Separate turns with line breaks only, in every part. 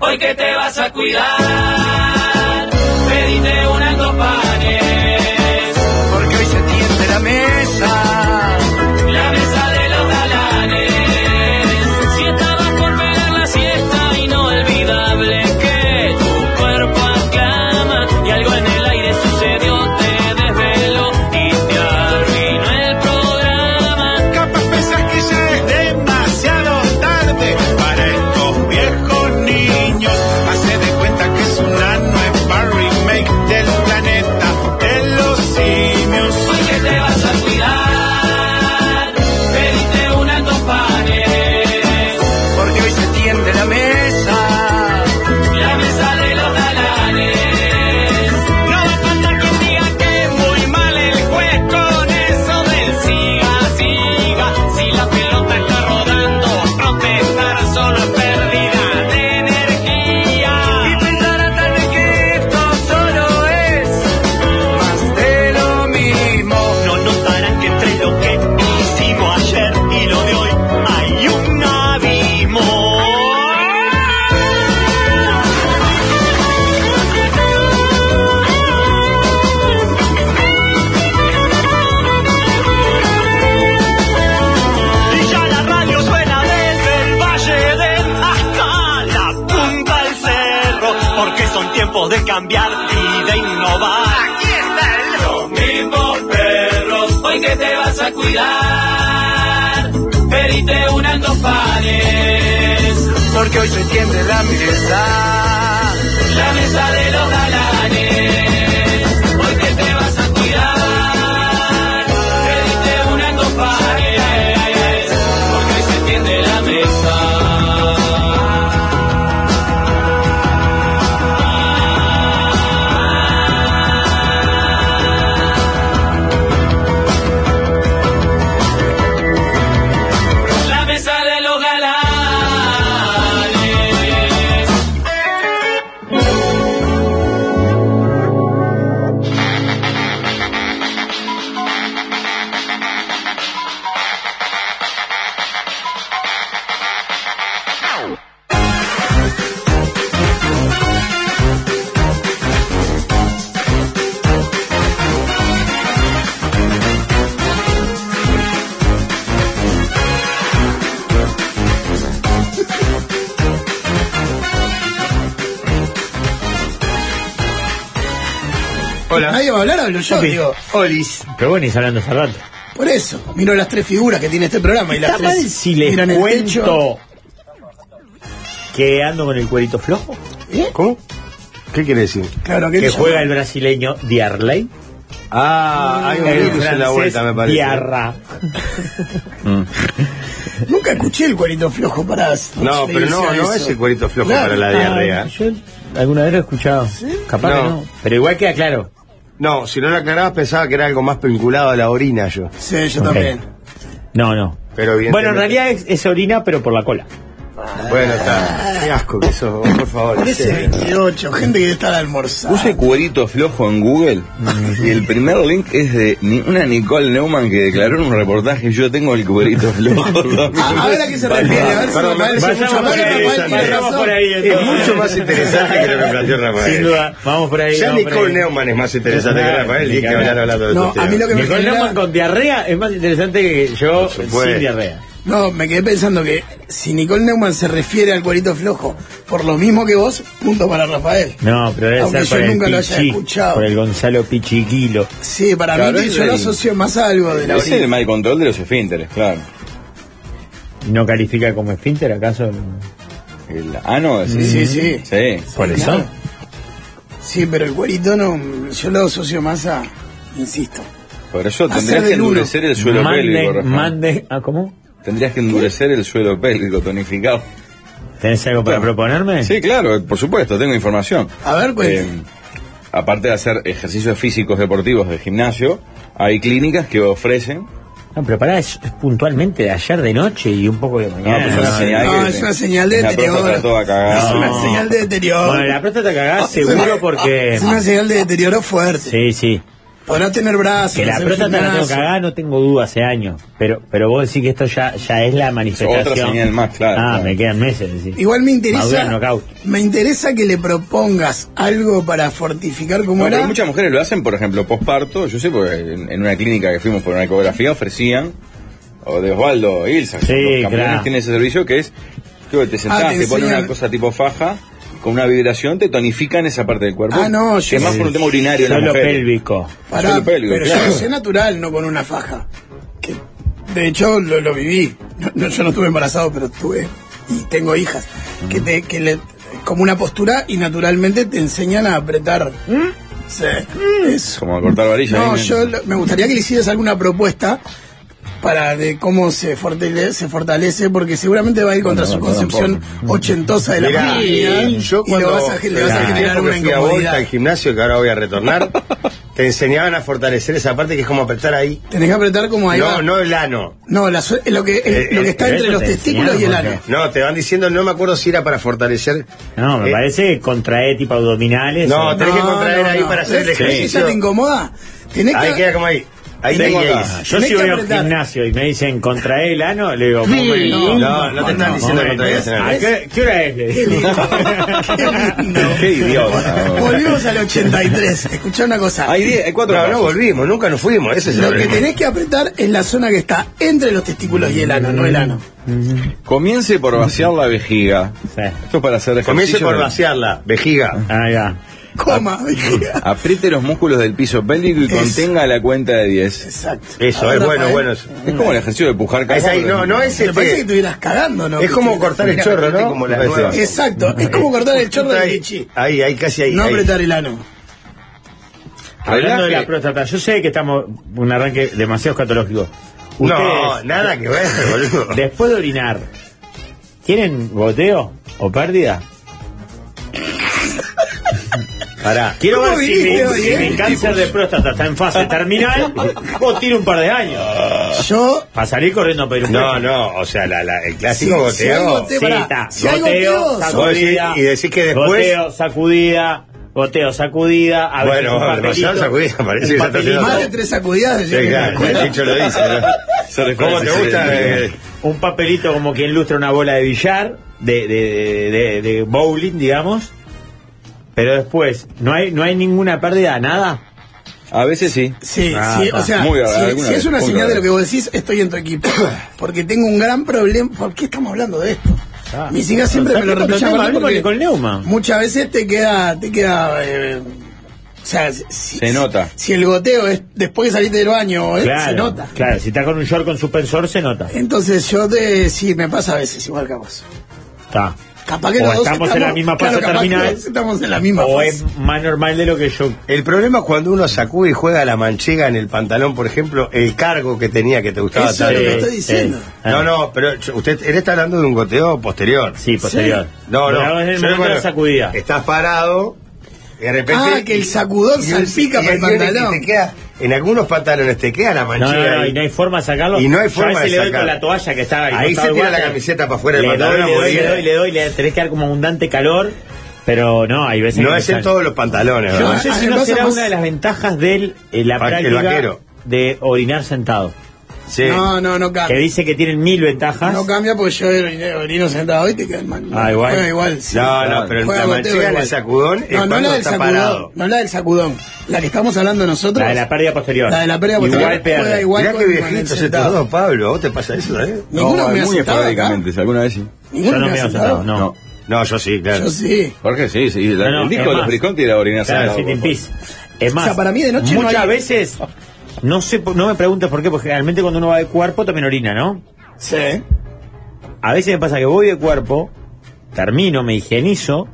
Hoy que te vas a cuidar, pedite unas dos panes,
Porque hoy se tiende la mesa.
la mesa de los galanes. Si estabas por pegar la siesta, inolvidable que tu cuerpo aclama y algo en el aire sucedió, te desveló y te arruinó el programa.
Capaz pensás que ya es demasiado tarde para estos viejos niños. Hace de cuenta que es una nueva remake del planeta de los simios.
Hoy que te vas a cuidar, pediste unas dos panes,
Porque hoy se tiende la mesa.
la mesa de los galanes. No va a faltar quien diga que muy mal el juez con eso del siga, siga. Si la pelota está rodando, protestar solo es pérdida de energía.
Y pensará tal vez que esto solo es más de lo mismo.
No notarán que entre lo que hicimos ayer y lo de hoy hay un abismo. Y ya la radio suena desde el Valle del hasta la punta del cerro, porque son tiempos de cambiar y de innovar. Aquí está el
Los mismos perros, hoy que te vas a cuidar, pediste unas dos panes.
Porque hoy se tiende la mesa.
La mesa de los galanes, hoy que te vas a cuidar, pediste unas dos panes, porque hoy se tiende la mesa. La mesa de los galanes.
Hola.
Nadie va a hablar, hablo yo,
Papi.
digo.
Olis.
Pero bueno, y hablando hace rato.
Por eso, miro las tres figuras que tiene este programa y las
Está
tres
mal si les
miran el techo.
cuento que ando con el cuerito flojo.
¿Eh?
¿Cómo? ¿Qué quiere decir?
Claro, que
Que
le llamo.
juega el brasileño Diarley.
Ah, hay un
El
virus en la
francés
vuelta, me parece.
Diarra.
Nunca escuché el cuerito flojo para.
No, pero no, no es el cuerito flojo
Claro.
para la diarrea.
Ah, yo alguna vez lo he escuchado. Capaz
No.
que no. Pero igual queda claro.
No, si no lo aclarabas pensaba que era algo más vinculado a la orina yo.
Sí, yo
Ok.
también.
No, no.
Pero evidentemente-
Bueno, en realidad es, es orina, pero por la cola.
Bueno, está. Qué asco que sos, vos, por favor. en
Parece
serio.
28, gente que debe estar almorzando.
Puse cuerito flojo en Google y el primer link es de ni- una Nicole Neumann que declaró en un reportaje yo tengo el cuerito flojo.
Ah, ahora que se refiere, a ver si
Perdón,
me parece
vayamos
mucho
por
más que
ahí,
Rafael tiene
vayamos
razón.
por ahí.
Es mucho más interesante que lo que planteó Rafael.
Sin duda. Vamos por ahí.
Ya
vamos por
Nicole
ahí.
Neumann es más interesante que Rafael y hay que hablar hablando de
No,
otro
a mí
tema.
lo que me
Nicole
genera-
Neumann con diarrea es más interesante que yo sin
supuesto.
diarrea.
No, me quedé pensando que si Nicole Neumann se refiere al cuerito flojo por lo mismo que vos, punto para Rafael.
No, pero debe
Aunque
ser
yo
por el
nunca lo haya
Pichi,
escuchado.
por el Gonzalo Pichiquilo.
Sí, para
Claro,
mí que
es
yo lo
el-
asocio más a algo de la
Es el
orina.
mal control de los esfínteres, claro.
¿No califica como esfínter acaso?
El ano, sí.
Sí, sí.
Sí.
¿Por eso?
claro. Sí, pero el cuerito no, yo lo asocio más a, insisto.
Por eso
Hacer
tendrías que
del uno.
endurecer el suelo pélvico,
Mande,
Rafa.
mande. ¿Ah, cómo?
Tendrías que endurecer el suelo pélvico tonificado.
¿Tenés algo para
Bueno.
proponerme?
Sí, claro, por supuesto, tengo información.
A ver, Eh. pues.
Eh, aparte de hacer ejercicios físicos deportivos de gimnasio, hay clínicas que ofrecen.
No, pero pará, es, es puntualmente de ayer de noche y un poco de mañana.
pues es una
No,
señal
no,
que-
es una señal de
la próstata
deterioro.
toda cagada.
Es una
No.
señal de deterioro.
Ah,
Bueno, la próstata cagás seguro porque...
Es una señal de deterioro fuerte.
Sí, sí.
Podrá tener brazos.
Que la
hacer
próstata la tengo
gimnasio.
cagada, no tengo duda hace años. Pero, pero vos decís que esto ya, ya es la manifestación.
señal más, claro,
Ah,
claro.
me quedan meses. decís.
Igual me
Madura,
interesa.
knockout.
Me interesa que le propongas algo para fortificar
No,
como
pero
era.
muchas mujeres lo hacen, por ejemplo, posparto. Yo sé, porque en, en una clínica que fuimos por una ecografía ofrecían, o de Osvaldo Ilsa,
Sí,
los campeones
claro.
tienen ese servicio que es, creo que te sentás,
Ah, te
te, ponen
enseñan.
una cosa tipo faja, con una vibración te tonifican esa parte del cuerpo.
Ah, no, yo
Que es más
sí.
por un tema urinario en la
Solo
mujer.
pélvico.
Pará,
Yo lo pelgo,
pero
claro.
yo lo sé natural, no con una faja. Que, de hecho, lo, lo viví. No, no, yo no estuve embarazado, pero tuve y tengo hijas. Que, te, que le, como una postura y naturalmente te enseñan a apretar. Sí, eso.
Como a cortar ¿eh? varillas.
No,
ahí,
yo lo- me gustaría que le hicieras alguna propuesta para de cómo se fortalece, se fortalece porque seguramente va a ir contra su concepción ochentosa de la
Mirá,
familia
yo
y lo
cuando
vas a, le vas a
el
generar
tiempo que
una
fui a Volta
incomodidad.
al gimnasio, que ahora voy a retornar, te enseñaban a fortalecer esa parte que es como apretar ahí.
Tenés que apretar como ahí va.
No, no el ano.
No, la sue- lo que,
Eh,
lo que
eh,
está
pero
entre
eso
los
te
testículos y el
enseñaron,
ano.
No, te van diciendo, no me acuerdo si era para fortalecer.
No, me
Eh,
parece que contrae tipo abdominales.
No,
o-
tenés que contraer ahí para hacer el
¿Ves?
ejercicio.
¿Esa te incomoda? Tenés
Ahí
que...
queda como ahí. Ahí
Sí,
tengo
acá.
acá.
Yo
tenés
si
que
voy a un
apretar.
gimnasio y me dicen contrae el ano, le digo, "Momento,
No, no, no te están diciendo
momento".
contrae el ano.
¿A ¿Qué, qué hora es? Le
Qué
digo.
lindo. Qué lindo.
Qué idiota.
Volvemos al 83. Escuchá una cosa.
Hay, diez, hay cuatro
No, no
pasos.
volvimos, nunca nos fuimos. Ese es el
Lo que
problema.
tenés que apretar es la zona que está entre los testículos y el ano, no el ano.
Comience por vaciar la vejiga.
Sí.
Esto es para hacer ejercicio.
Comience por
de-
vaciarla, vejiga.
Ahí va.
Coma.
Ah.
Apriete los músculos del piso pélvico y
Eso.
contenga la cuenta de 10.
Exacto.
Eso, es
Ahora,
bueno,
Rafael,
bueno. eso.
Es como el ejercicio de pujar
Es
cajas,
ahí,
pero-
no, no es
Me parece que
este.
estuvieras cagando, ¿no?
Es como cortar el chorro, ¿no?
Como la nueva.
Exacto. Es como cortar el chorro de
ahí,
Lichi.
ahí, ahí, casi ahí.
No
ahí.
apretar el ano.
Hablando de la
Relaje.
próstata, yo sé que estamos un arranque demasiado escatológico.
No,
Ustedes,
nada que ver, boludo.
después de orinar, ¿quieren goteo o pérdida? Pará, quiero
¿Cómo
ver si
viniste
mi,
hoy,
si
eh?
mi cáncer de próstata está en fase terminal o tiro un par de años.
Ah.
Yo
Para salir corriendo a pedir un
No,
beso.
no, o sea, la, la, el
Si-
clásico
si hay
goteo.
goteo,
Sí,
pará,
está.
si hay
Goteo,
goteo,
sacudida,
son-
Vos decís- y decís que después-
Goteo, sacudida, goteo, sacudida. A veces
Bueno,
un papelito,
demasiado sacudida, parece
un
que está
papelito,
más de tres sacudidas.
Sí,
yo que
claro,
me acuerdo.
el dicho lo dice. ¿no?
Se refiere
¿Cómo
a
te
ese-
gusta? eh?
un papelito como quien lustra una bola de billar, de, de, de- de bowling, digamos. Pero después, ¿no hay, no hay ninguna pérdida, nada?
A veces sí.
Sí,
Ah,
sí,
está.
o sea,
Muy
si- si,
agradable,
es una
muy
señal de
agradable.
lo que vos decís, estoy en tu equipo. Porque tengo un gran problema. ¿Por qué estamos hablando de esto?
Ah.
Mis hijas siempre me lo
Saquemos el
reprochan
tema, hablemos
porque
de con Neumann.
Muchas veces te queda. Te queda eh, o sea, si- si,
Se nota.
Si el goteo es después que saliste del baño, eh, se nota.
Claro, si estás con un short con suspensor, se nota.
Entonces yo te. Sí, me pasa a veces, igual capaz.
Está.
Capaz que
O
los dos
estamos en la misma
claro,
fase
capaz que
terminal.
los dos Estamos en la misma
O
fase.
es más normal de lo que yo.
El problema es cuando uno sacude y juega la manchega en el pantalón, por ejemplo, el cargo que tenía que te gustaba
Eso es lo
tanto.
que
Sí,
estoy diciendo.
sí.
No, no, pero yo- usted, él está hablando de un goteo posterior.
Sí, posterior.
No, no.
Pero Es el
yo
momento de la
recuerdo,
sacudida.
Estás parado y de repente.
Ah, que el sacudón
y un-
salpica
y
para el
hay un-
pantalón.
y te queda- en algunos pantalones te queda la
No, no,
manchega.
no,
ahí.
y no hay forma de sacarlo.
Y no hay
Yo
forma
a veces
de
le doy con
sacarlo.
la toalla que estaba
Ahí
no
se
estaba
tira la
guardada.
camiseta para afuera del
Le doy,
pantalón.
le doy,
porque-
le doy, le doy, le tenés que dar como abundante calor, pero no, hay veces que
No es en
sale.
todos los pantalones,
Yo no
¿verdad?
sé si
Ah,
no
pasa
será
más-
una de las ventajas de la
Ah, que el
práctica
vaquero.
de orinar sentado.
Sí.
No, no, no
Que
cambia.
dice que tienen mil ventajas.
No cambia porque yo orino, orino sentado y te queda mal.
Ah, igual.
Juega igual. sí.
No, no, pero
Juega
la
goteo
manchega en
igual.
el sacudón es
No, no
cuando
la del
está
sacudón.
parado.
No la del sacudón. La que estamos hablando nosotros.
la de la pérdida posterior.
La de la pérdida posterior.
Igual
Juega
pierde.
igual
Mirá
con-
qué
con el
viejitos
sentado.
estos dos, Pablo. ¿Vos te pasa eso, eh? sabés?
Ninguno
No,
me ha
muy
sentado acá.
esporádicamente. si ¿Alguna vez sí?
Ninguno
Yo no
me ha
me he
sentado.
sentado, no.
No, yo sí, claro.
Yo sí.
Jorge, sí, sí.
No, no,
el
es
disco de los
más.
Frisconti era orinar
Claro,
sentado,
Sit in
por-
Peace. Es más,
O sea, para mí de noche no
muchas
hay-
veces, no sé, po- no me preguntes por qué, porque generalmente cuando uno va de cuerpo también orina, ¿no?
Sí.
A veces me pasa que voy de cuerpo, termino, me higienizo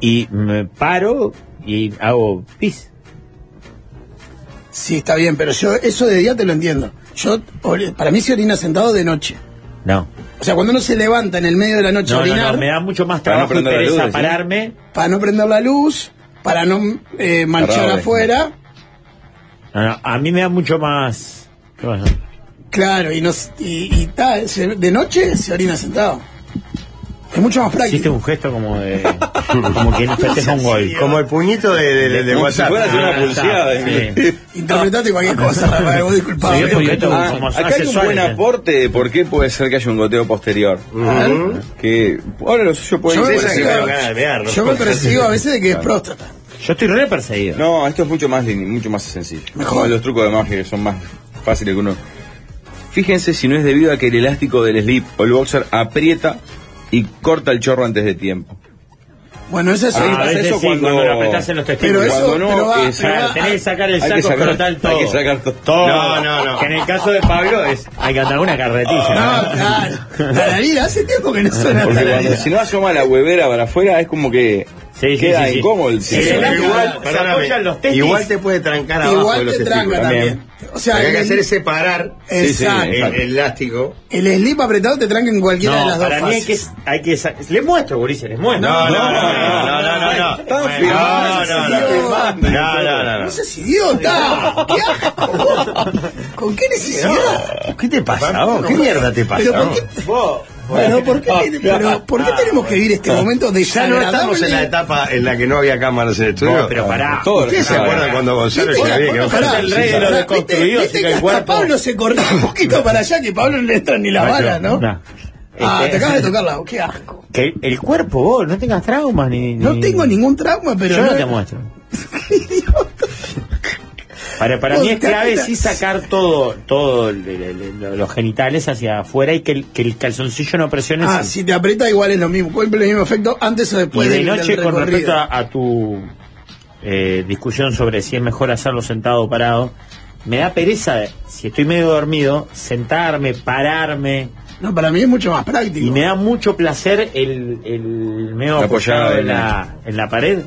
y me paro y hago pis.
Sí, está bien, pero yo eso de día te lo entiendo. Yo, ori- para mí se orina sentado de noche.
No.
O sea, cuando uno se levanta en el medio de la noche a
No, no,
orinar,
no, me da mucho más
Para no
trabajo y
prender la
pereza
luz, ¿sí?
pararme.
para no prender la luz, para no eh, manchar
Arrabe.
afuera,
No, no, a mí me da mucho más. ¿Qué pasa?
Claro, y, nos, y, y ta, se- de noche se orina sentado. Es mucho más
Hiciste
práctico.
un gesto como de. Como quien festeja un gol.
Como el puñito de, de- de- de
Como si
WhatsApp.
fueras una pulseada.
Ah, Sí. Ah.
Interpretate cualquier cosa, Rafael, vos disculpame.
Sí, porque esto-
Ah,
somos
acá hay un
asesores,
buen
¿eh?
aporte de por qué puede ser que haya un goteo posterior.
Ujú.
Que ahora los suyos pueden
Yo me
ser
Esa que
persigo,
me dan ganas de pegar, ¿no?
yo me persigo a veces de que es próstata.
Yo estoy re perseguido.
No, esto es mucho más lin- mucho más sencillo.
Mejor.
Como Los trucos de magia que son más fáciles que uno. Fíjense si no es debido a que el elástico del slip o el boxer aprieta y corta el chorro antes de tiempo.
Bueno, eso es
Ahí
Ah,
pasa
es
eso
decir,
cuando-
cuando lo apretás en los testículos.
Pero eso-
Cuando no,
pero va-
es-
pero va-
Tenés que sacar el
Hay que
saco,
sacar-
frotar todo.
hay que sacar to-
todo.
No, no, no.
Que en el caso de Pablo es, hay que andar una carretilla.
No, claro. Tararira, hace tiempo que no suena
Porque cuando,
tararira.
si no asoma la huevera para afuera es como que
Sí, sí,
queda
sí, sí.
incómodo el
Sí,
sillón.
sí, sí. Igual,
Igual,
se
perdóname,
apoyan los testis.
igual te puede trancar abajo de
Igual
los
te
testículos.
tranca también. O sea,
Lo que hay que
el-
hacer es separar
Sí, sí,
Exacto.
el,
exacto.
el elástico.
El slip apretado te tranca en cualquiera de
No,
las dos
para mí hay que,
fases.
hay que sa- Les muestro, Gurice, les muestro.
No, no, no, no, no, no.
Están
Bueno,
firmados,
no, no,
están
no.
firmados.
No, no, no,
No
no.
seas idiota. ¿Qué asco, vos. ¿Con qué necesidad?
¿Qué te pasa vos? ¿Qué mierda te pasa
Pero ¿por
vos?
qué, pero ¿por qué,
Ah,
pero ¿por qué tenemos que vivir este momento de
Ya no estamos en la etapa en la que no había cámaras en el estudio.
No, pero pará.
Todo
¿Ustedes se
Ah,
acuerdan
pará.
cuando Gonzalo
¿Viste?
se había quedado
Pará,
el rey de los
pará,
desconstruidos,
viste- viste
chica,
que
el
hasta
cuerpo.
Pablo se corrió un poquito para allá, que Pablo no le entran ni las balas, ¿no?
No.
Ah,
Este-
te acabas de tocar la qué asco.
Que el, el cuerpo, vos, no tengas traumas ni.
No
ni-
tengo ningún trauma, pero.
Yo no te muestro. Para, para
Vos,
mí es
Carita.
clave sí sacar todo, todo el- el- el- los genitales hacia afuera y que el, que el calzoncillo no presione.
Ah,
el-
si te aprieta igual es lo mismo, cumple el mismo efecto antes o
y
después
Pues de
del-
noche,
del
con
recorrido.
respecto a, a tu eh, discusión sobre si es mejor hacerlo sentado o parado, me da pereza, si estoy medio dormido, sentarme, pararme.
No, para mí es mucho más práctico.
Y me da mucho placer el, el medio
Apoyado
apoyado en
en
la, en la pared,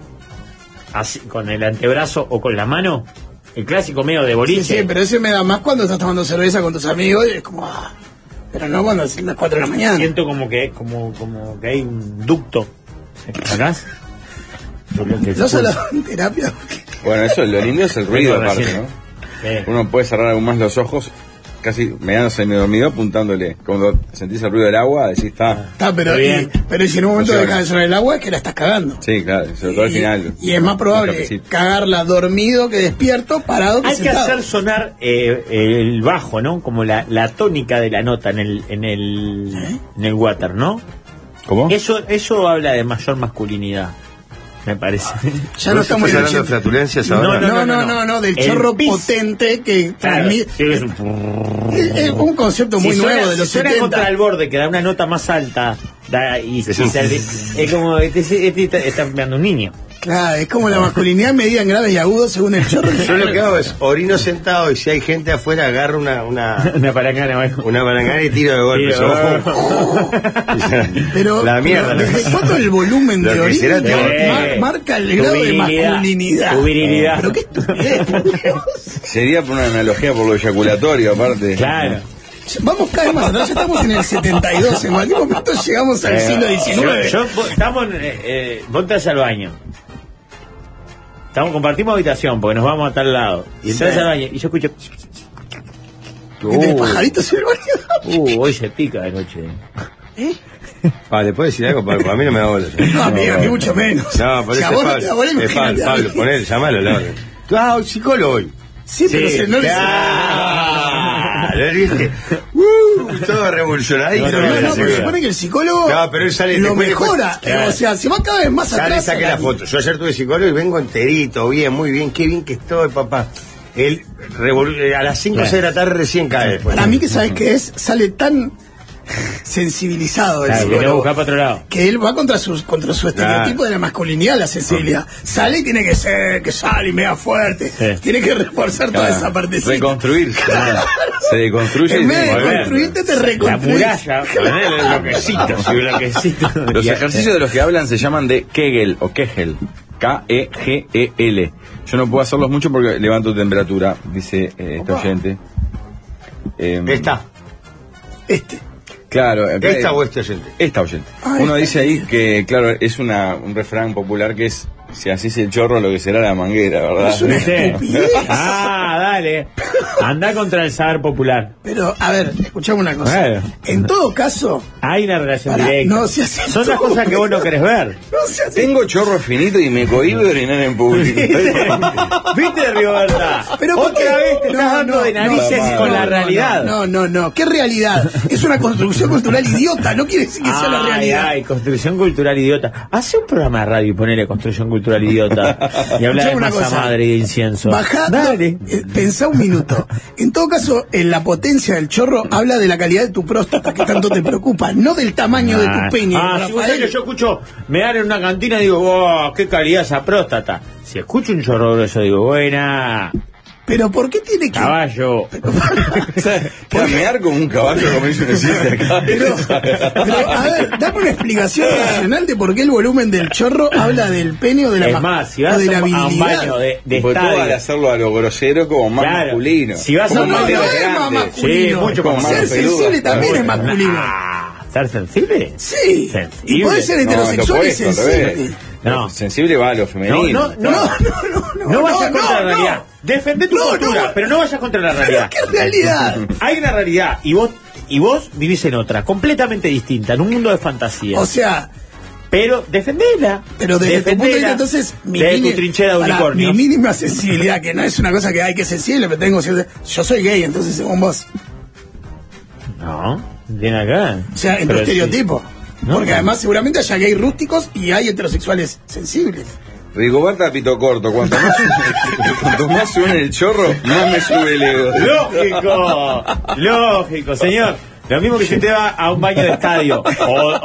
así, con el antebrazo o con la mano. El clásico medio de
Sí,
boliche.
sí, pero ese me da más cuando estás tomando cerveza con tus amigos y es como. ah, pero no cuando son las 4 de la mañana.
Siento como que, como, como que hay un ducto. ¿Sacás? Yo creo que
No
se
solo
puede.
en terapia. porque-
Bueno, eso lo lindo es el ruido
Vengo
aparte,
recién.
¿no?
Eh,
Uno puede cerrar aún más los ojos, casi meándose en el dormido, apuntándole. Cuando sentís el ruido del agua, decís, está.
Está, pero,
Está bien.
y- pero si en un momento
Funciona.
deja de sonar el agua es que la estás cagando.
Sí, claro, sobre todo al
Y-
final.
Y, es más
Un
probable
cafecito.
cagarla dormido que despierto, parado que
Hay que
sentado.
hacer sonar eh, el bajo, ¿no? Como la, la tónica de la nota en el, en el, en el water, ¿no?
¿Cómo?
Eso, eso habla de mayor masculinidad, me parece.
Ya no estamos en el
hablando de
80.
flatulencias
No
ahora.
no no, no, no, del
El
chorro
pis.
potente que
Claro,
transmite.
sí, es un-
Es, es un concepto muy
si suena-
nuevo de los
si suena
70.
contra el borde, que da una nota más alta, da, y, y
Es un-
sale- es como, este, este está- está mirando un niño.
Claro, es como la masculinidad medida en graves y agudos según el chorro.
Yo lo que hago es orino sentado y si hay gente afuera agarro una una,
Una palangana abajo.
una barangana y tiro de golpe.
Tiro.
Pero,
la mierda.
pero ¿desde cuándo el volumen
Lo
de
que será
origen
te-
mar-
Eh,
marca el
tu
grado de
virilidad,
masculinidad?
tu virilidad.
Pero qué estupidez, por Dios.
Sería por una analogía por lo eyaculatorio, aparte.
Claro.
Vamos cada vez más atrás, ya estamos en el 72, en cualquier momento llegamos
Eh,
al siglo XIX.
Yo, yo- vos- estamos, en, eh, eh, vos entras al baño. Estamos, compartimos habitación porque nos vamos a tal lado. Y entras
Sí.
al baño y yo escucho.
¿Qué tenés,
Uh,
pajaritos en el baño?
uh, hoy se pica de noche.
Vale, ¿le puedo decir algo? Para, para mí no me da bola.
No, amigo, ni mucho menos.
No, por
Si
eso
a
es
vos no te da
Pablo.
bola,
Es Pablo,
imagínate a mí.
Pablo, poné, llamalo, no. Tú, ah, un psicólogo hoy.
Sí, pero se- no le
Ah, lo viste. Uh, todo revolucionadito.
No,
No, no,
la
pero se
seguridad.
supone que el psicólogo
No, pero él sale-
lo
después le cuesta-
mejora.
Claro.
O sea, se va cada vez más
Ya le
atrás.
saqué la foto. Yo ayer tuve psicólogo y vengo enterito, bien, muy bien, qué bien que estoy, papá. Él revol- eh, a las 5 o 6 de la tarde recién cae. después.
Para mí que sabes que es, sale tan sensibilizado el
Claro, que no
psicólogo
buscar para otro lado.
que él va contra su, contra su estereotipo de la masculinidad, la sensibilidad. Sale y tiene que ser, que sale y mega fuerte.
Sí.
Tiene que reforzar toda
Claro.
esa parte.
Reconstruir. Ah, Se deconstruye
En
y
vez de
volver.
construirte, te
La
reconstruyes.
muralla, ponele bloquecitos y bloquecitos.
Los
Y-
ejercicios de los que hablan se llaman de Kegel o Kegel. E K-E-G-E-L. Yo no puedo hacerlos mucho porque levanto temperatura, dice eh, este oyente. Em,
Esta,
Este.
Claro. eh,
esta
eh,
o este oyente.
Esta oyente.
Ah,
Uno
esta.
dice ahí que, claro, es una, un refrán popular que es, si así es el chorro, lo que será la manguera, ¿verdad?
Es una
¿Viste?
estupidez.
Ah, dale. Anda contra el saber popular.
Pero, a ver, escuchame una cosa.
Claro.
En todo caso,
Hay una relación
Pará,
directa.
no seas
Son las
estúpido.
cosas que vos no querés ver.
No, sea,
Tengo chorro finito y me cohibo de orinar en público.
¿Viste, Rigoberta?
este, Pero ¿por
Otra
qué?
vez te
No,
estás dando
no,
de
no,
narices
no,
con
no,
la
no,
realidad.
No, no, no. ¿Qué realidad? Es una construcción cultural idiota. No quiere decir que sea la
ay,
realidad.
ay, construcción cultural idiota. Hace un programa de radio y ponele construcción cultural idiota. Y habla
Escuchame
de
una
masa
cosa.
madre y de incienso.
Baja,
Dale.
eh, pensá un minuto. En todo caso, en la potencia del chorro habla de la calidad de tu próstata que tanto te preocupa, no del tamaño de
Ah,
tu pene.
Ah, si vos
Rafael.
sabés que yo escucho, me dan en una cantina y digo, wow, qué calidad esa próstata. Si escucho un chorro grueso, digo, buena,
Pero ¿por qué tiene que
caballo.
Camear como un caballo como dice un chiste acá.
Pero, pero, a ver, dame una explicación racional de por qué el volumen del chorro habla del pene o de la
Es
ma-
más, si
o
vas
de la
a un- a un
virilidad.
baño de, de
Porque todo al
estadio.
hacerlo a lo grosero como más
Claro.
masculino.
Si vas a
Como
un-
no,
más
no,
de
no es
elegante.
más
Sí,
masculino.
mucho
como más
Ser
peludo,
sensible
está
también es
bueno.
masculino.
Ah, ¿Ser sensible?
Sí.
Sensible.
Y puede ser
No, es lo
heterosexual y
opuesto, al
sensible.
revés.
No.
Sensible va a lo femenino.
No, no, no.
No, no, no, no.
No vayas
no,
contra la
no,
realidad. Defende tu
No,
postura,
no.
pero no vayas contra la realidad.
Pero qué realidad.
Hay una realidad y vos y vos vivís en otra, completamente distinta, en un mundo de fantasía.
O sea,
pero defendela.
pero desde tu punto de vista,
Defendela
entonces, mi
desde
mini-
tu trinchera de
pará,
unicornio.
Mi mínima sensibilidad, que no es una cosa que hay que sensible, pero tengo cierta- Yo soy gay, entonces, según vos.
No, viene acá.
O sea, en tu
Pero
estereotipo.
No,
Porque
no.
además, seguramente haya gays rústicos y hay heterosexuales sensibles.
Rigoberta Pito Corto, cuanto más, cuanto más suena el chorro, más me sube el ego.
sí. Lógico, lógico, señor. Lo mismo que si usted va a un baño de estadio o,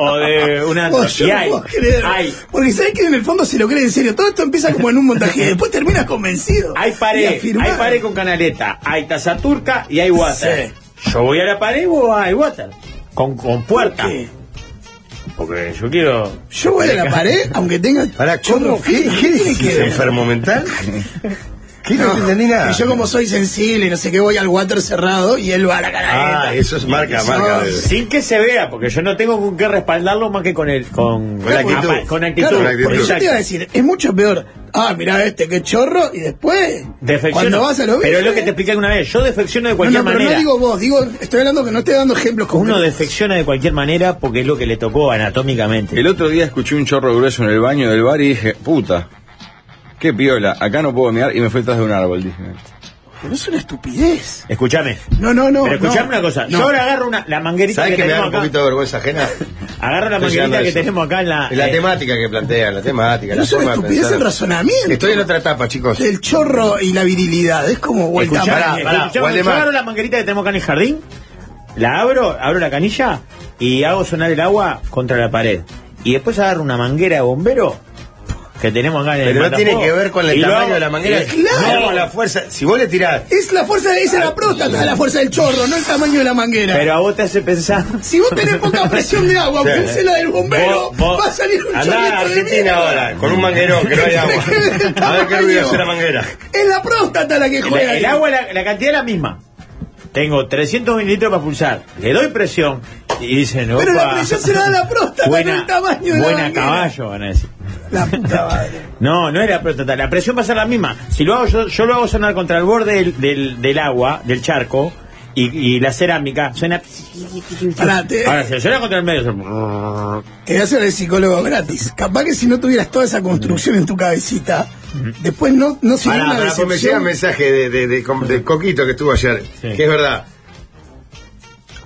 o de una
Oh, yo
y
no
hay,
puedo creer.
hay,
Porque sabes que en el fondo se lo cree en serio. Todo esto empieza como en un montaje. después terminas convencido.
hay
Y
pared,
afirmar.
hay pared con canaleta, hay taza turca y hay water. Yo voy a la pared y vos hay water. Con, con puerta.
¿Qué?
Porque yo quiero. eh,
Yo voy a la pared, aunque tenga.
Ahora, ¿cómo?
chorro
¿Qué,
fino.
qué
tiene
decís?
que ver?
¿Enfermo mental? ¿Qué no,
No,
entendí nada?
que yo como soy sensible, no sé qué, voy al water cerrado y él va a la canaleta.
Ah, eso es marca,
Eso-
marca. de-
Sin que se vea, porque yo no tengo con qué respaldarlo más que con el con,
Con la actitud.
apa- con actitud.
Claro,
Con actitud.
porque yo te
Exacto.
iba a decir, eh, es mucho peor. Ah, mirá este, qué chorro, y después.
Defecciono.
Cuando vas a lo
pero es lo que te expliqué alguna vez. Yo defecciono de
No,
cualquier
no, pero
manera.
no digo vos, digo, estoy hablando que no estoy dando ejemplos como
Uno defecciona de cualquier manera porque es lo que le tocó anatómicamente.
El otro día escuché un chorro grueso en el baño del bar y dije, puta, qué piola, acá no puedo mirar y me fui detrás de un árbol. Dije.
Pero es una estupidez.
Escúchame.
No, no, no.
pero escuchame
no.
una cosa.
No.
Yo ahora agarro una, la manguerita
¿Sabes
que,
que me da
tenemos
un
acá.
poquito de vergüenza ajena?
Agarro la
Estoy llegando
manguerita
a
que
eso.
tenemos acá en la.
La
eh,
temática que plantea, la temática,
Pero
la
es una
forma de
estupidez el
pensar.
razonamiento.
Estoy en otra etapa, chicos.
El chorro y la virilidad. Es como vuelta
Escuchame,
para.
pará, pará,
escuchame,
Waldemar.
yo abro la manguerita que tenemos acá en el jardín, la abro, abro la canilla y hago sonar el agua contra la pared. Y después agarro una manguera de bombero que tenemos acá en el
Pero no tiene
matafuego,
que ver con el
Eh, y lo
tamaño
hago- Eh,
de la manguera.
y-
claro.
No, la fuerza. Si vos le tirás
Es la fuerza, de- esa es la próstata, la fuerza del chorro, no el tamaño de la manguera.
Ah, Pero a vos te hace pensar.
si vos tenés poca presión de agua,
Sí.
puse la del bombero,
Vos- vos-
va a salir un
Andá a
chorrito de
Argentina
mierda.
ahora, con
eh,
un manguerón que no hay agua. A ver qué ruido hace la manguera.
Es la próstata la que
El,
juega.
el agua, la, la cantidad es la misma. Tengo 300 mililitros para pulsar. Le doy presión y dicen,
Pero la
"Opa,
presión se la da la próstata, no
buena,
el tamaño de la
buena
manguera.
caballo, van a decir.
La puta madre.
No, no es la próstata. La presión va a ser la misma. Si lo hago yo, yo lo hago sonar contra el borde del, del, del agua, del charco, y, y la cerámica suena.
Pará, te,
Ahora, si lo suena contra el medio, suena-
te voy a hacer el psicólogo gratis. Capaz que si no tuvieras toda esa construcción en tu cabecita, después no, no sería
Pará,
una
pará, pues me llega
decepción.
un mensaje de, de- de- com- de Coquito que estuvo ayer,
Sí.
que es verdad.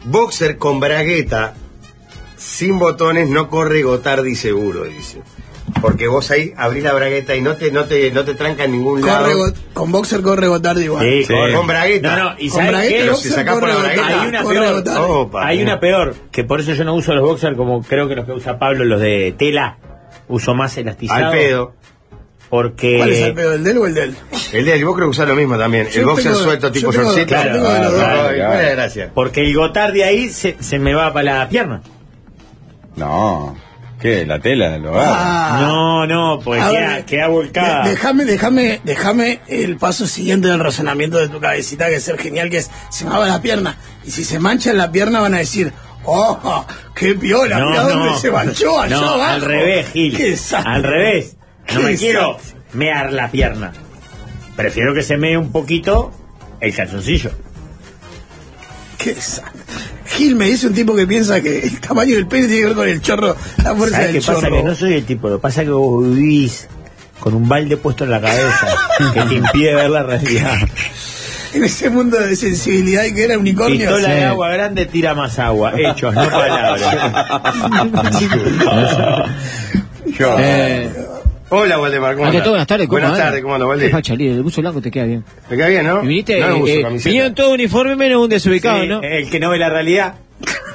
Boxer con bragueta, sin botones, no corre Gotardi seguro, dice. Porque vos ahí abrís la bragueta y no te, no te, no te tranca en ningún
Corre
lado.
go- con boxer corre Gotardi igual.
Sí, corre.
Con bragueta.
No, no, y
Con
sabes
bragueta,
qué?
Pero si
boxer,
sacás por la
corre
bragueta,
Gotardi,
hay una
corre
peor.
Gotardi.
Opa,
Hay
mira.
una peor, que por eso yo no uso los boxers como creo que los que usa Pablo, los de tela. Uso más elastizado.
Al pedo.
Porque.
¿Cuál es el peor, el del o el del?
El de vos creo que usar lo mismo también.
Yo
el boxer
tengo-
suelto tipo
yo tengo-
shortcito.
yo tengo de los
Ay,
dos.
ay,
Claro.
buena gracia.
Porque el gotardi ahí se, se me va para la pierna.
No, ¿qué? ¿La tela del hogar?
Ah.
No, no, pues
A
queda,
ver,
queda volcada.
de- Déjame, déjame, déjame el paso siguiente del razonamiento de tu cabecita, que es el genial, que es, se me va la pierna. Y si se mancha en la pierna van a decir, ¡oh, qué piola!
No,
mirá
no.
dónde se manchó, allá
No,
abajo.
al revés, Gil.
Qué desastre.
Al revés. No
Qué
me quiero
desastre.
mear la pierna. Prefiero que se mee un poquito el calzoncillo.
Qué desastre. Gil me dice un tipo que piensa que el tamaño del pene tiene que ver con el chorro, la fuerza
¿Sabes
del
qué pasa?
chorro.
Que no soy el tipo, lo que pasa es que vos vivís con un balde puesto en la cabeza que te impide ver la realidad.
En ese mundo de sensibilidad que era unicornio.
Pistola
Sí.
de agua grande tira más agua. Hechos, no palabras.
Yo.
Eh,
Hola, Waldemar, ¿cómo
ante
andás?
todo, buenas tardes. ¿cómo
Buenas
andan?
tardes, ¿cómo andas,
Qué
Walde?
facha, líder. El buzo blanco te queda bien.
¿Me queda bien, no?
Y viniste,
no me
eh,
uso
eh,
camiseta.
vinieron todo uniforme menos un desubicado,
Sí,
¿no?
El que no ve la realidad.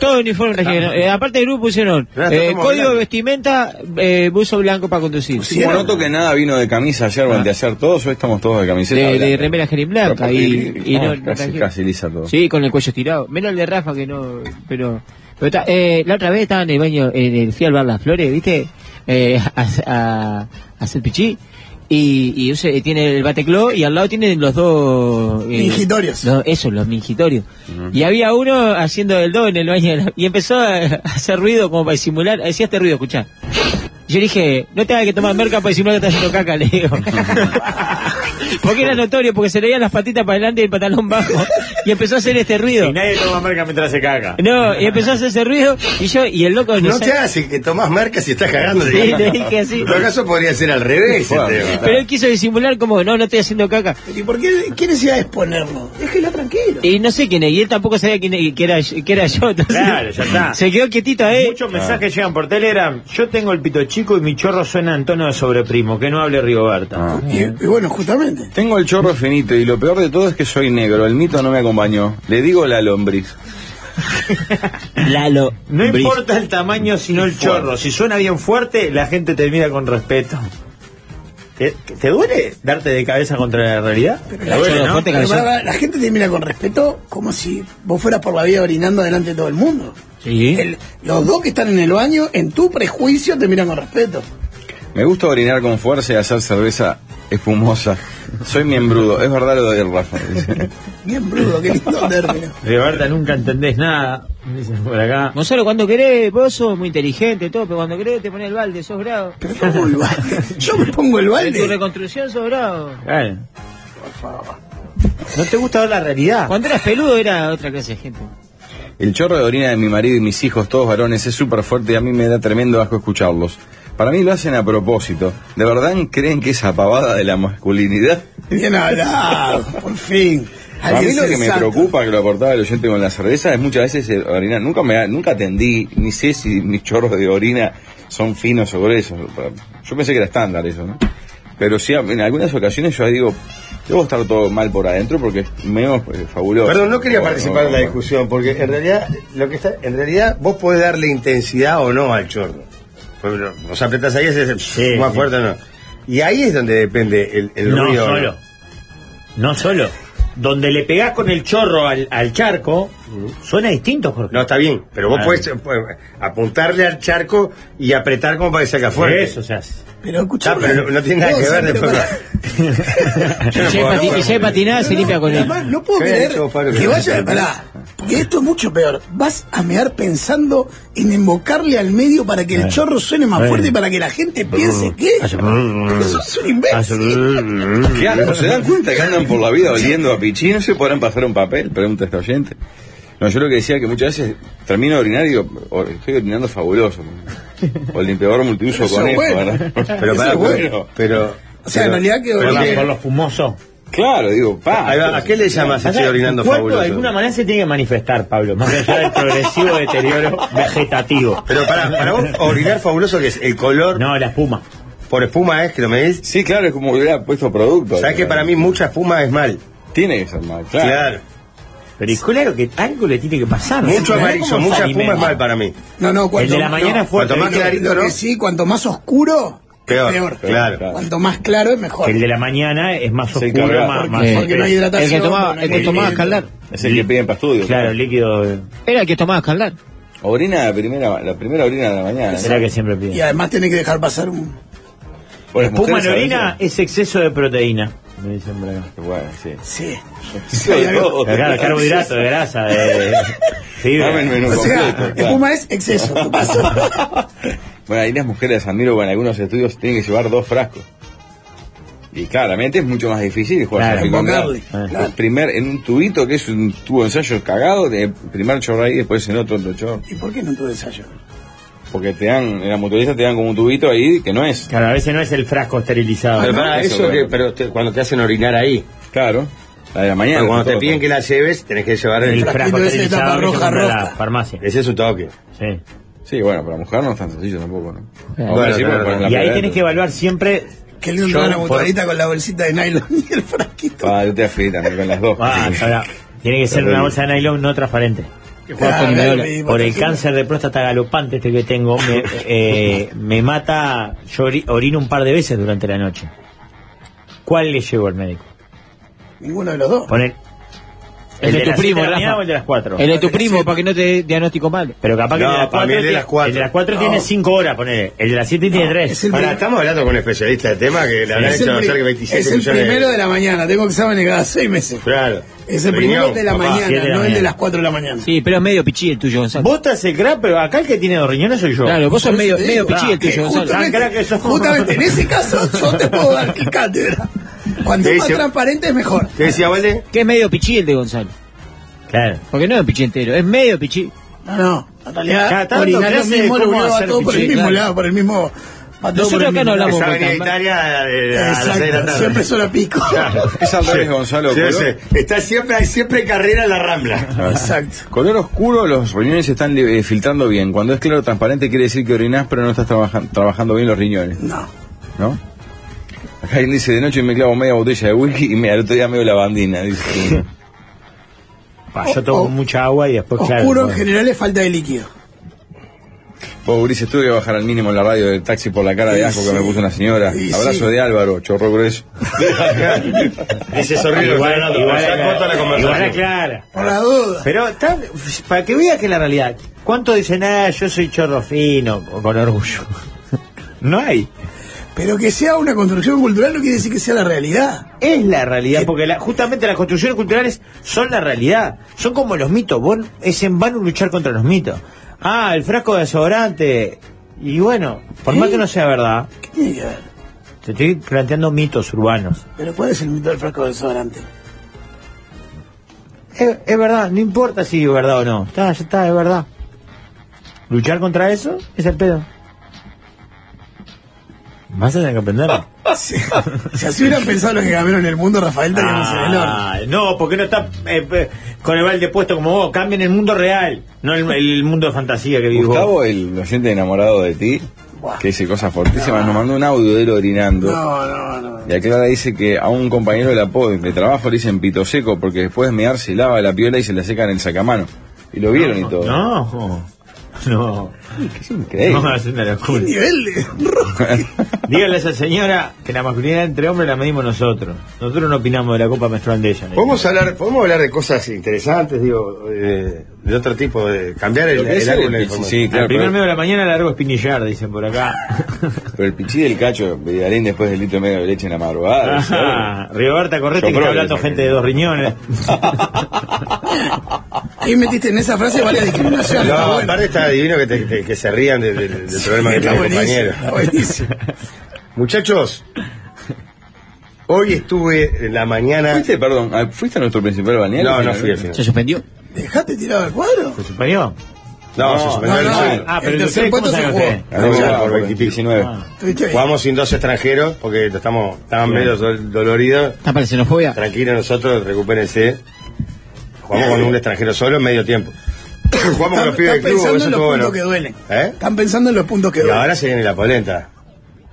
Todo uniforme trajeron. Eh, aparte del grupo pusieron
Pero
eh,
está como
código
blanco.
de vestimenta, eh, buzo blanco para conducir.
Como noto que nada vino de camisa ayer o anteayer, todos hoy estamos todos de camiseta.
Ah. de,
blanca.
de remera jerin blanca y,
Pero,
y no,
ah, casi,
no trajeron.
casi lisa todo.
Sí, con el cuello estirado. Menos el de Rafa que no, pero... pero está- eh, la otra vez estaba en el baño, en el, fui al bar Las Flores, ¿viste? Eh, a, a- a hacer pichí. Y, y use- tiene el batecló y al lado tienen los dos... eh,
Mingitorios.
No, esos, los mingitorios. Y había uno haciendo el do en el baño de la- y empezó a, a hacer ruido como para disimular. Hacía este ruido, escuchá. Yo le dije, no te hagas que tomar merca para disimular que estás haciendo caca, le digo. porque era notorio, porque se le veían las patitas para adelante y el pantalón bajo. Y empezó a hacer este ruido.
Y nadie toma marca mientras se caga.
No, y empezó a hacer ese ruido y yo, y el loco
No
nos-
te hagas el que tomás marcas si estás cagando.
Sí, le dije así.
En todo caso podría ser al revés este, el
Bueno.
tema.
Pero él quiso disimular como, no, no estoy haciendo caca.
¿Y por qué? ¿Quién decía exponerlo? Déjelo tranquilo.
Y no sé quién es, y él tampoco sabía quién es- que era, que era yo. entonces-
Claro, ya está.
Se quedó quietito ahí.
Muchos mensajes llegan por Telegram. Yo tengo el pito chico y mi chorro suena en tono de sobreprimo. Que no hable Rigoberta.
Ah.
Y, y bueno, justamente.
Tengo el chorro finito y lo peor de todo es que soy negro. El mito no me acompañó. Le digo la lombriz.
Lalo.
No
Briz.
importa el tamaño, sino el chorro. Si suena bien fuerte, la gente te mira con respeto. ¿Te, te duele darte de cabeza contra la realidad?
La,
Bueno,
¿no?
fuerte
Pero,
cabezón.
pará, pará, la gente te mira con respeto como si vos fueras por la vida orinando delante de todo el mundo.
Sí.
El- los dos que están en el baño, en tu prejuicio, te miran con respeto.
Me gusta orinar con fuerza y hacer cerveza espumosa. Soy miembrudo. Es verdad lo de Rafa. dice.
Bien brudo, qué lindo término.
Rigoberta, nunca entendés nada. Dicen por acá.
Gonzalo, cuando querés, vos sos muy inteligente, todo, pero cuando querés te pones el balde, sos bravo.
Pero yo pongo el balde. Yo me pongo el
En tu
balde.
reconstrucción sos bravo.
Claro. No te gusta ver la realidad.
Cuando eras peludo era otra clase de gente.
El chorro de orina de mi marido y mis hijos, todos varones, es súper fuerte y a mí me da tremendo asco escucharlos. Para mí lo hacen a propósito. ¿De verdad creen que esa pavada de la masculinidad?
Bien hablado, por fin.
A mí
Alguien
lo que me
sensato.
preocupa, que lo aportaba el oyente con la cerveza, es muchas veces eh, orinar. Nunca me ha- nunca atendí, ni sé si mis chorros de orina son finos o gruesos. Yo pensé que era estándar eso, ¿no? Pero sí, en algunas ocasiones yo digo, debo estar todo mal por adentro porque es menos eh, fabuloso.
Perdón, no quería
Bueno,
participar en la
bueno.
discusión, porque en realidad, lo que está, en realidad vos podés darle intensidad o no al chorro. Pues, no, Vos apretás ahí, es
Sí,
más
sí.
fuerte o no. Y ahí es donde depende el, el
no
ruido.
solo. No solo. Donde le pegás con el chorro al, al charco, suena distinto, Jorge.
No, está bien, pero vos
Ah.
podés, eh, podés apuntarle al charco y apretar como para que salga
Por
fuerte.
eso, o sea. es-
Pero escuchá.
Ah, pero no- no tiene nada que ver después
después.
Yo no
Si hay
puedo,
pati-
no,
y si hay
no,
patinada, se limpia con él.
no puedo
¿Qué
creer
dicho, Pablo?
que vaya pará, porque esto es mucho peor. Vas a mear pensando en embocarle al medio para que el chorro suene más fuerte y para que la gente piense que sos un imbécil.
Mm,
¿Qué asco? ¿Se dan cuenta que andan por la vida oliendo a pichín? ¿No se podrán pasar un papel? Pregunta esta oyente. No, yo lo que decía que muchas veces termino de orinar y digo, "O- estoy orinando fabuloso. O el limpiador multiuso
Eso
con
es
eso,
bueno.
¿verdad?
Pero
Eso
pará, pues.
es
pero,
bueno.
pero-
O sea, en
pero-
realidad que
pero
Por,
orine-
que-
la- por los fumosos.
Claro, digo, pa.
Ahí va, ¿A qué le llamas
Acá,
estoy orinando
tu cuerpo
fabuloso?
de alguna manera se tiene que manifestar, Pablo, más allá del progresivo deterioro vegetativo.
Pero para, para vos, orinar fabuloso que es el color
No, la espuma.
por espuma es que lo medís.
Sí, claro, es como que hubiera puesto producto.
Sabes que para mí mucha espuma es mal.
Tiene que ser mal, claro.
Pero y claro que algo le tiene que pasar.
Mucho
¿Cómo se
amarillo, mucha espuma
alimenta?
es mal para mí.
No, no, cuanto,
de la mañana
no,
es fuerte.
Cuanto más clarito,
¿no?
que sí, cuanto más oscuro,
Peor,
peor.
claro.
Cuanto más claro es mejor.
El de la mañana es más
Sí,
oscuro,
claro.
más,
Porque-
más
Eh,
porque no hay
fuerte.
hidratación.
el que tomaba,
no hay
el que tomaba escaldar.
Es el que piden para estudios.
Claro, el líquido eh,
Era el que tomaba escaldar.
Orina la primera, la primera orina de la mañana.
será que siempre
Y
pide.
además tiene que dejar pasar un...
Por las
Espuma
mujeres
en
a veces-
orina es exceso de proteína. Me dicen por acá.
Bueno, sí.
Sí.
Sobre todo.
Claro, carbohidrato, de grasa, de fibra.
Dame el menú
O sea,
completo, claro.
espuma es exceso. ¿qué pasa?
Bueno, ahí las mujeres admiro con algunos estudios tienen que llevar dos frascos. Y claramente es mucho más difícil jugar
Claro,
al fútbol
convocarle,
Ah,
con-
claro.
el primer en un tubito que es un tubo de ensayo cagado, de primer chorro ahí, después en otro otro chorro.
¿Y por qué no tuve ensayo?
Porque te dan, en la motorista te dan como un tubito ahí que no es.
Claro, a veces no es el frasco esterilizado.
Pero
no,
para
eso
eso, que-
bueno.
pero te- cuando te hacen orinar ahí.
Claro. La de la mañana.
Pero cuando te
todo,
piden que la lleves, tenés que llevar
el
el.
frasquito
frasco
ese de
esterilizado
tapa
que se
roja,
compra en la
roja.
farmacia.
Ese es su toque.
Sí.
Sí, bueno, para mujer no es tan sencillo tampoco, ¿no?
Claro.
Ahora sí,
Claro,
porque
claro.
ponen la
Y ahí
pegada,
tenés que evaluar siempre.
Qué lindo
Yo,
tener una
por-
motorita con la bolsita de nylon y el frasquito.
Ah, yo te afeitan con las dos.
Ah, ahora, tiene que ser una bolsa de nylon no transparente.
Ah,
con
claro,
Minola.
y
Por el
motorcito.
cáncer de próstata galopante este que tengo, me, eh, me mata. Yo ori- orino un par de veces durante la noche. ¿Cuál le llevo al médico?
Ninguno de los dos.
Poner.
El de tu
las
primo,
siete de la
Rafa.
mañana o el de las 4.
El de tu primo, para que no te dé diagnóstico mal.
Pero capaz que
No,
el de las
para
4
mí el de las cuatro.
el de las 4
No.
tiene 5 horas, poner. El de las 7 tiene 3.
es el
Ahora, estamos hablando con un especialista del tema que le habrán
Es el,
hecho
pri-
avanzar que 27
es el
millones
primero de la mañana, tengo exámenes cada seis meses.
Claro.
Es el primero
Riñón,
de la
papá.
mañana,
siete de la
no el
mañana.
de las cuatro de la mañana.
Sí, pero es medio pichí el tuyo, Gonzalo.
Vos te haces crack, pero acá el que tiene dos riñones soy yo.
Claro, vos sos
Por
medio,
eso te
medio este
digo,
pichí el
que
tuyo, Gonzalo.
justo- Tan crack
Justamente,
que sos.
justamente en ese caso yo te puedo dar cátedra. Cuanto
Sí,
más
sí.
transparente es mejor.
¿Qué decía, Valde?
Que es medio pichí el de Gonzalo.
Claro.
Porque no es pichí entero, es medio pichí.
No, no, en
Cada
realidad
tanto
orinar
que
lo
hace,
mismo,
¿cómo
lugar va
hacer
todo por el
pichí?
mismo
Claro.
lado, por el mismo... va todo
Nosotros
por el
acá
mismo
no
lado.
hablamos
Esa
con
avenida
Tamba.
Italia eh, a las 6 de la
Exacto,
tarde.
siempre solo pico.
Es al revés, Gonzalo.
Sí,
Color,
sí. Está siempre, hay siempre carrera en la rambla.
Exacto.
color oscuro, los riñones se están eh, filtrando bien. Cuando es claro transparente quiere decir que orinás, pero no estás trabaja- trabajando bien los riñones,
No.
¿no? Acá alguien dice, de noche me clavo media botella de whisky y me, al otro día medio lavandina. Dice,
Pa, yo tomo
O-
mucha agua y después,
Pues
claro.
Oscuro en
bueno.
general es falta de líquido.
Vos, Ulises, tuve que bajar al mínimo en la radio del taxi por la cara de
Y
asco que
sí.
me puso una señora.
Y
Abrazo
sí.
de Álvaro, chorro grueso.
Ese es horrible.
Igual,
Fernando,
igual,
se corta la
igual,
conversación.
clara.
Por la duda.
Pero está- para que veas que la realidad, ¿cuánto dicen, ah, yo soy chorro fino, o con orgullo? No hay.
Pero que sea una construcción cultural no quiere decir que sea la realidad.
Es la realidad, porque la- justamente las construcciones culturales son la realidad. Son como los mitos. Vos es en vano luchar contra los mitos. Ah, el frasco de desodorante. Y bueno, por más
¿Eh?
que no sea verdad,
¿Qué tiene que ver?
te estoy planteando mitos urbanos.
Pero ¿cuál es el mito del frasco de desodorante?
Es, es verdad, no importa si es verdad o no. Está, ya está, es verdad. Luchar contra eso es el pedo. Vas a tener que aprenderlo.
Si, si así hubieran pensado los que cambiaron el mundo, Rafael estaríamos en el horno.
Ah, no, porque no está eh, eh, con el balde puesto como vos. Cambien el mundo real, no el, el mundo de fantasía que vivís vos.
Gustavo, el oyente enamorado de ti,
Buah.
que dice cosas fortísimas, nos mandó un audio de él orinando.
No, no, no.
Y a Clara dice que a un compañero de, la po- de trabajo le dicen pito seco porque después de mear se lava la piola y se la seca en el sacamano. Y lo vieron y todo.
No, no,
Es increíble.
no, es una
¿Qué
locura.
nivel de rock?
Dígale a esa señora que la masculinidad entre hombres la medimos nosotros. Nosotros no opinamos de la copa menstrual de ella.
Podemos hablar, podemos hablar de cosas interesantes, digo, eh, de otro tipo, de cambiar el,
Lo que
el
es
ángulo
el
de la
pichi,
información.
sí, claro,
Al primer
pero,
medio de la mañana largo espinillar, dicen por acá.
pero el pichí del cacho, Vidalín después del litro y medio de leche en la madrugada. ¿sabes?
Ajá, Rigoberta Correte que
Yo
está
creo
hablando
que-
gente de dos riñones.
Ahí metiste en esa frase varias discriminaciones.
No,
está bueno.
aparte está divino que, te- que- que se rían del, del- del problema que
Está
tiene el
buenísimo.
compañero.
Está buenísimo.
Muchachos, hoy estuve en la mañana.
¿Fuiste, eh? perdón, ah, fuiste a nuestro principal bañero?
No, no fui al final.
¿Se suspendió?
Dejate tirado al cuadro.
¿Se suspendió?
No,
No,
se
No,
suspendió el
no.
final.
Ah, pero
el
el de
tercer
ustedes,
puesto
¿cómo
se
saben
jugó.
ustedes?
Ganamos
Ah,
por
bueno.
19.
Estuviste bien.
Jugamos sin dos extranjeros porque estamos, estaban medio dol- doloridos.
Está para la xenofobia.
Tranquilo, nosotros, recupérense. Jugamos con un extranjero solo en medio tiempo. Jugamos con
Están,
los pibes del
están
club, eso
pensando en los
estuvo
puntos
bueno.
que duelen.
¿Eh?
Están pensando en los puntos que
Y
duelen.
ahora se viene la polenta.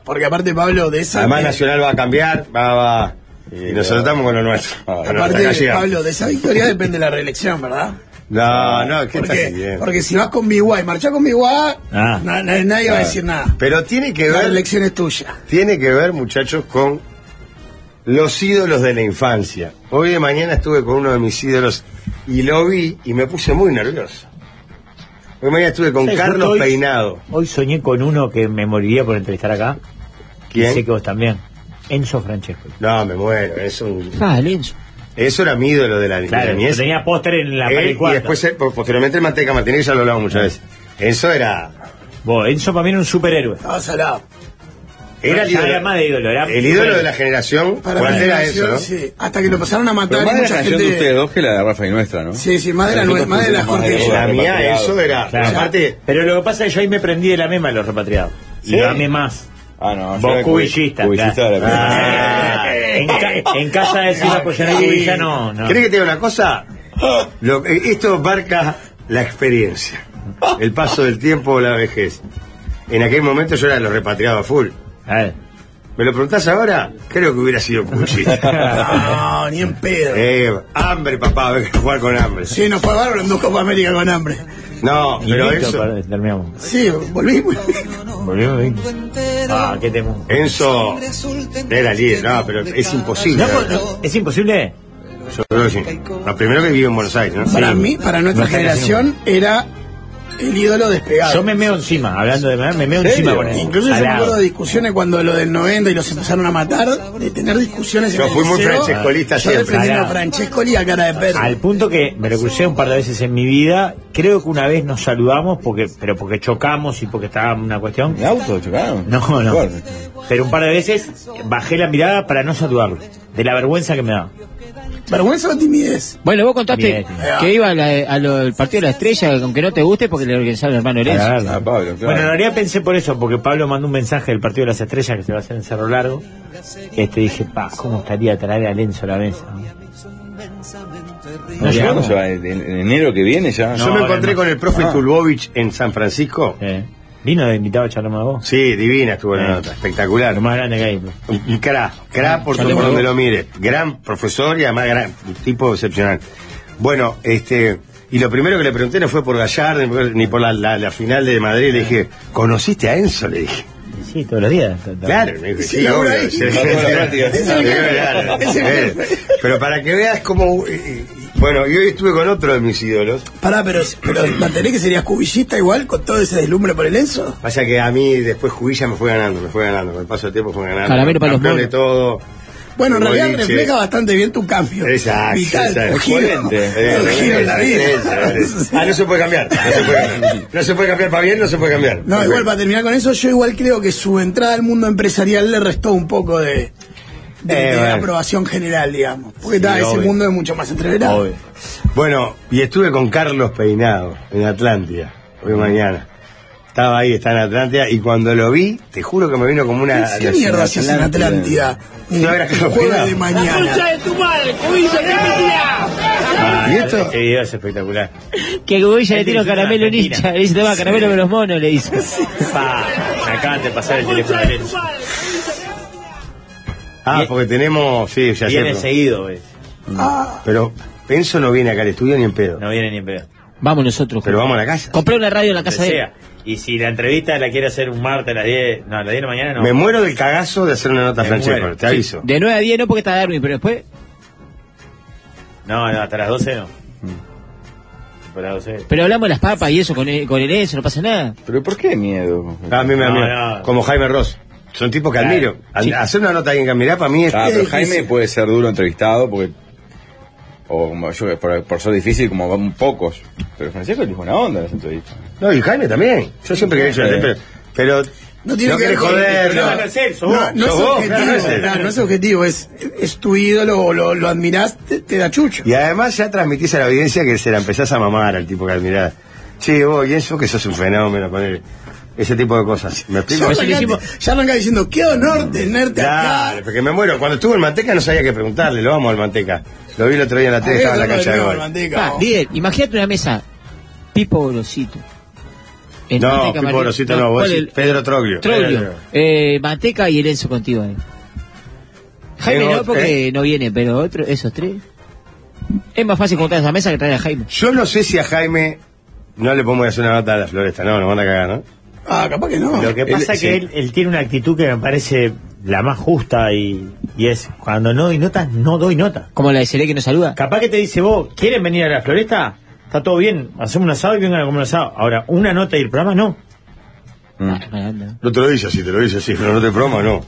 Porque aparte, Pablo, de esa.
Además,
eh,
Nacional va a cambiar, va, va. Y nosotros estamos con lo nuestro.
Ah,
Con lo nuestro, acá
Aparte,
llegamos.
Pablo, de esa victoria depende la reelección, ¿verdad?
No, no, ¿qué estás
Porque,
diciendo?
porque si vas con Biguay, marchás con Biguay,
Ah.
na- na- nadie va a decir nada.
Pero tiene que
La
ver,
reelección es tuya.
tiene que ver, muchachos, con los ídolos de la infancia. Hoy de mañana estuve con uno de mis ídolos y lo vi y me puse muy nervioso. Hoy de mañana estuve con
Sí,
Carlos
justo hoy-
Peinado.
Hoy soñé con uno que me moriría por entrevistar acá. Y sé
¿Quién?
que vos también. Enzo Francesco.
No, me muero. Es un,
Ah, Lenzo.
eso era mi ídolo de la, de la
Claro,
niñez.
tenía póster en la pared
Él,
del
y
cuarto.
después, él, posteriormente, el Manteca Martínez, ya lo hablamos muchas veces. Eso era
Vos, Enzo para mí era un superhéroe.
Estabas al lado.
Era el
Ya
ídolo.
era más de ídolo, era-
El ídolo de la generación.
Para
¿Cuál
mi
era eso,
generación,
no?
sí. Hasta que lo pasaron a matar
Pero más
y
de la
mucha
canción
gente.
de ustedes dos que la de Rafa y nuestra, ¿no?
Sí, sí, más de la
Nosotros
nue- más de la
pusimos más
corte.
los
La mía,
repatriados.
eso era.
Claro.
Aparte,
Pero lo que pasa es que yo ahí me prendí de la mema de los repatriados.
¿Sí?
Y lo amé más.
Ah, no, yo
Vos
era
cubillista.
Cubillista
claro.
de la primera.
Ah, en, ca- Ah, pues en casa de Silva Pollano
Y-
Cubilla no, Ah. no.
¿Querés que te diga una cosa? Lo- eh, esto marca la experiencia,
Ah.
el paso del tiempo o la vejez. En aquel momento yo era de los repatriados a full.
A ver.
¿Me lo preguntás ahora? Creo que hubiera sido cuchita.
No, ni en pedo.
Eh, hambre, papá, hay que jugar con hambre.
Sí, nos fue bárbaro en dos Copa América con hambre.
No,
Y
pero
listo,
eso.
para- terminamos.
Sí, volvimos.
Volvemos, ¿eh? Ah, qué temo.
Enzo era líder, no, pero es imposible.
No, no, ¿Es imposible?
Yo creo que sí. Lo primero que vivió en Buenos Aires, ¿no?
Para
Sí.
mí, para nuestra
Nuestra
generación, era el ídolo despegado.
Yo me meo encima, hablando de me meo
¿Serio?
encima con él.
Incluso yo me
Salado.
acuerdo de discusiones cuando lo del 90 y los empezaron a matar, de tener discusiones
Yo
en el
fui muy
liceo,
francescolista
yo
siempre.
defendiendo a
Pará.
Francescoli a cara de perro.
Al punto que me lo crucé un par de veces en mi vida, creo que una vez nos saludamos, porque pero porque chocamos y porque estaba una cuestión.
¿En auto chocaron?
No, no.
Fuerte.
Pero un par de veces bajé la mirada para no saludarlo, de la vergüenza que me da.
¿Vergüenza o timidez?
Bueno, vos contaste
Bien.
que iba a la- a lo- al partido de la estrella, aunque no te guste, porque le organizaron el hermano Lorenzo.
Para
Ah,
verlo.
Pablo, claro.
Bueno, en realidad pensé por eso, porque Pablo mandó un mensaje del partido de las estrellas que se va a hacer en Cerro Largo. Este dije, pa, ¿cómo estaría traer a Lenzo a la mesa?
No, ya no se va, en, en enero que viene ya.
Yo
No,
me
ahora
encontré
no. Ah.
con el profe Tulbovich en San Francisco.
Eh, Vino de invitado a charlar más vos.
Sí, divina estuvo la
Eh.
nota, espectacular.
Lo más grande que hay. pues.
Y Cra, Cra por,
Ya
tu-
le
por
voló.
donde lo mire. Gran profesor y además gran un tipo excepcional. Bueno, este. Y lo primero que le pregunté no fue por Gallardo ni por- ni por la, la- la final de Madrid. Le dije, ¿conociste a Enzo? Le dije.
Sí, todos los días.
Claro, me dijo,
Sí,
sí,
ahora
obvio,
ahí.
sí,
Va con la práctica.
sí,
Es el jefe.
claro.
Es el
Eh, Pero para que veas cómo. eh, eh, Bueno, y hoy estuve con otro de mis ídolos.
Pará, pero, pero mantenés que serías cubillista igual con todo ese deslumbre por el Enzo.
Pasa que a mí después Jubilla me fue ganando, me fue ganando, con el paso del tiempo fue ganando.
Caramelo para los
Campeón de
monos.
todo.
Bueno, en
Como
realidad
dice-
refleja bastante bien tu cambio.
Exacto,
Vital,
exacto.
un giro, un
Coherente.
giro en la vida.
Ah, no se puede cambiar. No se puede cambiar, No se puede cambiar para bien, no se puede cambiar.
No, igual para terminar con eso, yo igual creo que su entrada al mundo empresarial le restó un poco de, de-
Eh,
de
bueno.
aprobación general, digamos. Porque
Sí,
está, ese
obvio.
mundo es mucho más entreverado.
Obvio. Bueno, y estuve con Carlos Peinado en Atlántida, hoy mañana. Estaba ahí, está en Atlántida, y cuando lo vi, te juro que me vino como una.
¿Qué mierda se hace en
Atlántida.
Atlántida? Un
No, era que lo
jueves
pegaba.
de mañana.
Ah, ¿Y esto?
Este video es espectacular.
Que Goya le
Este
tira un
es una
caramelo en
Argentina.
hincha. Le dice, toma caramelo con los monos, le dice.
Pa, me acaban de pasar el teléfono de Lenzo.
Ah, porque tenemos. Sí, ya
Viene
sé.
seguido, eh. ves.
Pero Penso no viene acá al estudio ni en pedo.
No viene ni en pedo.
Vamos nosotros.
Pero vamos a la casa.
Compré una radio en la casa
Donde
de él.
sea. Y si la entrevista la quiere hacer un martes a las 10, no, a las 10 de la mañana no.
Me muero del cagazo de hacer una nota a
Me
Francesco,
muero.
te aviso.
De 9 a 10 no porque está Darwin, pero después...
No, no, hasta las 12 no. Hasta las 12.
Pero hablamos de las papas y eso con el, con el Enzo, no pasa nada.
Pero ¿por qué miedo?
Ah, a mí me da
No,
miedo.
no.
Como Jaime Ross. Son tipos que
Claro.
admiro. Ad-
Sí.
Hacer una nota a alguien que admirá para mí es.
Ah, pero
es
Jaime
difícil.
puede ser duro entrevistado porque. O como yo, por, por ser difícil, como van pocos. Pero Francisco le dijo una onda en las entrevistas.
No, y Jaime también. Yo siempre que he hecho.
Sí.
Pero, pero
No tiene
no
que ver
querés
con-
joder.
No,
No,
no es él, sos
No,
vos.
no es
sos vos, claro, no es
objetivo,
él.
claro, no es objetivo, es, es tu ídolo, o lo, lo admirás, te, te da chucho.
Y además ya transmitís a la audiencia que se la empezás a mamar al tipo que admirás. Sí, vos, y eso que sos un fenómeno con él. Ese tipo de cosas. ¿Me
Ya
explico?
arranca, ya arranca diciendo, qué honor tenerte acá.
Claro, porque me muero. Cuando estuvo en Manteca no sabía qué preguntarle. Lo amo al Manteca. Lo vi el otro día en la tele,
Arriba
estaba en la
todo
cancha de
el
gol. Ah,
manteca,
Pa,
vos.
líder, Ah, imagínate una mesa. Pipo Gorosito. En
No,
Manteca
Pipo
Martín.
Gorosito no, vos
¿cuál
decís
el-
Pedro Troglio.
Troglio.
Pedro.
Eh, Manteca y el Enzo contigo ahí. Jaime
Tengo-
no, porque no viene, pero otro, esos tres. Es más fácil contar esa mesa que traer a Jaime.
Yo no sé si a Jaime no le podemos hacer una nota a la floresta, no, nos van a cagar, ¿no?
Ah, capaz que no.
Lo que
Él-
pasa es
sí.
que él, él tiene una actitud que me parece la más justa y, y es cuando no doy notas, no doy notas.
Como la de Seré que nos saluda.
Capaz que te dice vos, ¿quieren venir a la floresta? Está todo bien, hacemos un asado y vengan a comer un asado. Ahora, una nota y el programa no.
Mm.
Ah, anda.
No te lo dice así, te lo dice así, pero no te broma, no.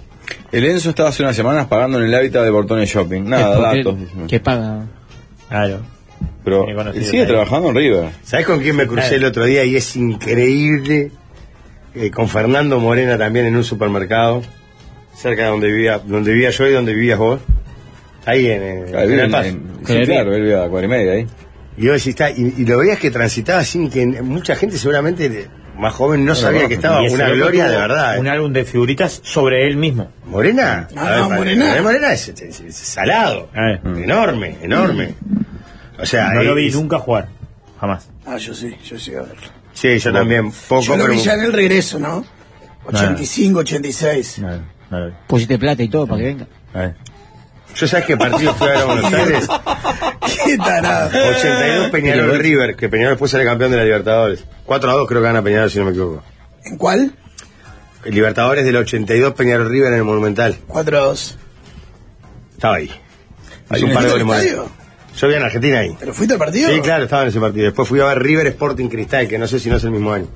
El Enzo estaba hace unas semanas pagando en el hábitat de Bortones Shopping. Nada,
Es
datos.
porque- Que paga.
Claro.
Pero
Me
él
conocí
sigue
de ahí.
trabajando en River.
¿Sabes con quién me crucé el otro día y es increíble? Eh, con Fernando Morena también en un supermercado. cerca de donde vivía, donde vivía yo y donde vivías vos. Ahí en, en-
Ah,
Claro,
en
vive
El
en-
Paso.
en- sí,
Claro.
claro, él vive a cuadra y media ahí.
Y, vos decís, está, y, y lo veías que transitaba sin que mucha gente seguramente de- más joven no sabía que estaba
Y ese
una
loco
gloria de
tuvo
verdad. eh.
Un álbum de figuritas sobre él mismo.
¿Morena?
No,
A ver,
Ah, no,
para-
Morena.
para mí Morena es, es- es salado.
A ver.
Enorme, enorme. O sea,
Ah, No lo
es-
vi nunca jugar. Jamás.
Ah, yo sí, yo sí, a ver.
Sí, yo también. Poco,
Yo lo
pero-
vi ya en el regreso, ¿no?
Ah.
85, 86.
No, no lo vi.
Pusiste pues, plata y todo para que venga.
A ver.
Yo sabes qué partido fue a Buenos Aires.
Qué tarado.
82 Peñarol River, que Peñarol después sale campeón de la Libertadores. 4 a 2 creo que gana Peñarol, si no me equivoco.
¿En cuál?
El Libertadores del 82 Peñarol River en el Monumental.
4 2.
Estaba ahí. Hay
¿En
un par de
el
goles
estadio?
molestos. Yo vi en Argentina ahí.
¿Pero fuiste al partido?
Sí, claro, estaba en ese partido. Después fui a ver River Sporting Cristal, que no sé si no es el mismo año.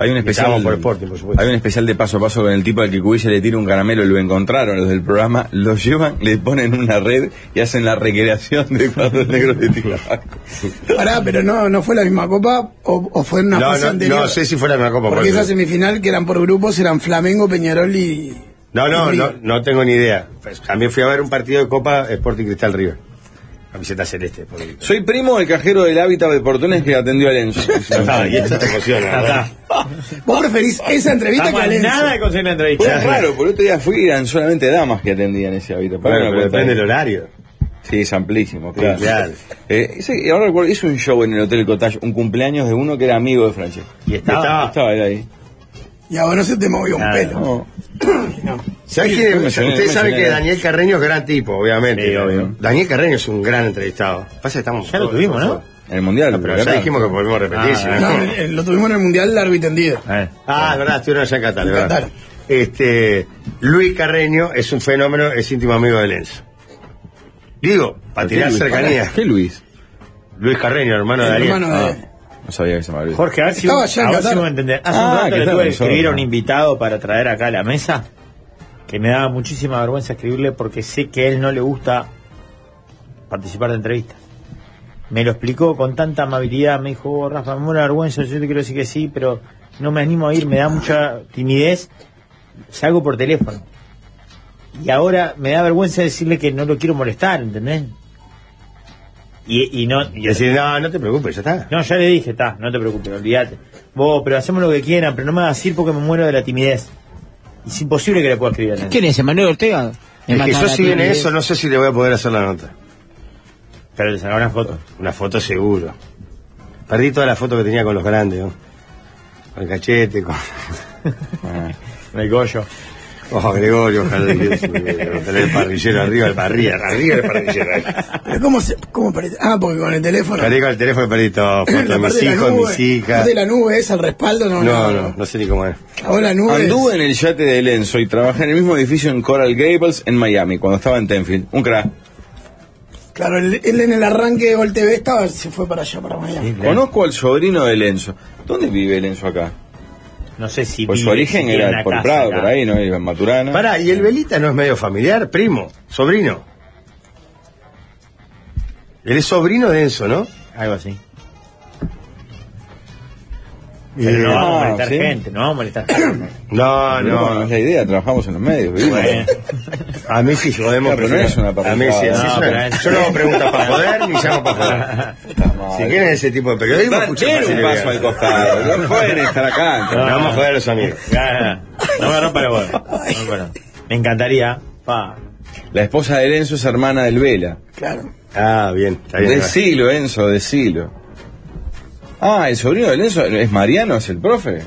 Hay un especial
Estábamos por Sporting, por supuesto.
Hay un especial de paso a paso con el tipo al que Cubilla le tira un caramelo, lo encontraron los del programa, lo llevan, le ponen una red y hacen la recreación de cuando el negro le tira.
Pará, pero no, no fue la misma copa o, o fue en una
No,
fase
no,
anterior.
no sé si fuera una copa. por
Porque esa
ejemplo.
semifinal que eran por grupos eran Flamengo, Peñarol y.
No, no,
y
no,
River.
no tengo ni idea. Pues, también fui a ver un partido de copa Sporting Cristal River. Camiseta celeste. por el- este,
Soy primo del cajero del hábitat de Portones que atendió a Lenzo.
Ya está, y esto te emociona.
Ya
¿verdad?
está.
Vos preferís esa entrevista que
Estamos
a
en
Lenzo.
nada de conseguir una
Fue
entrevista.
raro, porque el otro día fui y eran solamente damas que atendían ese hábitat. Pagá
Bueno,
una
pero
cuenta
depende
ahí.
del horario.
Sí, es amplísimo,
Sí,
claro.
claro.
Eh, ese- y ahora recuerdo, hice un show en el Hotel Cottage, un cumpleaños de uno que era amigo de Francesco.
Y estaba-
Estaba él ahí.
Y a vos no se te movió un
Nada,
pelo.
No.
¿Sabes
Sí,
qué?
me mencioné,
Ustedes
me
saben que
mencioné.
Daniel Carreño es gran tipo, obviamente.
Sí, obvio.
Daniel Carreño es un gran entrevistado. Pasa que estamos.
Ya lo
todos-
tuvimos, ¿no?
En el Mundial.
No, pero ya
¿verdad?
dijimos que volvemos a repetir.
Ah,
si no-
No, eh, lo tuvimos en el mundial largo y tendido.
A ver.
Ah, es verdad, estuvieron allá en Qatar.
En
es verdad.
Qatar.
Este, Luis Carreño es un fenómeno, es íntimo amigo de Lenzo. Digo, para
¿Qué
tirar
Luis?
cercanía.
¿Qué Luis?
Luis Carreño, hermano de
El
Daniel.
hermano de-
Ah, No sabía que se me había olvidado.
Jorge, a ver si,
Estaba allá en
a ver
Qatar.
si vos entendés. Hace
Ah,
un
que
rato le
estaba
tuve que
en Qatar.
escribir a un invitado para traer acá a la mesa, que me daba muchísima vergüenza escribirle porque sé que a él no le gusta participar de entrevistas. Me lo explicó con tanta amabilidad, me dijo, "Oh, Rafa, me muero de vergüenza, yo te quiero decir que sí, pero no me animo a ir, me da mucha timidez, salgo por teléfono. Y ahora me da vergüenza decirle que no lo quiero molestar, ¿entendés? Y, y no,
Y decir, no, no te preocupes, ya está.
no, ya le dije, está, no te preocupes, olvídate. Vos, pero hacemos lo que quieran, pero no me hagas ir porque me muero de la timidez. Es imposible que le pueda escribir a nadie.
¿Quién es? ¿Emanuel Ortega?
Es que
Emma
yo si
Caratini,
viene
¿eh?
eso, no sé si le voy a poder hacer la nota.
Pero le saca una foto.
Una foto seguro. Perdí toda la foto que tenía con los grandes, ¿no? Con el cachete, con,
Me collo.
oh, Gregorio, ojalá que tener el parrillero arriba, el parrilla, arriba el parrillero. eh.
Pero ¿cómo, se, ¿Cómo parece? Ah, porque con el teléfono.
Perdí con el teléfono y perdí todo, fotos de
la
mis
parte de la
hijos,
nube,
mis
La
hijas.
parte de la nube es al respaldo, no.
No, no, no sé ni cómo es.
Ahora la nube.
Anduve en el yate de Lenzo y trabajé en el mismo edificio en Coral Gables en Miami cuando estaba en Tenfield. Un crack.
es- Claro, él, él en el arranque de Gol TV estaba, se fue para allá, para Miami.
Conozco al sobrino de Lenzo. ¿Dónde vive Lenzo acá?
No sé si.
Pues su
vive,
origen
si tiene
era
una
por
casa
Prado,
acá.
por ahí, ¿no? Iba en Maturana.
Pará, ¿y el Velita no es medio familiar? Primo, sobrino. Él es sobrino de Enzo, ¿no?
Algo así.
Eh,
Pero Eh, no vamos a
ah,
molestar
¿sí?
gente, no vamos a molestar gente.
No,
No, no es la idea, trabajamos en los medios. vivimos.
Bueno,
A mí sí podemos
Claro, pero no es una
A mí sí,
parrillada.
sí es
No,
una-
pero es-
Yo no hago preguntas para poder ni llamo para
Ah,
poder. Si quieren ese tipo de periodismo,
Dan-
escuchen
den un
Facilidad.
paso al costado. No pueden estar acá.
No, vamos a joder a los amigos.
ya, ya. no me rompa la bola. No me rompa. Me encantaría. Pa.
La esposa de Lenzo es hermana del Vela.
Claro.
Ah, bien, está bien.
Decilo, Enzo, decilo. Ah, el sobrino de Lenzo es Mariano, es el profe.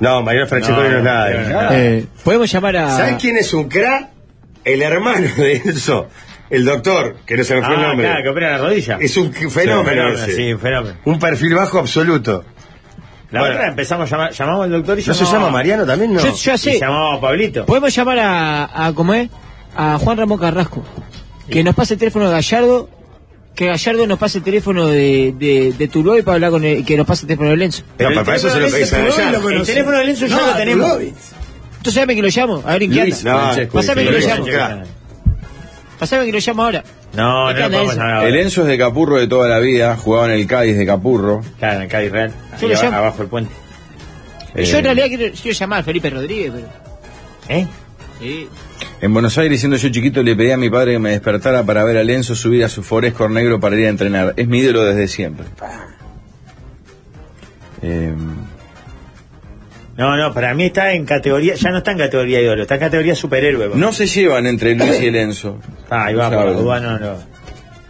No, Mariano Francesco no,
No,
es nada.
no,
eh.
no.
Eh, Podemos llamar a.
¿Sabes quién es un crack? El hermano de Enzo, el doctor, que no se me fue el
Ah,
nombre.
claro, que opera la rodilla.
Es un fenómeno. ese.
Sí, fenómeno.
Un perfil bajo absoluto.
La
Bueno.
otra empezamos a llamar, llamamos al doctor y
¿No se
llamamos-
llama Mariano también? No.
Yo, yo
Y
sé.
llamamos a Pablito.
Podemos llamar a, a ¿cómo es? A Juan Ramón Carrasco. Que nos pase el teléfono de Gallardo. Que Gallardo nos pase el teléfono de, de, de Tuloy para hablar con él. Que nos pase el teléfono de Lenzo.
Pero
Pero
para, para
el
eso se
teléfono
lo
de
pedís a
Lenzo,
Gallardo.
no, El teléfono de Lenzo ya
No,
lo
a
tenemos.
Tulovic.
Tú sabes que lo llamo. A ver en qué
Luis,
anda.
no,
Francesco,
Pásame que lo
Luis,
llamo.
crack.
Pasame que lo llamo ahora.
No, no
¿Qué
lo
onda
podemos
eso?
llamar. ahora.
El Enzo es de Capurro de toda la vida, jugaba en el Cádiz de Capurro.
Claro, en el Cádiz Real.
Yo
Ahí
lo
aba-
llamo.
abajo el puente.
Eh,
Yo en realidad quiero, quiero llamar a Felipe Rodríguez, pero.
¿Eh?
Sí.
En Buenos Aires, siendo yo chiquito, le pedí a mi padre que me despertara para ver a Lenzo subir a su Forescore negro para ir a entrenar. Es mi ídolo desde siempre. Eh,
No, no, para mí está en categoría, ya no está en categoría ídolo, está en categoría superhéroe. va.
no se llevan entre Luis y Lenzo.
Ah, ahí va,
No
por la
saben.
duda, no, no.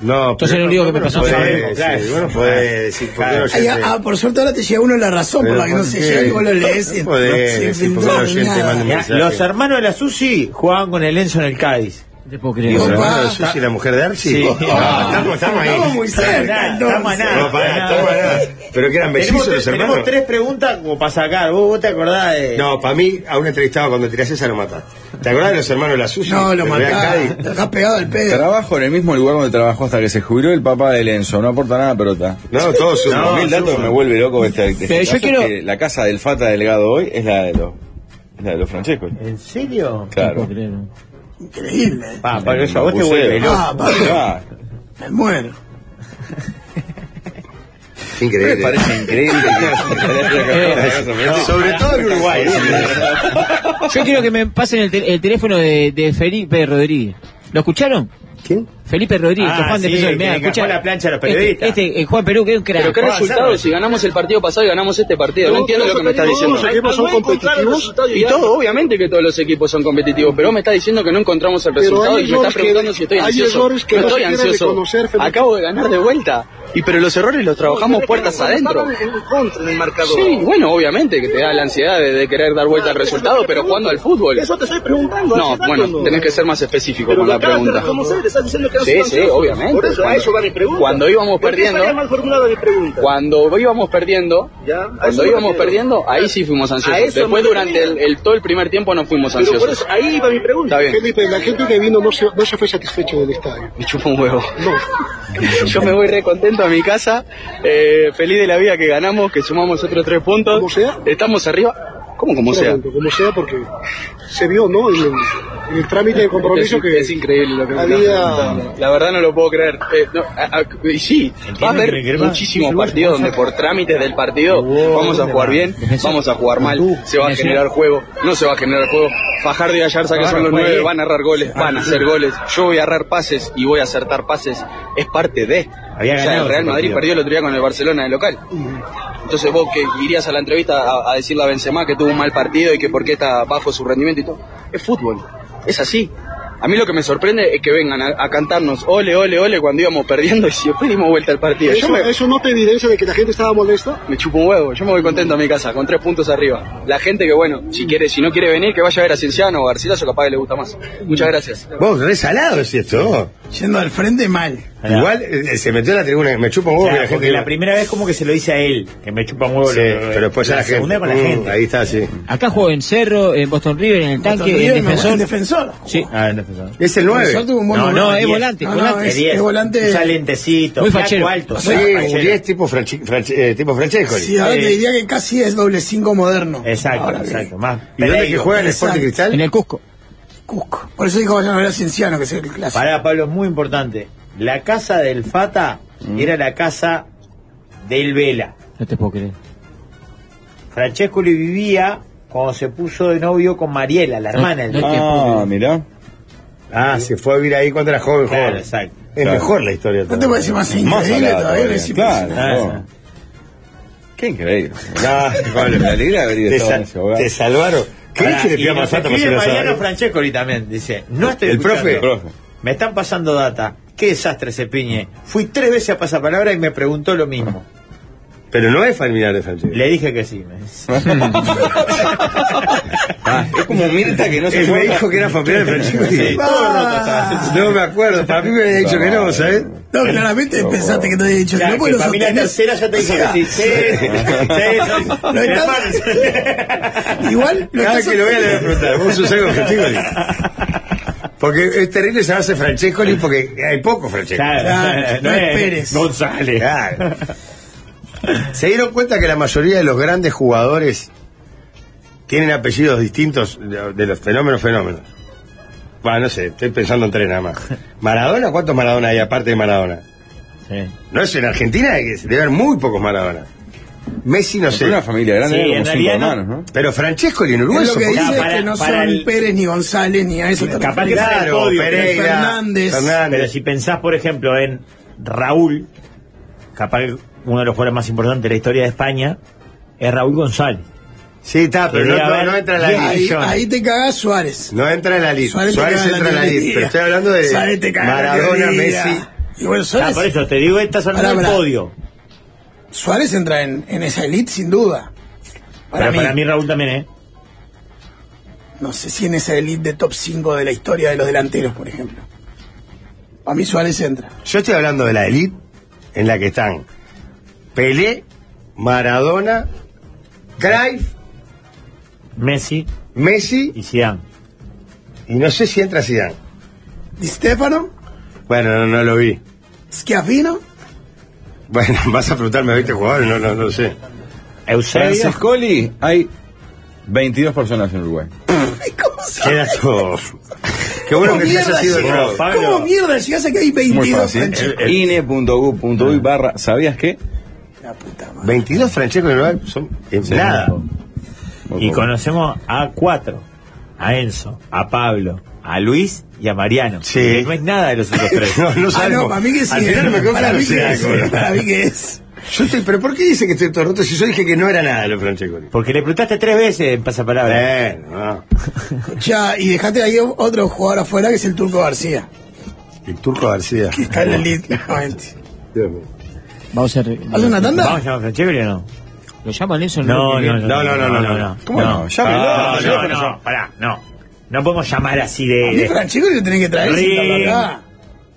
No,
Entonces
pero
lo único que me
no
pasó
podés
fue-
decir,
claro.
vos no podés decir por qué
Claro.
no
Ay, ah, por suerte ahora te llega uno la razón por la que no se llega y vos lo lees. y
No podés
se
decir por qué
filtró
un oyente
nada.
manda un
Mirá,
mensaje.
los hermanos de la Susi jugaban con el Enzo en el Cádiz.
No te puedo
¿Y
creer.
los
Opa.
hermanos de Susi, la mujer de Archie?
Sí.
No, estamos, estamos ahí.
Estamos muy cerca,
Estamos a
entonces.
nada.
No, pará,
Nada.
estamos nada. Pero que eran
Tenemos,
mellizos
tres-
los hermanos.
tenemos tres preguntas como para sacar. ¿Vos, vos te acordás de.?
No, para mí, a un entrevistado cuando tirás esa lo mataste. ¿Te acordás de los hermanos de la Susi?
No, lo
Los de
mataron.
Cádiz.
Te dejás pegado al pedo.
Trabajo en el mismo lugar donde trabajó hasta que se jubiló el papá de Lenzo. No aporta nada, pelota.
No, todos son
Mil datos me vuelve loco este, este
Pero yo
caso,
quiero-
que La casa del Fata Delgado hoy es la de los, es la de los Francescos.
¿En serio?
No puedo
Claro.
creer.
Increíble.
Ah,
Pa, Pablo, eso a vos te vuelve
Buceo.
loco.
Ah, Pablo.
Ah,
Me muero.
me
Increíble.
parece increíble. Ah,
Sobre todo en Uruguay.
Yo quiero que me pasen el, te- el teléfono de, de Felipe Rodríguez. ¿Lo escucharon?
¿Quién?
Felipe Rodríguez,
Ah,
que Juan
sí,
Defensor.
que
Mirá,
le encajó
escuchá.
la plancha a los
Este-
periodistas.
Este, eh, Juan Perú, que es un crack.
Pero qué resultado si ganamos el partido pasado y ganamos este partido. No entiendo lo que me estás diciendo. Los equipos son competitivos y todo, obviamente que todos los equipos son competitivos, pero vos me estás diciendo que no encontramos el resultado y me estás preguntando si estoy ansioso. No estoy ansioso. Acabo de ganar de vuelta. Y pero los errores los trabajamos puertas adentro. Sí, bueno, obviamente que te da la ansiedad de, de querer dar vuelta al resultado, Ah, pero jugando al fútbol. Eso te estoy preguntando. No, bueno, tenés que ser más específico con la pregunta. sí, sí, obviamente. Cuando- Cuando íbamos perdiendo, cuando íbamos perdiendo, cuando íbamos perdiendo, ahí sí fuimos ansiosos. Después durante el, el- todo el primer tiempo no fuimos ansiosos. ahí va mi pregunta. Está bien.
Felipe, la gente que vino no se, no se fue satisfecho del estadio.
Me chupo un huevo. Yo me voy re contento a mi casa, eh, feliz de la vida que ganamos, que sumamos otros tres puntos.
Como sea.
Estamos arriba. ¿Cómo como sea?
Como sea, porque se vio, ¿no? En el, en el trámite de compromiso
es,
que.
es increíble lo que me
había-
estás preguntando. La verdad no lo puedo creer. Eh, no, a- a- y sí, va a haber muchísimos partidos donde por trámites del partido vamos a jugar bien, vamos a jugar mal, se va a generar juego, no se va a generar juego. Fajardo y Gallarza que son los nueve van a errar
Ah,
goles, van a hacer goles. Yo voy a errar pases y voy a acertar pases. Es parte de.
Había
O sea,
ganado
el
ese
Real Madrid
partido.
perdió el otro día con el Barcelona de local. Entonces vos que irías a la entrevista a, a decirle a Benzema que tuvo un mal partido y que por qué está bajo su rendimiento y todo. Es fútbol, es así. A mí lo que me sorprende es que vengan a, a cantarnos ole, ole, ole cuando íbamos perdiendo y si después dimos vuelta al partido. Yo
Eso,
me,
eso no te evidencia de que la gente estaba molesta.
me chupo un huevo, yo me voy contento a mi casa, con tres puntos arriba. La gente que bueno, si quiere, si no quiere venir, que vaya a ver a Cienciano o a Garcilaso, capaz que le gusta más. Muchas gracias.
Vos, resalado es esto.
Yendo al frente mal.
Igual eh, se metió en la tribuna, me chupa un huevo
Claro,
que la
porque
gente...
la primera vez como que se lo dice a él, que me chupa un huevo.
Sí,
lo-
pero después
la
a la gente.
segunda con la
Mm,
gente.
Ahí está, sí.
Acá juego en Cerro, en Boston River, en el
Boston
tanque,
River,
en
me-
defensor.
en defensor.
Sí.
Ah, el defensor.
Es el
Defensor
9.
tuvo un buen
No,
momento.
no, es
Diez.
volante, es
no,
volante.
es,
diez.
es volante.
Usa lentecito,
Muy
flaco,
fachero.
alto.
Sí,
flaco,
un
fachero.
10 tipo, Franchi, Franchi- eh, tipo Francesco.
Sí, ahora
Sí.
te diría que casi es doble cinco moderno.
Exacto,
Ahora que-
exacto. Más
¿Y dónde que
pereiro.
juega en el Sporting
Exacto.
Cristal?
En el Cusco.
Cusco. Por eso dijo vayan a ver a Cienciano, que es el clásico.
Pará, Pablo, es muy importante. La casa del Fata era la casa del Vela.
No te puedo creer.
Francesco le vivía cuando se puso de novio con Mariela, la hermana del
no
Vela.
Ah, mirá.
Ah, se fue a vivir ahí cuando era joven,
Claro,
joven.
exacto.
Es
Claro.
mejor la historia.
¿No te
también.
parece más
Más
increíble
salada
todavía?
todavía.
Es impresionante.
Claro.
impresionante.
Qué increíble.
No,
Pablo, Ah, me
Pablo,
alegra haber ido
te,
estado
sa-
en ese hogar.
te salvaron. ¿Qué
Pará,
dice le
y
pidamos
nos
Santa para
escribe
hacer la
Mariano
salva?
Francescoli también, dice. No estoy
El
escuchando.
profe.
Profe.
Me están pasando data. Qué desastre ese piñe. Fui tres veces a pasapalabra y me preguntó lo mismo.
Pero no es familiar de Francesco.
Le dije que sí. me dice.
Ah, es como Mirta que no se
Él me
acuerda.
dijo que era familiar de Francesco.
Sí, todo roto estaba.
No me acuerdo, para mí me había dicho que no, ¿sabes?
No, claramente pensaste que te había dicho que
Claro,
no,
que
pues lo
para mí la
sostenés.
tercera ya te dije que sí. Sí, sí, sí.
Lo está- Igual lo
Cada
está
vez que lo vea le voy a preguntar, ¿vos sos algo de Francescoli? Porque es terrible llamarse Francescoli porque hay poco Francescoli.
Claro,
no es Pérez.
González.
Claro. ¿Se dieron cuenta que la mayoría de los grandes jugadores tienen apellidos distintos de de los fenómenos fenómenos? Bueno, no sé, estoy pensando en tres nada más. ¿Maradona? ¿Cuántos Maradona hay aparte de Maradona?
Sí.
No es en Argentina, hay que- debe haber muy pocos Maradona. Messi no sé.
Tiene una familia grande,
Sí,
como
en
cinco
realidad no.
hermanos, ¿no?
Pero Francescoli en Uruguay
Es lo
son
que
poquitos.
dice
para-
es que no
para
son
el-
Pérez ni González ni a eso. te
Capaz que
referís.
está en el
Claro,
podio, pero
Pereira,
Fernández.
Pero si pensás, por ejemplo, en Raúl, capaz que uno de los jugadores más importantes de la historia de España es Raúl González.
Sí, está, pero no,
Quería
no-
ver-
no entra en la
Bien.
lista.
Ahí,
Millones.
ahí te cagás Suárez.
No entra en la lista. Suárez,
te caga la
entra en la
teoría.
lista. Pero estoy hablando
Suárez te
de
caga la
Maradona,
teoría.
Messi.
Y bueno,
Ah,
Suárez,
por eso te digo, estás hablando
Pará,
del
pará.
podio.
Suárez entra en, en esa elite sin duda. Para
Pero
mí,
para mí Raúl también, ¿eh?
no sé si en esa elite de top 5 de la historia de los delanteros, por ejemplo. Para mí Suárez entra.
Yo estoy hablando de la elite en la que están Pelé, Maradona, Cruyff,
Messi
Messi
y Zidane.
y no sé si entra Zidane.
Di Stefano,
Bueno, no, no lo vi.
Schiaffino,
Bueno, vas a preguntarme a 20 jugadores, no, no, no sé.
Eusebio
Francescoli hay 22 personas en Uruguay.
¿cómo se
Queda todo. Qué bueno
¿Cómo
que
mierda
haya sido el
llegás?
robo.
Pablo.
¿Cómo mierda llegás a que hay
Muy
22
fácil. Eh,
Francesco?
INE.gov.uy barra, ¿sabías qué?
La puta madre.
22 Francesco en Uruguay son en nada.
Muy
Y
poco.
conocemos a cuatro. A Enzo, a Pablo, a Luis y a Mariano.
Sí.
Que No es nada de los otros tres.
No, no
Ah,
sabemos.
no, para mí que sí.
pues Al final me quedo
para
con
mí que
Zidane,
es.
bueno.
Para mí que es.
Yo estoy, pero ¿por qué dice que estoy todo roto si yo dije que no era nada lo Francesco?
Porque le preguntaste tres veces en pasapalabra.
Bueno, no.
Ya, y dejate ahí otro jugador afuera que es el Turco García.
El turco García.
Que está en la elite, claramente.
Dios mío.
Vamos a hacer.
¿Hace una tanda?
¿Vamos a llamar a Francescoli o no?
¿Lo llama Nelson?
No, no,
No, no, no, no, no.
¿Cómo no? Llámelo,
No,
llámelo,
no, no, pará, no. No podemos llamar así de.
A mí
de-
Francesco le tenés que traer
Ring.
y sentarlo acá.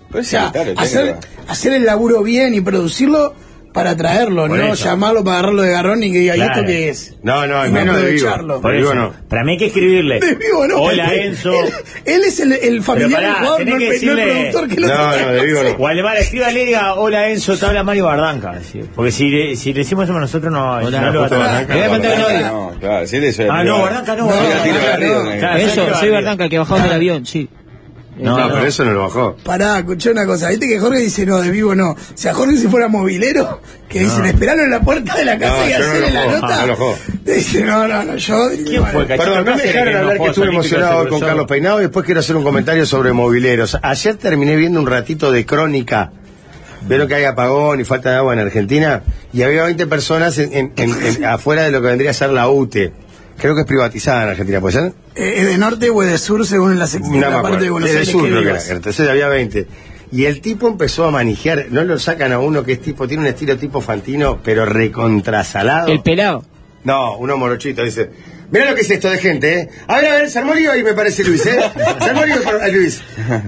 Pero
O
sí,
sea,
claro, tiene
hacer,
que-
hacer el laburo bien y producirlo para traerlo,
Por
no
eso.
llamarlo para agarrarlo de garrón y que diga,
Claro.
¿y esto qué es?
No, no,
Y
en menos de vivo.
aprovecharlo.
por
de
eso.
vivo no.
Para mí hay que escribirle.
De vivo, ¿no?
Hola
Él-
Enzo.
Él, él es el, el familiar
pará,
del jugador,
tenés
no el,
que
pe- no el
decirle-
productor que lo
No, no, de vivo no.
Gualdemar, escríbale y diga, hola Enzo, te habla Mario Bardanca. así. Porque si le, si le decimos eso a nosotros no,
Hola,
no lo va a
puto
tomar.
Bardanca.
Le voy a contar una historia.
No, claro, decirle eso.
Ah, no, Bardanca no.
No,
Bardanca
tiro
no.
de arriba,
no.
claro.
Eso, soy Berdanca, el que bajó del avión, sí.
No,
Este,
pero eso no lo bajó.
Pará, escuché una cosa. Viste que Jorge dice, no, de vivo no. O sea, Jorge si fuera movilero, que dicen, esperalo en la puerta de la casa
No,
y
yo no
hacerle
lo
la
juego,
nota.
no lo juego.
dice, no, no, no, yo...
¿Quién fue? Cachito
Perdón, no me
Cáceres,
dejaron
que
hablar
enojó
que estuve
a San Nicolás,
emocionado hoy
el
con
profesor.
Carlos Peinado y después quiero hacer un comentario sobre mobileros. Ayer terminé viendo un ratito de crónica. Vieron que hay apagón y falta de agua en Argentina y había 20 personas en- en- en- en- afuera de lo que vendría a ser la UTE. Creo que es privatizada en Argentina, ¿puede ser?
Eh, ¿Es de norte o es de sur según la, sec-
No me
la
acuerdo.
parte de Buenos
Era
Aires
sur,
que
creo que
vivas?
era. Entonces había 20. Y el tipo empezó a manijear. No lo sacan a uno que es tipo, tiene un estilo tipo Fantino, pero recontrasalado.
El pelado.
No, uno morochito dice. Mirá lo que es esto de gente, ¿eh? A ver, a ver, se armó lío ahí, me parece Luis, ¿eh? Se armó lío, por- eh, Luis.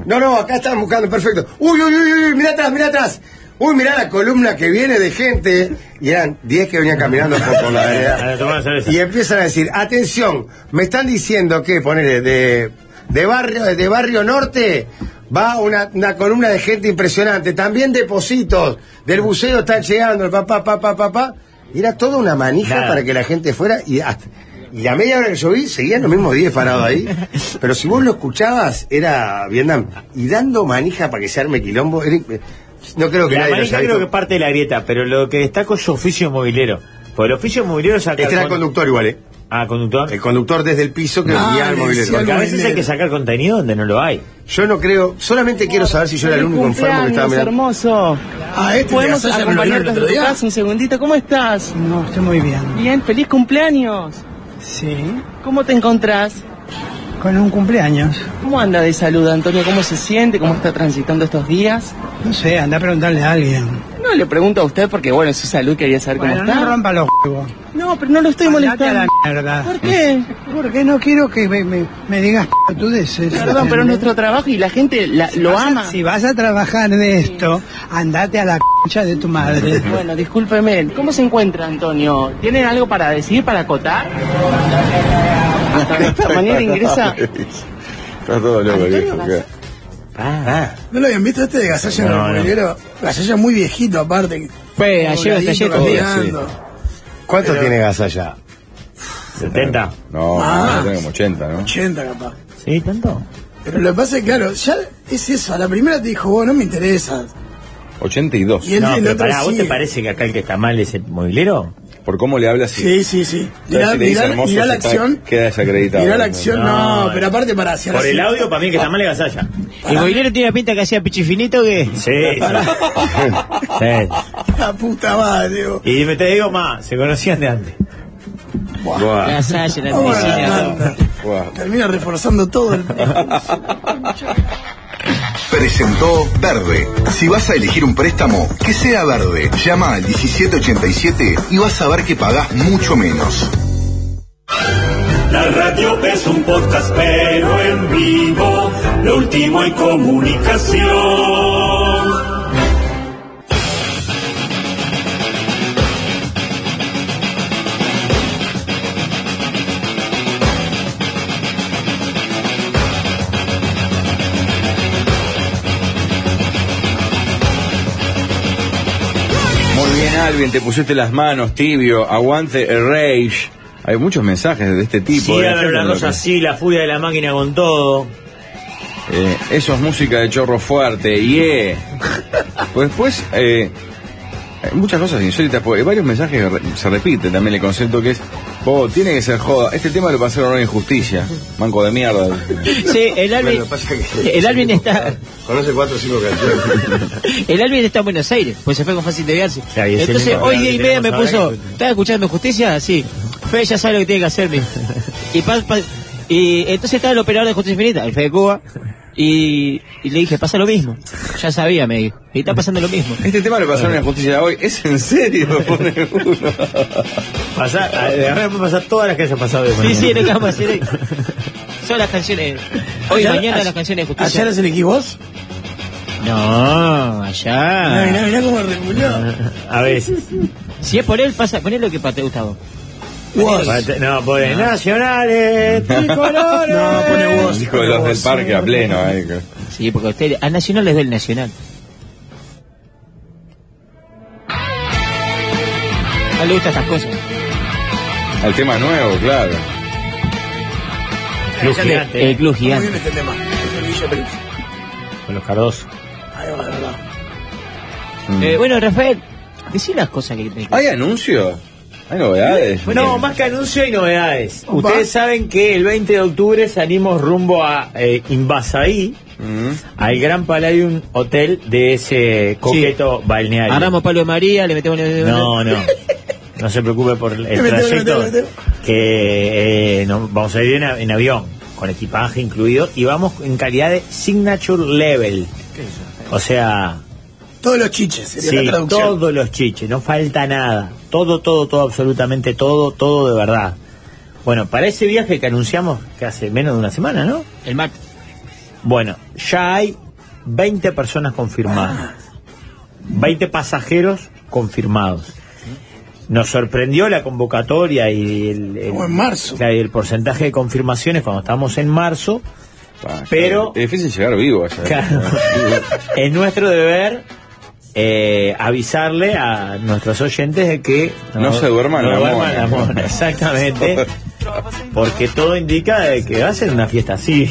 No, no, acá están buscando, perfecto. Uy, uy, uy, uy, mirá atrás, mirá atrás. Uy, mirá la columna que viene de gente. Y eran 10 que venían caminando por, por la
A
vereda.
ver, tomá una cerveza.
Y empiezan a decir, atención, me están diciendo que, ponele, de, de barrio, de barrio norte va una, una columna de gente impresionante, también depósitos, del buceo están llegando, el papá, papá, papá. Y era toda una manija
Nada.
para que la gente fuera y hasta- y la media hora que yo vi, seguían los mismos 10 parados ahí. Pero si vos lo escuchabas, era Vietnam. Y dando manija para que se arme quilombo, era- no creo que
La
nadie lo
manija
haya
creo que
visto.
parte de la grieta, pero lo que destaco es su oficio movilero. Porque el oficio movilero saca.
Este era el
con-
conductor igual, ¿eh?
Ah, conductor.
El conductor desde el piso que
Ah,
guía el
le
movilero.
decía
Porque a
el
veces hay
movilero.
que sacar contenido donde no lo hay.
Yo no creo, solamente quiero saber si yo era el único enfermo que estaba mirando.
hermoso.
Ah, este
¿Podemos
te vas a hacer un olor el
acompañarte
otro
a tu
día.
casa un segundito? ¿Cómo estás?
No, estoy muy bien.
Bien, feliz cumpleaños.
Sí,
¿Cómo te encontrás?
con un cumpleaños.
¿Cómo anda de salud, Antonio? ¿Cómo se siente? ¿Cómo está transitando estos días?
No sé, anda a preguntarle a alguien.
No le pregunto a usted porque, bueno, su salud quería saber
Bueno,
cómo está.
no rompa los huevos.
No, pero no lo estoy
Andate a
molestando.
la mierda.
¿Por qué?
Porque no quiero que me, me, me digas pelotudeces.
Perdón, pero es
¿entendés?
nuestro trabajo y la gente la- lo
Vas a-
ama.
Si vas a trabajar de esto, andate a la concha de tu madre.
Bueno, discúlpeme. ¿Cómo se encuentra, Antonio? ¿Tienen algo para decir, para acotar? Hasta de esta manera ingresa.
Ah, Está todo loco, viejo. que-
Ah,
¿No lo habían visto este de Gasalla en
No,
el
no.
movilero? Gasalla muy viejito aparte.
Fue ayer hasta
Dobladito,
ayer.
caminando.
¿Cuánto tiene gas allá?
70.
No,
Ah.
no, tiene como 80, ¿no?
80 capaz.
¿Sí? ¿Tanto?
Pero lo que pasa es, claro, ya es eso. A la primera te dijo, vos no me interesa.
82.
Y él
No,
el
pero
otro
pará, ¿vos
sigue.
te parece que acá el que está mal es el movilero?
por cómo le habla así.
Sí, sí, sí. Mirá,
si le dice
mirá-
hermoso,
mirá la
se está-
acción.
Queda desacreditado.
Mirá la acción, no, pero aparte para hacer
Por
así.
el audio, para mí que está mal le gasalla.
El boilero tiene una pinta que hacía pichifinito que.
Sí, sí.
La puta madre, digo.
Sí. Y me te digo más, se conocían de antes.
La Sasha, la
Ahora,
piscina.
anda. Termina reforzando todo el.
Presentó Verde. Si vas a elegir un préstamo, que sea verde. Llama al 1787 y vas a ver que pagás mucho menos.
La radio es un podcast, pero en vivo, lo último en comunicación.
Muy bien, Alvin, te pusiste las manos, tibio, aguante el rage. Hay muchos mensajes de este tipo.
Sí,
de
a
la
ver
gente
una
lo
cosa
que-
así, la furia de la máquina con todo.
Eh, eso es música de chorro fuerte, yeah. pues después, eh, hay muchas cosas insólitas, porque varios mensajes que re- se repiten también el concepto que es, oh, tiene que ser joda, este tema lo pasaron en injusticia, manco de mierda.
Sí, el Alvin.
Bueno, pasa que-
El Alvin está.
Conoce cuatro o cinco canciones.
El Alvin está en Buenos Aires, pues se fue con fácil de viarse.
sea, y es el
Entonces,
único
hoy
Alvin
día y
que
media me
tenemos
puso,
ahora que-
¿estás escuchando justicia? Sí. Fede ya sabe lo que tiene que hacer, mijo. Y, pa- pa- y entonces estaba el operador de Justicia Infinita, el Fede Cuba, y, y le dije, pasa lo mismo. Ya sabía, me dijo. Y está pasando lo mismo.
Este tema lo pasaron en justicia hoy, es en serio, pone uno.
Pasá, a- de ahora puede pasar todas las que hayan pasado de
Sí, sí,
mañana.
le vamos a hacer ahí. Son las canciones. Hoy,
Ayer-
mañana
ayer-
las canciones de
¿Ayer
justicia.
las elegí vos?
No, allá.
Ah.
Mirá, mirá, mirá cómo reculó.
A veces.
Si es por él, pasa, poné lo que pa- te gusta a vos.
Vos.
No, pobre. Nacionales, tricolores.
No, pone vos.
Hijo de los del parque a pleno, eh, ahí, que-
Sí, porque a ustedes, a Nacional les doy el Nacional. No le gustan estas cosas.
al tema nuevo, claro.
Club gigante.
El club
Muy
gigante.
bien este tema. Es el Villa Perú.
Con los Cardoso.
Ahí va, ahí va.
Eh, bueno, Rafael, decí las cosas que te
Mm. ¿Hay anuncios? ¿Hay novedades?
Bueno, más que anuncio y novedades. Ustedes saben que el 20 de octubre salimos rumbo a eh, Invasaí,
Mm.
al Gran Palladium Hotel de ese coqueto balneario.
Agarramos Pablo de María, le metemos el...
No, no. No se preocupe por el
Me meteo, me
trayecto.
meteo, me meteo.
Que eh, no- vamos a ir en, a- en avión, con equipaje incluido, y vamos en calidad de signature level. O sea,
Todos los chiches sería
sí,
la traducción.
todos los chiches, no falta nada. Todo, todo, todo, absolutamente todo, todo de verdad. Bueno, para ese viaje que anunciamos que hace menos de una semana, ¿no?
El Mac.
Bueno, ya hay 20 personas confirmadas. 20 pasajeros confirmados. Nos sorprendió la convocatoria y el, el-
Como en marzo.
claro, y el porcentaje de confirmaciones cuando estábamos en marzo.
Pa,
Pero-
Es difícil llegar vivo allá. ¿eh?
Claro. es nuestro deber eh, avisarle a nuestros oyentes de que
No se duerman
no
la
duerman
mona.
la mona, exactamente. Porque todo indica de que va a ser una fiesta así.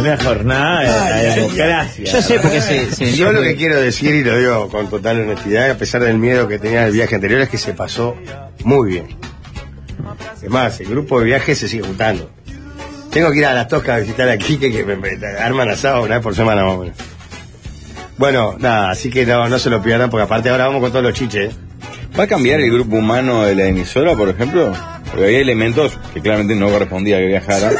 una jornada de la democracia.
Yo sé porque se... se
Yo lo que quiero decir, y lo digo con total honestidad, a pesar del miedo que tenía del viaje anterior, es que se pasó muy bien. Es más, el grupo de viajes se sigue juntando. Tengo que ir a las toscas a visitar a Quique, que me, me arman asado una vez por semana más o menos. Bueno, nada, así que no, no se lo pierdan, porque aparte ahora vamos con todos los chiches. ¿eh?
¿Va a cambiar el grupo humano de la emisora, por ejemplo? Porque había elementos que claramente no correspondía que viajara.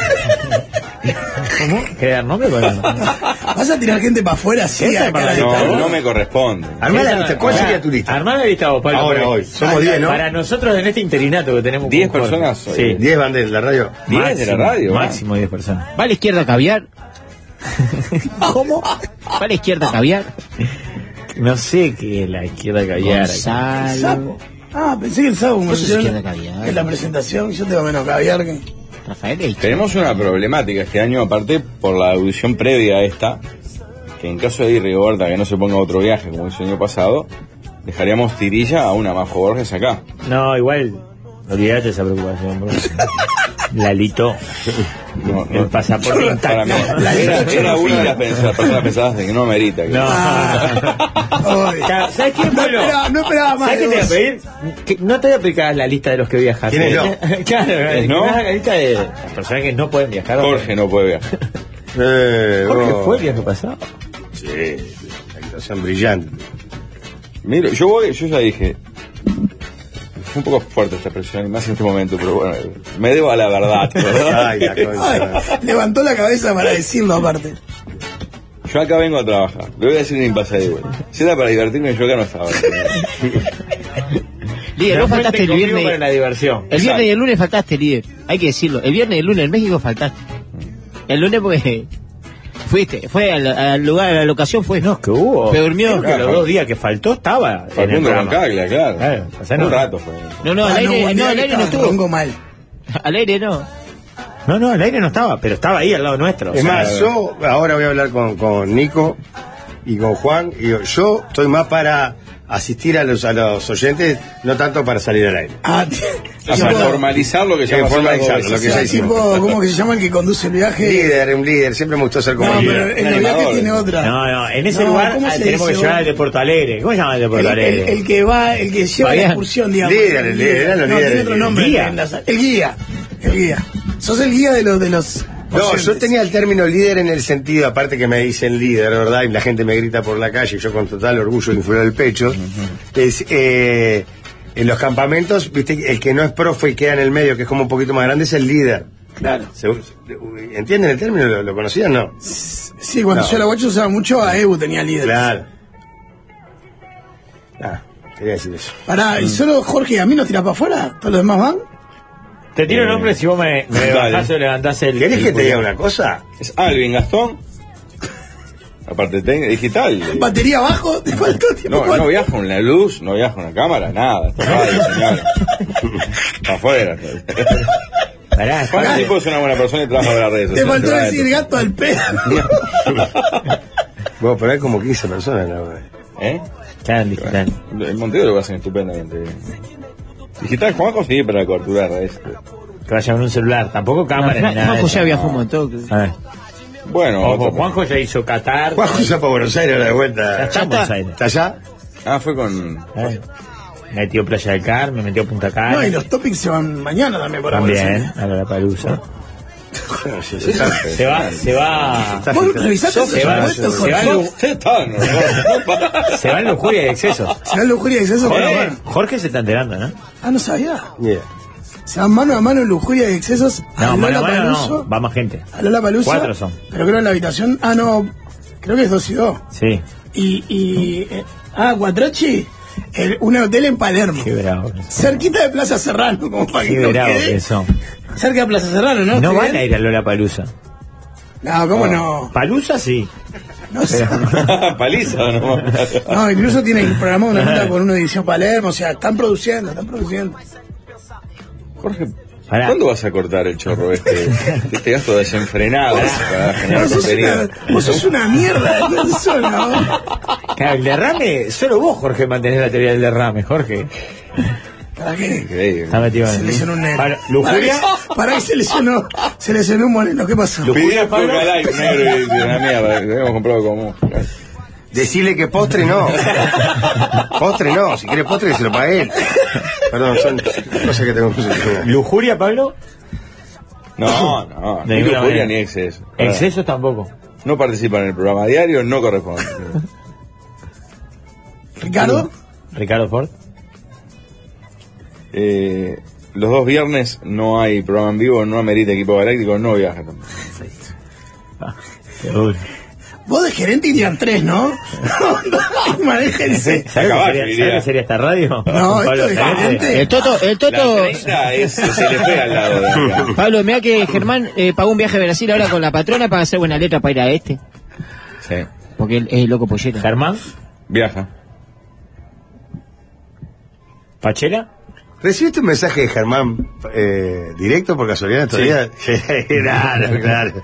¿Cómo? ¿Qué nombre con el nombre?
¿Vas a tirar gente para afuera así?
Esa
a cara de
No,
para-
cabrón?
no me corresponde.
Armá la
Esa-
lista, ¿cuál
pará,
sería tu lista?
Armá la lista vos, Pablo.
Ahora,
porque
hoy. Somos
para-
10, ¿no?
Para nosotros en este interinato que tenemos. con
10
Jorge.
personas hoy.
Sí.
10 banderas de la radio.
Diez de la radio, ¿eh?
Máximo 10 personas.
¿Va a la izquierda a caviar?
¿Cómo?
¿Va a la izquierda a caviar?
No sé qué es la izquierda caviar.
¿El
Gonzalo...
sapo? Ah, pensé que el sapo. me
Vos sos
pusieron
izquierda caviar.
En la presentación, yo tengo menos caviar que.
Rafael, el...
Tenemos una problemática este año, aparte por la audición previa a esta, que en caso de ir Rigoberta que no se ponga otro viaje como el año pasado, dejaríamos tirilla a una más Borges acá.
No, igual Olvídate esa preocupación, bro. Lalito. el pasaporte intacto.
Era, era una de las pensa- personas pensadas de que no merita. que-
¿Sabes qué, Pablo?
esperaba- no esperaba más
¿Sabes qué
de
te voy a
vos.
pedir? Que no te voy a aplicar la lista de los que viajaste.
¿Quiénes
no? claro,
¿No?
¿no? la lista de las personas que no pueden viajar.
Jorge no puede viajar.
Eh,
Jorge fue el viaje pasado.
Sí, actuación brillante.
Mira, yo voy, yo ya dije. Fue un poco fuerte esta expresión, y más en este momento, pero bueno, me debo a la verdad. ¿verdad?
Ay, la
Ay, levantó la cabeza para decirlo aparte.
Yo acá vengo a trabajar. Le voy a decir un impasse de vuelta. Si era para divertirme, yo acá no estaba.
Líder, vos faltaste el viernes.
para la diversión.
El viernes y el lunes faltaste, líder. Hay que decirlo. El viernes y el lunes en México faltaste.
Mm.
El lunes porque fuiste, fue al, al lugar, a la locación fue. No,
que hubo.
Te durmió.
Creo que los dos días que faltó estaba. en el
Facundo
programa.
Roncaglia, claro.
Claro, o sea, no-
un rato fue.
No, no, al
Ah,
aire
buen
no,
día
al
que
aire no
estabas
estuvo.
ronco mal.
Al aire no.
No, no, el aire no estaba, pero estaba ahí al lado nuestro. o
Es
sea,
más, yo ahora voy a hablar con, con Nico y con Juan. Y yo, yo estoy más para asistir a los, a los oyentes, no tanto para salir al aire.
Ah, t-
O sea,
tipo-
formalizar lo que ya
Eh,
pasó
formalizar
largo
lo que
veces.
ya
tipo,
hicimos.
¿cómo que se llama el que conduce el viaje?
Líder, un líder, siempre me gustó ser como
No, pero
líder.
en el
animador.
viaje tiene otra.
No, no, en ese
No,
lugar
¿cómo
ah,
se
tenemos que
dice,
llevar el
vos?
de Porto Alegre. ¿Cómo se llama el de
El,
Porto Alegre?
el- el que va, el que lleva
Fabián.
la excursión, digamos.
Líder, el líder, eran los
no,
líderes.
tiene otro nombre.
Guía.
en las- El guía. El guía. Sos el guía de los. De los
No, yo
oyentes.
tenía el término líder en el sentido, aparte que me dicen líder, ¿verdad? Y la gente me grita por la calle, y yo con total orgullo le infló el pecho. Es, eh, en los campamentos, viste, el que no es profe y queda en el medio, que es como un poquito más grande, es el líder.
Claro.
¿Se- ¿Entienden el término? ¿Lo, lo conocían o no?
Sí, cuando
No.
yo la guacho usaba mucho, a Ebu tenía líder.
Claro. Ah, quería decir eso.
Pará,
Mm.
¿y solo Jorge y a mí nos tirás para afuera? ¿Todos los demás van?
Te tiro el nombre si vos me, me
Dale.
bajás o levantás el.
¿Querés
el
que te diga
pulgar.
una cosa?
Es Alvin Gastón. Aparte técnica digital.
¿Batería abajo? ¿Te faltó tiempo?
No, no viajo con la luz, no viajo con la cámara, nada. Está radio, señor. Está afuera.
Pará,
Juan el
Jorge.
tipo es una buena persona y trabaja en las redes
Te faltó
sociales.
decir gato al pedo.
Bueno, pero hay como 15 personas, ¿no?
¿Eh?
Chan, digital.
En Montevideo lo hacen estupendamente. bien. Digital Juanjo sí, para la cobertura de este.
Que vaya con un celular. Tampoco cámara ni nada. de
Juanjo
eso.
ya viajó un montón.
A ver.
Bueno,
Ojo,
otro-
Juanjo ya hizo Qatar.
Juanjo ya para Buenos Aires ahora de
Ya
vuelta.
está en Buenos Aires.
¿Está allá?
Ah, fue con.
Eh. Metió Playa del Carmen, metió Punta Cana.
No, y los topics se van mañana también por ahora.
También, a la palusa.
¿eh?
Se va, se va.
Vos revisaste esos
Se va-
supuestos,
se
Jorge.
va Lu-
Usted está, no, no,
Se va en lujuria y exceso.
Se dan lujuria y exceso por
Jorge,
ahora.
Jorge se está enterando, ¿no?
Ah, no sabía.
Yeah.
Se dan mano a mano lujuria y excesos. a
No, mano a mano
Lollapalooza-
no. Va más gente.
A Lola Palusa.
Cuatro son.
Pero creo en la habitación. Ah, no. Creo que es dos y dos.
Sí.
Y. y eh, ah, Guatrachi. el- un hotel en Palermo.
Qué bravo. que son.
Cerquita de Plaza Serrano, como para que
Qué
no
bravo
quede.
que son.
Cerca de Plaza Serrano, ¿no?
No
¿Estoy
van a
bien?
ir a Lola Palusa.
No, ¿cómo
Oh,
no?
Palusa sí.
No, sé.
no. Paliza, no.
No, incluso tienen programado una nota con una edición Palermo. O sea, están produciendo, están produciendo.
Jorge,
Pará.
¿cuándo vas a cortar el chorro este? Este gasto desenfrenado para generar
Vos sos,
contenido.
una, vos sos una mierda de persona, vos.
Claro, el derrame, solo vos, Jorge, mantenés la teoría del derrame, Jorge.
¿Para qué?
Increíble.
Está metido
Se
en
lesionó un oh. nene.
Para-
¿Para qué,
Lujuria.
para qué se lesionó? Se lesionó un moreno, ¿qué pasó?
Pidí
Lujuria,
a
Pablo.
Coca Light negro y de una mierda, lo habíamos comprado como.
Decirle que postre no. postre no. Si quiere postre, se lo pague él. Perdón, son cosas que tengo que solucionar.
Lujuria, Pablo.
No, no,
De
ni
ninguna
lujuria
manera.
ni exceso.
Excesos tampoco.
No participa en el programa diario, no corresponde.
¿Ricardo?
Ricardo Ford.
Eh, los dos viernes no hay programa en vivo, no amerita equipo galáctico, no viaja tampoco.
Seguro.
Vos de gerente irían tres, ¿no? Manéjense.
¿Sabes
caballo,
lo que sería,
diría.
sabés lo que sería esta radio?
No, esto
Pablo
es
Fernández.
diferente.
El Toto, el Toto.
La 30 es, se le pega al lado de acá.
Pablo, mira que Germán eh, pagó un viaje a Brasil ahora con la patrona para hacer buena letra para ir a este.
Sí.
Porque él es loco pollero.
Germán.
Viaja.
Pachela.
¿Recibiste un mensaje de Germán eh, directo por casualidad estos días? claro, claro.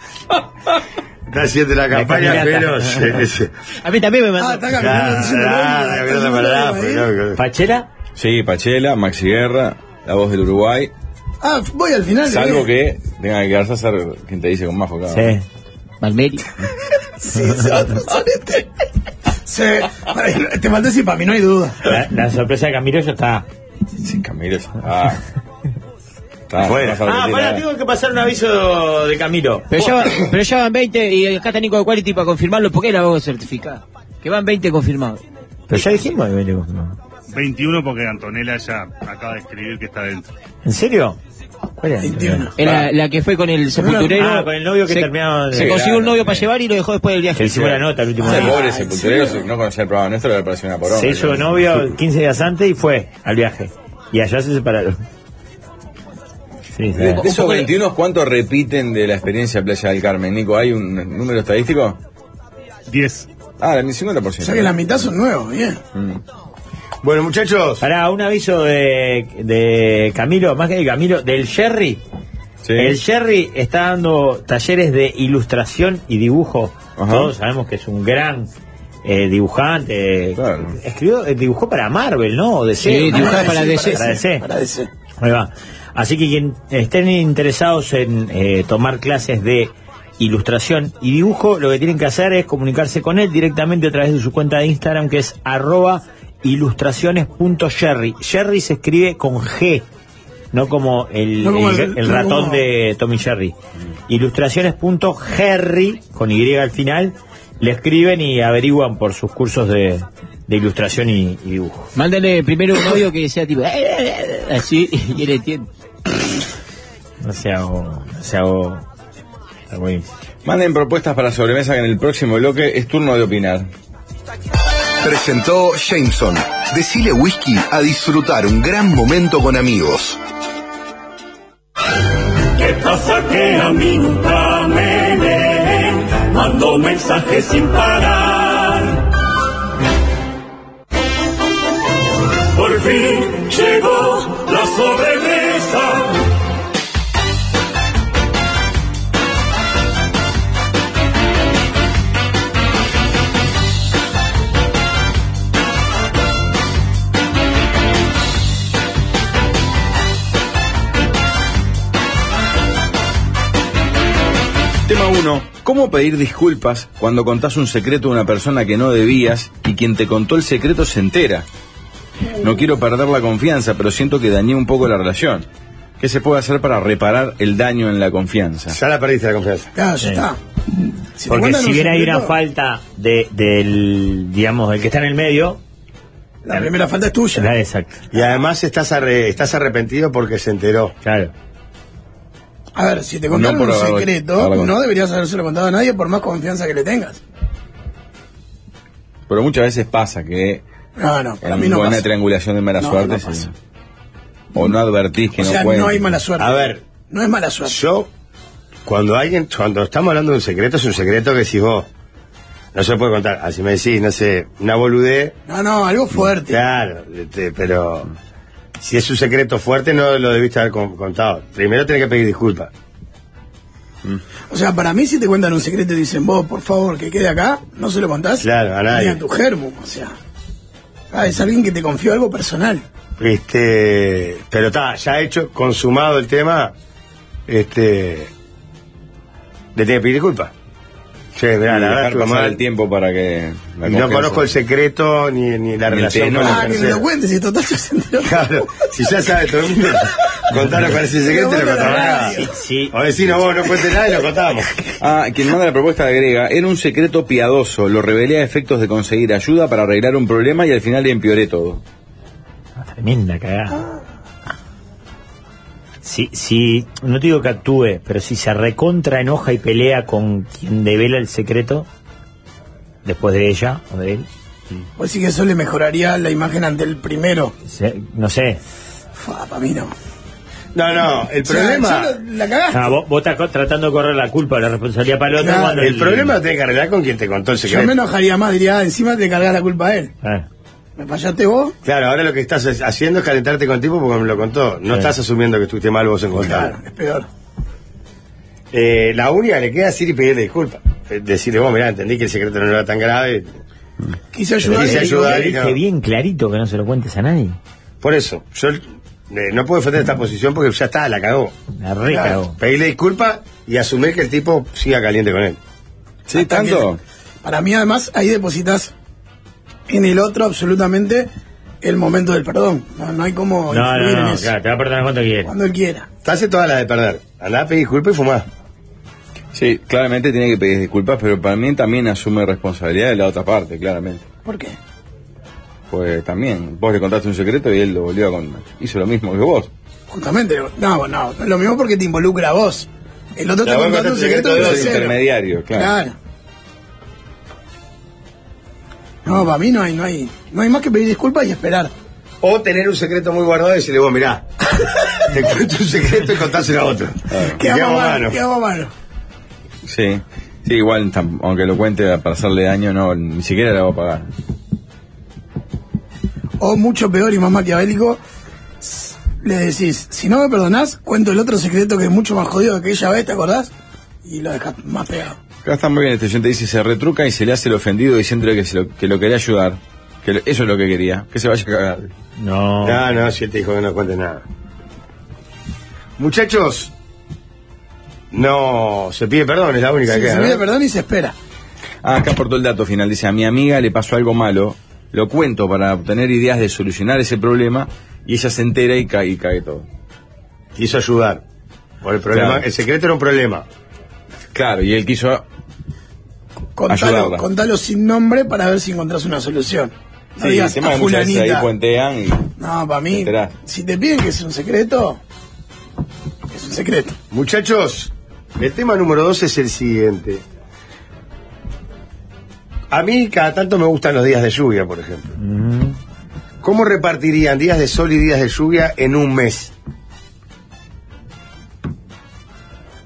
Está haciendo la campaña,
caminata.
pero. se- se-
A mí también me mandó.
Ah, está
Claro,
caminando. ¿eh?
claro, la verdad, pero no,
Pachela.
Sí, Pachela, Maxi Guerra, la voz del Uruguay.
Ah, voy al final. ¿eh?
Salvo que tenga que quedarse a ser quien te dice con majo, claro.
Sí. Valmeri.
Sí, sí, absolutamente. Sí, te mandé sin para mí, no hay duda.
La, la sorpresa de Camilo ya está.
Sí, Camilo ya está. Ah. Está,
Fuera.
no vas a
Ah,
decir
pará,
nada.
tengo que pasar un aviso de Camilo.
Pero ya, va- pero ya van 20 y acá está Nico de Quality para confirmarlo. ¿Por qué la voz certificada? Que van 20 confirmados.
Pero ya dijimos que venimos.
21 porque Antonella ya acaba de escribir que está dentro.
¿En serio? ¿Cuál era?
Es la, la que fue con el sepulturero.
Ah, con el novio que
se,
terminaba de-
Se
Sí,
consiguió
claro,
un novio para llevar y lo dejó después del viaje.
Que hicimos la nota el último
Ese
día.
pobre sepulturero, si no conocía el programa nuestro, le pareció una poronga.
Ah, se hizo
Claro.
novio 15 días antes y fue al viaje. Y allá se separaron. Sí, sí.
De esos 21, ¿cuántos repiten de la experiencia de Playa del Carmen, Nico? ¿Hay un número estadístico?
10.
Ah, el 50%.
O sea que la mitad son nuevos, bien.
Mm.
Bueno, muchachos.
Pará, un aviso de, de Camilo, más que de Camilo, del Jerry. El Jerry está dando talleres de ilustración y dibujo. Todos sabemos que es un gran eh, dibujante. Escribió, eh, dibujó para Marvel, ¿no? O DC.
Sí,
¿no?
dibujaba para DC.
Para DC.
Para DC.
Ahí va. Así que quien estén interesados en eh, tomar clases de ilustración y dibujo, lo que tienen que hacer es comunicarse con él directamente a través de su cuenta de Instagram que es arroba ilustraciones.jerry. Jerry se escribe con G, no como el,
No como
el-
el-
el
no
ratón
como-
de Tommy Jerry. Ilustraciones.jerry, con Y al final, le escriben y averiguan por sus cursos de, de ilustración y- y dibujo.
Mándale primero un novio que sea tipo. "Eh, eh, eh", Así, y él entiende.
No se hago. No se hago. hago ahí.
Manden propuestas para sobremesa que en el próximo bloque es turno de opinar.
Presentó Jameson. Decile whisky a disfrutar un gran momento con amigos.
¿Qué pasa que a mí nunca me leen? Mando mensajes sin parar. Por fin llegó la sobremesa.
Tema 1. ¿Cómo pedir disculpas cuando contás un secreto a una persona que no debías y quien te contó el secreto se entera? No quiero perder la confianza, pero siento que dañé un poco la relación. ¿Qué se puede hacer para reparar el daño en la confianza?
Ya la perdiste la confianza.
Claro, ya está. te
Porque
mandan
si
un
bien hay
secreto-
una falta de, del, digamos, del que está en el medio.
La primera falta es tuya.
La exacto.
Y además estás, arre- estás arrepentido porque se enteró.
Claro.
A ver, si te
No
contaron
por
un
haberlo-
secreto,
haberlo
no
contado.
deberías habérselo contado a nadie por más confianza que le tengas.
Pero muchas veces pasa que
No, no, para
en
mí no
buena
pasa.
triangulación de mala
No,
suerte
no
sí.
pasa.
o no advertís que
O
no
sea,
cuenta.
no hay mala suerte.
A ver,
No es mala suerte.
yo, cuando alguien, cuando estamos hablando de un secreto, es un secreto que si vos no se puede contar, así me decís, no sé, una boludez,
No, no, algo fuerte.
claro, este, pero si es un secreto fuerte, no lo debiste haber con- contado. Primero tenés que pedir disculpas.
O sea, para mí si te cuentan un secreto y dicen, vos, por favor, que quede acá, no se lo contás.
Claro, a
Ni
nadie.
a tu germo, o sea. Ah, es alguien que te confió algo personal.
Este, pero está, ya hecho, consumado el tema, este, le tenés que pedir disculpas. Che, mirá,
Y
la verdad
dejar
estuve
pasar
mal.
el tiempo para que la
no
confianza-
conozco el secreto ni, ni la
Ni el
relación
tema.
con la
ah, que me
tercera.
lo cuentes, y total ya se enteró.
Claro, si ya sabe todo el mundo, contanos cuál es el secreto y
Pero
lo
bueno,
contamos
la
acá.
radio.
Sí.
O vecino, vos no cuentes nada y lo contamos.
Ah, quien manda la propuesta agrega, era un secreto piadoso, lo revelé a efectos de conseguir ayuda para arreglar un problema y al final le empeoré todo.
Ah, Tremenda cagada. Si, si, no te digo que actúe, pero si se recontra enoja y pelea con quien devela el secreto, después de ella o de él,
Pues sí que eso le mejoraría la imagen ante el primero.
se- no sé.
Fa, para mí no.
No, no, el
O sea,
problema,
ya lo- la cagaste.
Ah, vos, vos estás co- tratando de correr la culpa, la responsabilidad para el otro.
Claro.
cuando
el problema lo tenés que arreglar con quien te contó el
Ah. Yo me
secreto.
enojaría más, diría, ah, encima te cargas la culpa a él.
Ah,
Me fallaste vos,
Claro, ahora lo que estás es- haciendo es calentarte con tipo porque me lo contó. No
Sí.
estás asumiendo que estuviste mal vos en
claro,
contarlo.
es peor.
Eh, la única que le queda es ir y pedirle disculpas. Eh, Decirle, vos, mirá, entendí que el secreto no era tan grave. Quise
Quise ayudar.
Pero
ayudar
le
y
dije
no.
bien clarito que no se lo cuentes a nadie.
Por eso, yo eh, no puedo defender esta posición porque ya está, la cagó.
La re cagó.
Pedirle disculpas y asumir que el tipo siga caliente con él.
Sí,
tanto. Para mí, además, ahí depositas en el otro absolutamente el momento del perdón. No, no hay como
No, no,
influir en
no,
eso.
claro, te va a perdonar cuando quieras.
Cuando él quiera.
Te hace toda la de perder. Andá a pedir disculpas y fumá.
Sí, claramente tiene que pedir disculpas, pero para mí también asume responsabilidad de la otra parte, claramente.
¿Por qué?
Pues también, vos le contaste un secreto y él lo volvió a contar. Hizo lo mismo que vos.
Justamente, no, no, no es lo mismo porque te involucra a vos. El otro te contó un secreto de
los
tercero.
intermediarios, claro.
Claro. No, para mí no hay, no hay, no hay más que pedir disculpas y esperar.
O tener un secreto muy guardado y decirle, vos mirá, te cuento un secreto y contáselo a otro.
Claro.
Ah. Y quedamos mano.
Quedamos malo.
Sí, sí, igual, tam- aunque lo cuente para hacerle daño, no, ni siquiera la va a pagar.
O mucho peor y más maquiavélico, s- le decís, si no me perdonás, cuento el otro secreto que es mucho más jodido que aquella vez, ¿te acordás? Y lo dejas más pegado.
Acá está muy bien este oyente, dice, se retruca y se le hace el ofendido diciéndole que, se lo, que lo quería ayudar. Que lo- eso es lo que quería, que se vaya a cagar.
No.
No, no, si él te dijo que no cuente nada. Muchachos, no, se pide perdón, es la única
Sí,
que
se
queda, ¿no?
pide perdón y se espera.
Ah, acá aportó el dato final, dice, a mi amiga le pasó algo malo, lo cuento para obtener ideas de solucionar ese problema, y ella se entera y cae, y cae todo.
Quiso ayudar. Por el problema,
Claro.
el secreto era un problema.
Claro, y él quiso
Contalo,
Ayudarla.
contalo sin nombre para ver si encontrás una solución. No
Sí,
digas
el tema
a
es que muchas veces
fulanita.
ahí puentean y
No, para mí,
Esperá.
si te piden que es un secreto, es un secreto.
Muchachos, el tema número dos es el siguiente. A mí cada tanto me gustan los días de lluvia, por ejemplo. ¿Cómo repartirían días de sol y días de lluvia en un mes?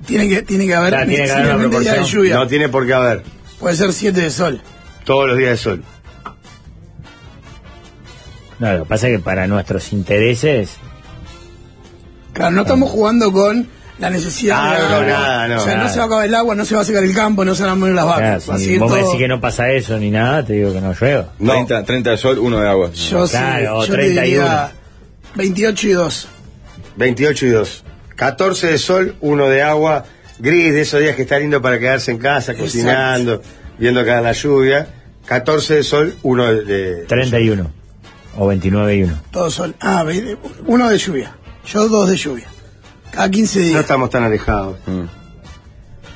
Tiene que, tiene que haber
Claro, tiene que haber una
necesariamente día de
proporción.
lluvia.
No tiene por qué haber
Puede ser siete de sol.
todos los días de sol.
No, lo que pasa es que para nuestros intereses.
Claro, no estamos jugando con la necesidad
Ah,
de
no, nada, no,
O sea,
nada.
no se va a acabar el agua, no se va a secar el campo, no se van a morir las
Claro,
vacas.
si
Va a seguir
vos me
todo-
decís que no pasa eso ni nada, te digo que no llueva.
30, 30 de sol, uno de agua.
Yo, sé,
Claro,
yo te
31.
diría 28 y 2.
28 y 2. 14 de sol, 1 de agua. Gris, de esos días que está lindo para quedarse en casa,
Exacto.
cocinando, viendo acá la lluvia. 14 de sol, 1 de...
31. O 29 y 1.
Todos son. Ah, ve- uno de lluvia. Yo dos de lluvia. Cada 15
No
días.
estamos tan alejados.
Mm.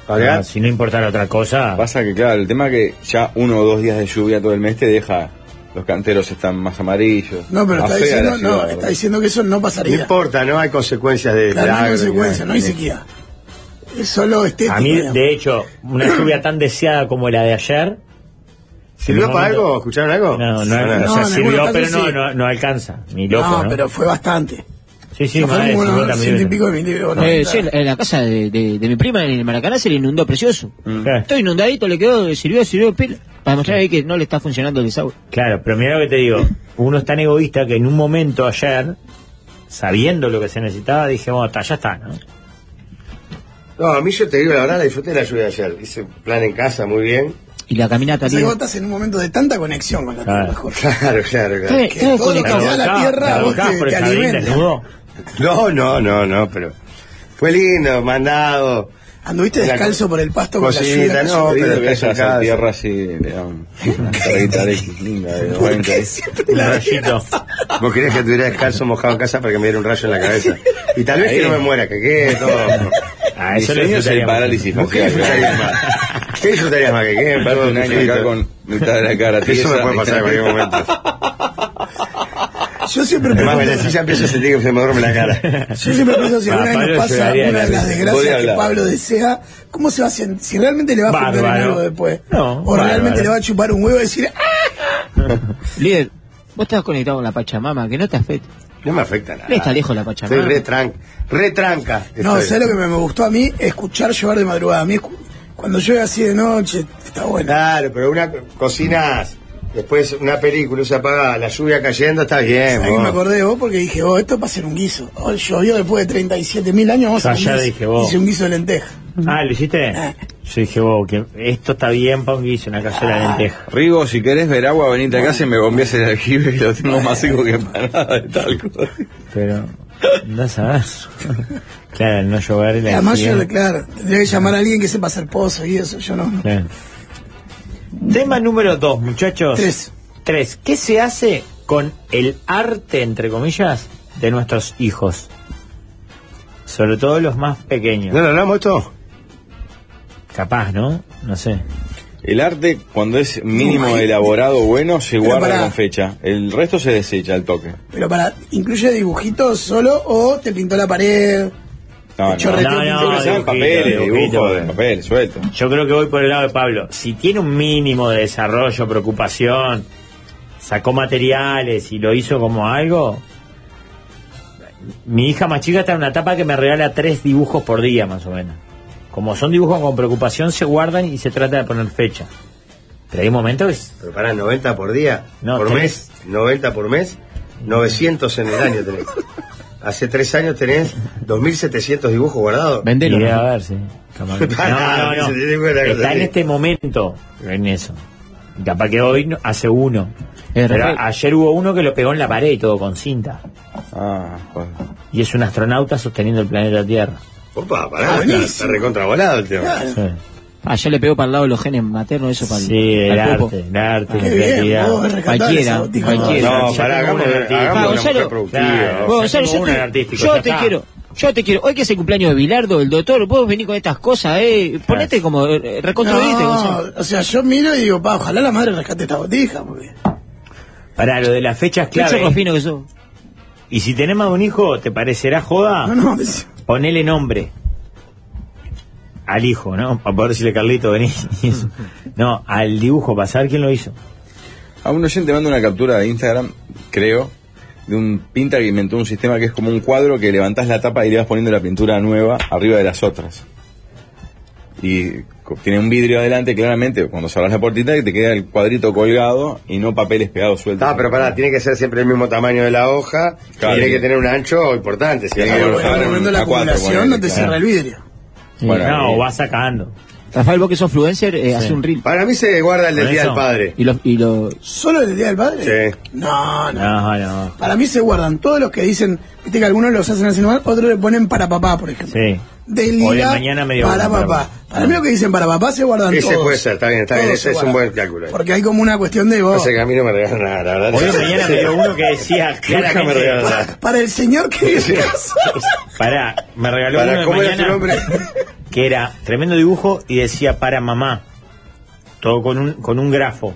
¿Vale?
Ah, si no importara otra cosa.
Pasa que, claro, el tema es que ya uno o dos días de lluvia todo el mes te deja, los canteros están más amarillos.
No, pero está
afea la
diciendo, no,
ciudad,
está diciendo que eso no
No
pasaría.
importa, no hay consecuencias de...
Claro,
de
no hay
agro,
consecuencia,
ni nada.
no hay sequía. Es solo estético.
A mí,
digamos.
de hecho, una lluvia tan deseada como la de ayer.
¿Sirvió
en un
para
momento-
algo? ¿Escucharon algo?
No, no, no,
No,
o sea,
en
sirvió,
algunos
pero
casos
no,
sí.
no, no alcanza. Ni loco,
no,
¿no?
pero fue bastante.
sí, sí,
No
más
fue
de
como unos
50
ciento y
millones.
pico de mil- o no,
Eh,
claro.
sí, en la casa de, de- de mi prima en el Maracaná se le inundó precioso.
Claro,
Todo inundadito, le quedó, sirvió, sirvió pila. Para demostrar ahí que no le está funcionando el desagüe.
claro, pero mira lo que te digo. Uno es tan egoísta que en un momento ayer, sabiendo lo que se necesitaba, dije, bueno, está, ya está, ¿no?
No, a mí yo te digo la verdad, la disfruté de la lluvia ayer. Hice plan en casa, muy bien.
Y la caminata,
Las
tío.
gotas en un momento de tanta conexión con la
Claro.
tierra, Jorge.
Claro, claro, claro.
Sí.
Que
Todo
todo lo que
conectado.
da la
abocás-
tierra a vos
abocás
te,
por
te
el jardín
alimenta.
desnudo.
No, no, no, no, pero... Fue lindo, mandado.
Anduviste
La
descalzo por el pasto con la
cocinita,
lluvia. que
no,
llovió.
Pero
Pero
que
es
haya
en casa.
esa tierra así, le da un- una carita de linda, de banca, ¿eh?
Un rayito.
Vos querés que tuviera descalzo mojado en casa para que me diera un rayo en la cabeza. Y tal vez que no me muera, que quede todo.
Ah,
Mi
eso lo
sueño es el
disfrutaría
parálisis
¿Vos qué
facial,
disfrutarías
¿no?
más? ¿Qué disfrutarías más? Que quede
Aparte un año acá con mitad de la cara
Eso me
tiesa,
puede pasar en cualquier momento.
Yo siempre
Además, me
pregunto-
decís, ya empiezo a sentir que se me duerme la cara.
Yo siempre pienso si
Ah,
alguna vez
Pablo
nos pasa
lloraría
una
la
de
risa.
las
Podría
desgracias que
hablar.
Pablo desea, ¿cómo se va a sentir? Si realmente le va a afectar en
Bárbaro.
algo después.
No,
o
bárbaro.
realmente le va a chupar un huevo y decir, ¡ah!
Líder, vos estás conectado con la Pachamama, que no te afecta.
No me afecta nada.
No está lejos la Pachamama.
Estoy re tranca. Re tranca.
No,
estoy.
¿sabes lo que me, me gustó a mí? Escuchar llover de madrugada. A mí, escu- cuando llueve así de noche, está bueno.
Claro, pero una co- cocinas, después una película, se apaga, la lluvia cayendo, está bien.
Ahí
vos.
me acordé de vos porque dije, oh, esto es para hacer un guiso. Oh, llovió después de 37.000 años, vamos a
Ah, ya
hacer un guiso.
dije vos.
Hice un guiso de lenteja.
Ah, ¿lo hiciste?
Ah.
Yo dije, wow, que esto está bien para un guiso, una cazuela
Ah.
de lenteja.
Rigo, si querés ver agua, venite acá y me bombeas el aljibe que lo tengo más seco que empanada de talco.
Pero No sabes. claro, no llover y la
Además, yo,
energía.
claro, tendría que llamar a alguien que sepa hacer pozo y eso, yo no.
Claro. Tema número dos, muchachos. Tres. Tres. ¿Qué se hace con el arte, entre comillas, de nuestros hijos? Sobre todo los más pequeños. ¿No
lo hablamos esto?
Capaz, ¿no? No sé.
El arte, cuando es mínimo
Uy.
elaborado bueno, se
Pero
guarda
pará.
con fecha. El resto se desecha al toque.
Pero para, ¿incluye dibujitos solo o te pintó la pared?
No,
Yo
no,
repito,
no,
yo
no,
creo
en
que-
papeles,
dibujito,
dibujos, en
dibujito.
papel, suelto.
Yo creo que voy por el lado de Pablo. Si tiene un mínimo de desarrollo, preocupación, sacó materiales y lo hizo como algo. Mi hija más chica está en una etapa que me regala tres dibujos por día, más o menos. Como son dibujos con preocupación, se guardan y se trata de poner fecha. Pero hay momentos que es-
Pero para 90 por día,
No,
por
tenés-
mes, 90 por mes, 900 en el año tenés. Hace tres años tenés 2.700 dibujos guardados.
Y a ver, sí. Capaz que- No,
Ah,
no, no.
Se te dijo una cosa
Está en
así.
este momento en eso. Y Capaz que hoy no- hace uno.
Es
Pero
real.
ayer hubo uno que lo pegó en la pared y todo con cinta.
Ah, joder.
Y es un astronauta sosteniendo el planeta Tierra.
Opa,
Ah,
pará, está, está recontravolado el tema.
Sí,
Allá Ah, le pegó para el lado los genes maternos, eso para el-
Sí, el
para el cuerpo.
arte, el arte,
Ah,
la
qué bien,
creatividad.
vos, rescatás Cualquiera, esa botija. cualquiera.
No,
Ya
pará,
tengo
hagamos
una
una
artística.
hagamos
Ah,
una
Gonzalo,
mujer productiva.
Ah,
claro,
Vos,
Gonzalo,
hacemos
yo
una
te-
artística,
yo
ya
te
está.
quiero. Yo te quiero. Hoy que es el cumpleaños de Bilardo, el doctor, vos venís con estas cosas, eh. Ponete como. eh, Reconstruiste, Gonzalo.
No, o sea, yo miro y digo, pa, ojalá la madre rescate esta botija. porque-
Pará, lo de las fechas
Qué
clave.
chorro
fino que sos.
Y si tenés más de un hijo, ¿te parecerá joda?
No, no,
Ponele nombre. Al hijo, ¿no? Para poder decirle Carlito, vení. Y eso. No, al dibujo, para saber quién lo hizo.
A un oyente manda una captura de Instagram, creo, de un pinta que inventó un sistema que es como un cuadro que levantás la tapa y le vas poniendo la pintura nueva arriba de las otras. Y co- tiene un vidrio adelante, claramente, cuando cerrás la puertita que te queda el cuadrito colgado y no papeles pegados sueltos.
Ah, pero pará, tiene que ser siempre el mismo tamaño de la hoja. y
Claro.
tiene que tener un ancho importante. Si
Claro,
tiene que
bueno,
colocar
bueno,
un
bueno, la
A4, ponele,
acumulación no te
claro.
cierra el
vidrio.
Bueno,
no,
eh.
vas sacando.
Rafael, vos que sos influencer, eh, hace un reel.
Para mí se guarda el del Día del Padre.
Y lo, y eh, lo-
¿Solo el día del padre?
Sí.
No, no.
No, no.
Para mí se guardan todos los que dicen, viste que algunos los hacen así nomás, otros le ponen para papá, por ejemplo.
Sí.
Del
Hoy de
día
mañana me dio
para
uno para
papá. Para mí lo que dicen para papá se guardan
Ese
todos.
puede ser, está bien, está bien.
Todos
Ese es
se
un
guardan.
buen cálculo. ahí.
Porque hay como una cuestión de vos.
Ese camino me regalan nada, la verdad.
Hoy de mañana me dio uno que decía
Nunca me
claramente-
regalan nada.
Para el señor que es
Pará, me regaló
Pará,
uno de
¿cómo era
mañana
su nombre?
que era tremendo dibujo y decía para mamá. Todo con un, con un grafo.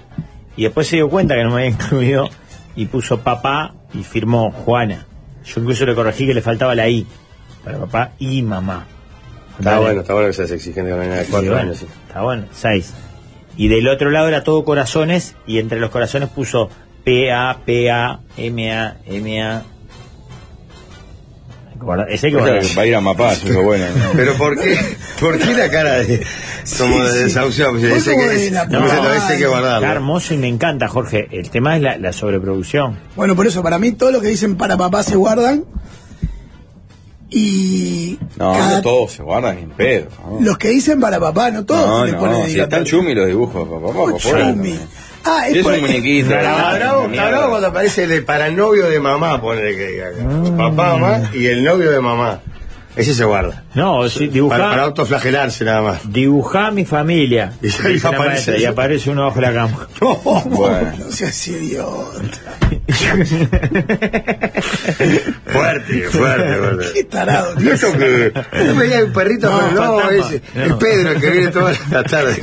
Y después se dio cuenta que no me había incluido y puso papá y firmó Juana. Yo incluso le corregí que le faltaba la I. Para papá y mamá.
Está
Dale.
bueno, está bueno que seas exigente con la nena de
Sí,
4
bueno,
años. sí.
Está bueno, seis. Y del otro lado era todo corazones y entre los corazones puso P A P A M A M A. Guarda- Ese hay que
O sea,
guardar.
va a ir a mapar, eso es lo bueno.
Pero ¿por qué, ¿por qué la cara de, como de desahuciado? Porque dice que, no, se lo dice que
Está
guardarlo.
hermoso y me encanta, Jorge. El tema es la, la sobreproducción.
Bueno, por eso, para mí, todo lo que dicen para papá se guardan. Y
No,
Cada-
no todos se guardan ni en pedo. No,
los que dicen para papá, no todos
no,
le
no,
ponen
si están
dedicatoria.
chumi los dibujos, papá, papá,
Chumi. Ah,
Si es
por-
un muñequito.
Está bravo, está bravo cuando aparece el de para novio de mamá, ponele que diga.
Mm.
Papá, mamá y el novio de mamá. Ese se guarda.
No, sí, dibujá,
Para, para autoflagelarse nada más.
dibujá mi familia.
Y
dice la
aparece-
maestra, y aparece uno bajo la cama.
Bueno,
No seas idiota.
Fuerte, fuerte, fuerte.
Qué tarado.
¿Y esto que Yo veía un perrito,
No,
pero no,
fantasma.
es, es
No.
Pedro el que viene todas las tardes.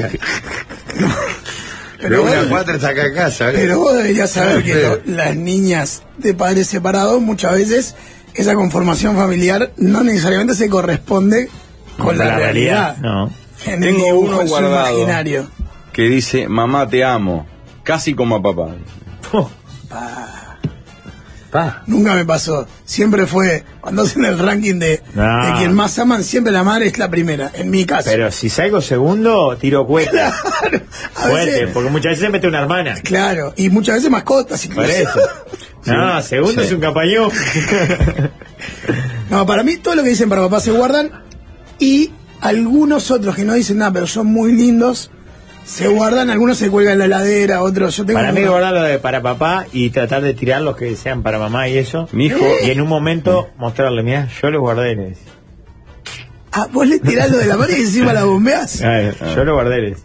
Pero una
bueno.
cuatro está acá en casa. ¿eh?
Pero vos deberías saber que
Pedro.
lo- las niñas de padres separados muchas veces esa conformación familiar no necesariamente se corresponde con la, realidad.
No.
En el
Tengo
dibujo
uno
es un
guardado.
imaginario.
que dice, mamá te amo, casi como a papá.
Nunca me pasó. Siempre fue, cuando hacen el ranking de,
No.
de quien más aman, siempre la madre es la primera, en mi caso.
Ah. Pero si salgo segundo, tiro cuenta.
A
Fuerte,
veces-
porque muchas veces mete una hermana.
Claro, y muchas veces mascotas incluso.
Por eso. No, segundo
Sí.
es un campañón.
No, para mí todo lo que dicen para papá se guardan y algunos otros que no dicen nada, pero son muy lindos, se guardan, algunos se cuelgan en la heladera, otros. Yo tengo
Para mí
uno-
guardar lo de para papá y tratar de tirar los que sean para mamá y eso.
Mi hijo-
Y
¿Eh?
en un momento mostrarle, mira, yo los guardé. le decía.
Ah, vos le tirás lo de la pared y encima la bombeás.
Claro, Yo lo guardé.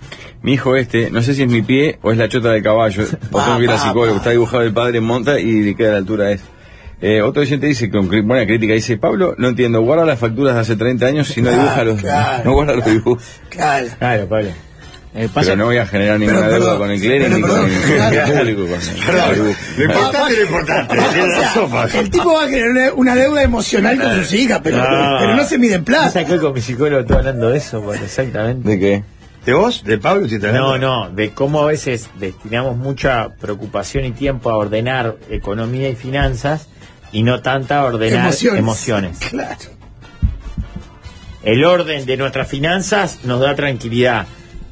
Mi hijo este, no sé si es mi pie o es la chota del caballo, o tengo que ir a psicólogo, está dibujado el padre en monta y le queda a la altura es. Eh, otro oyente dice, con cri- buena crítica, dice, Pablo, no entiendo, guarda las facturas de hace 30 años
Ah,
si no
Claro,
dibuja los,
claro,
no guarda los dibujos.
Claro.
Claro, Pablo.
pero no voy a generar ninguna
Pero,
deuda
perdón,
con el clérigo
pero,
ni con
perdón,
el
claro.
público. con el-
Perdón, lo importante es lo importante. tiene
O sea,
razón, Pablo.
el tipo va a generar una, una deuda emocional con sus hijas, pero,
Ah.
pero no se mide en
plaza.
plata.
¿Sabes que con mi psicólogo estoy hablando de eso? Bueno, exactamente.
¿De qué?
¿De vos? ¿De Pablo? no, no, de cómo a veces destinamos mucha preocupación y tiempo a ordenar economía y finanzas y no tanta a ordenar
Emociones.
emociones.
Claro.
El orden de nuestras finanzas nos da tranquilidad.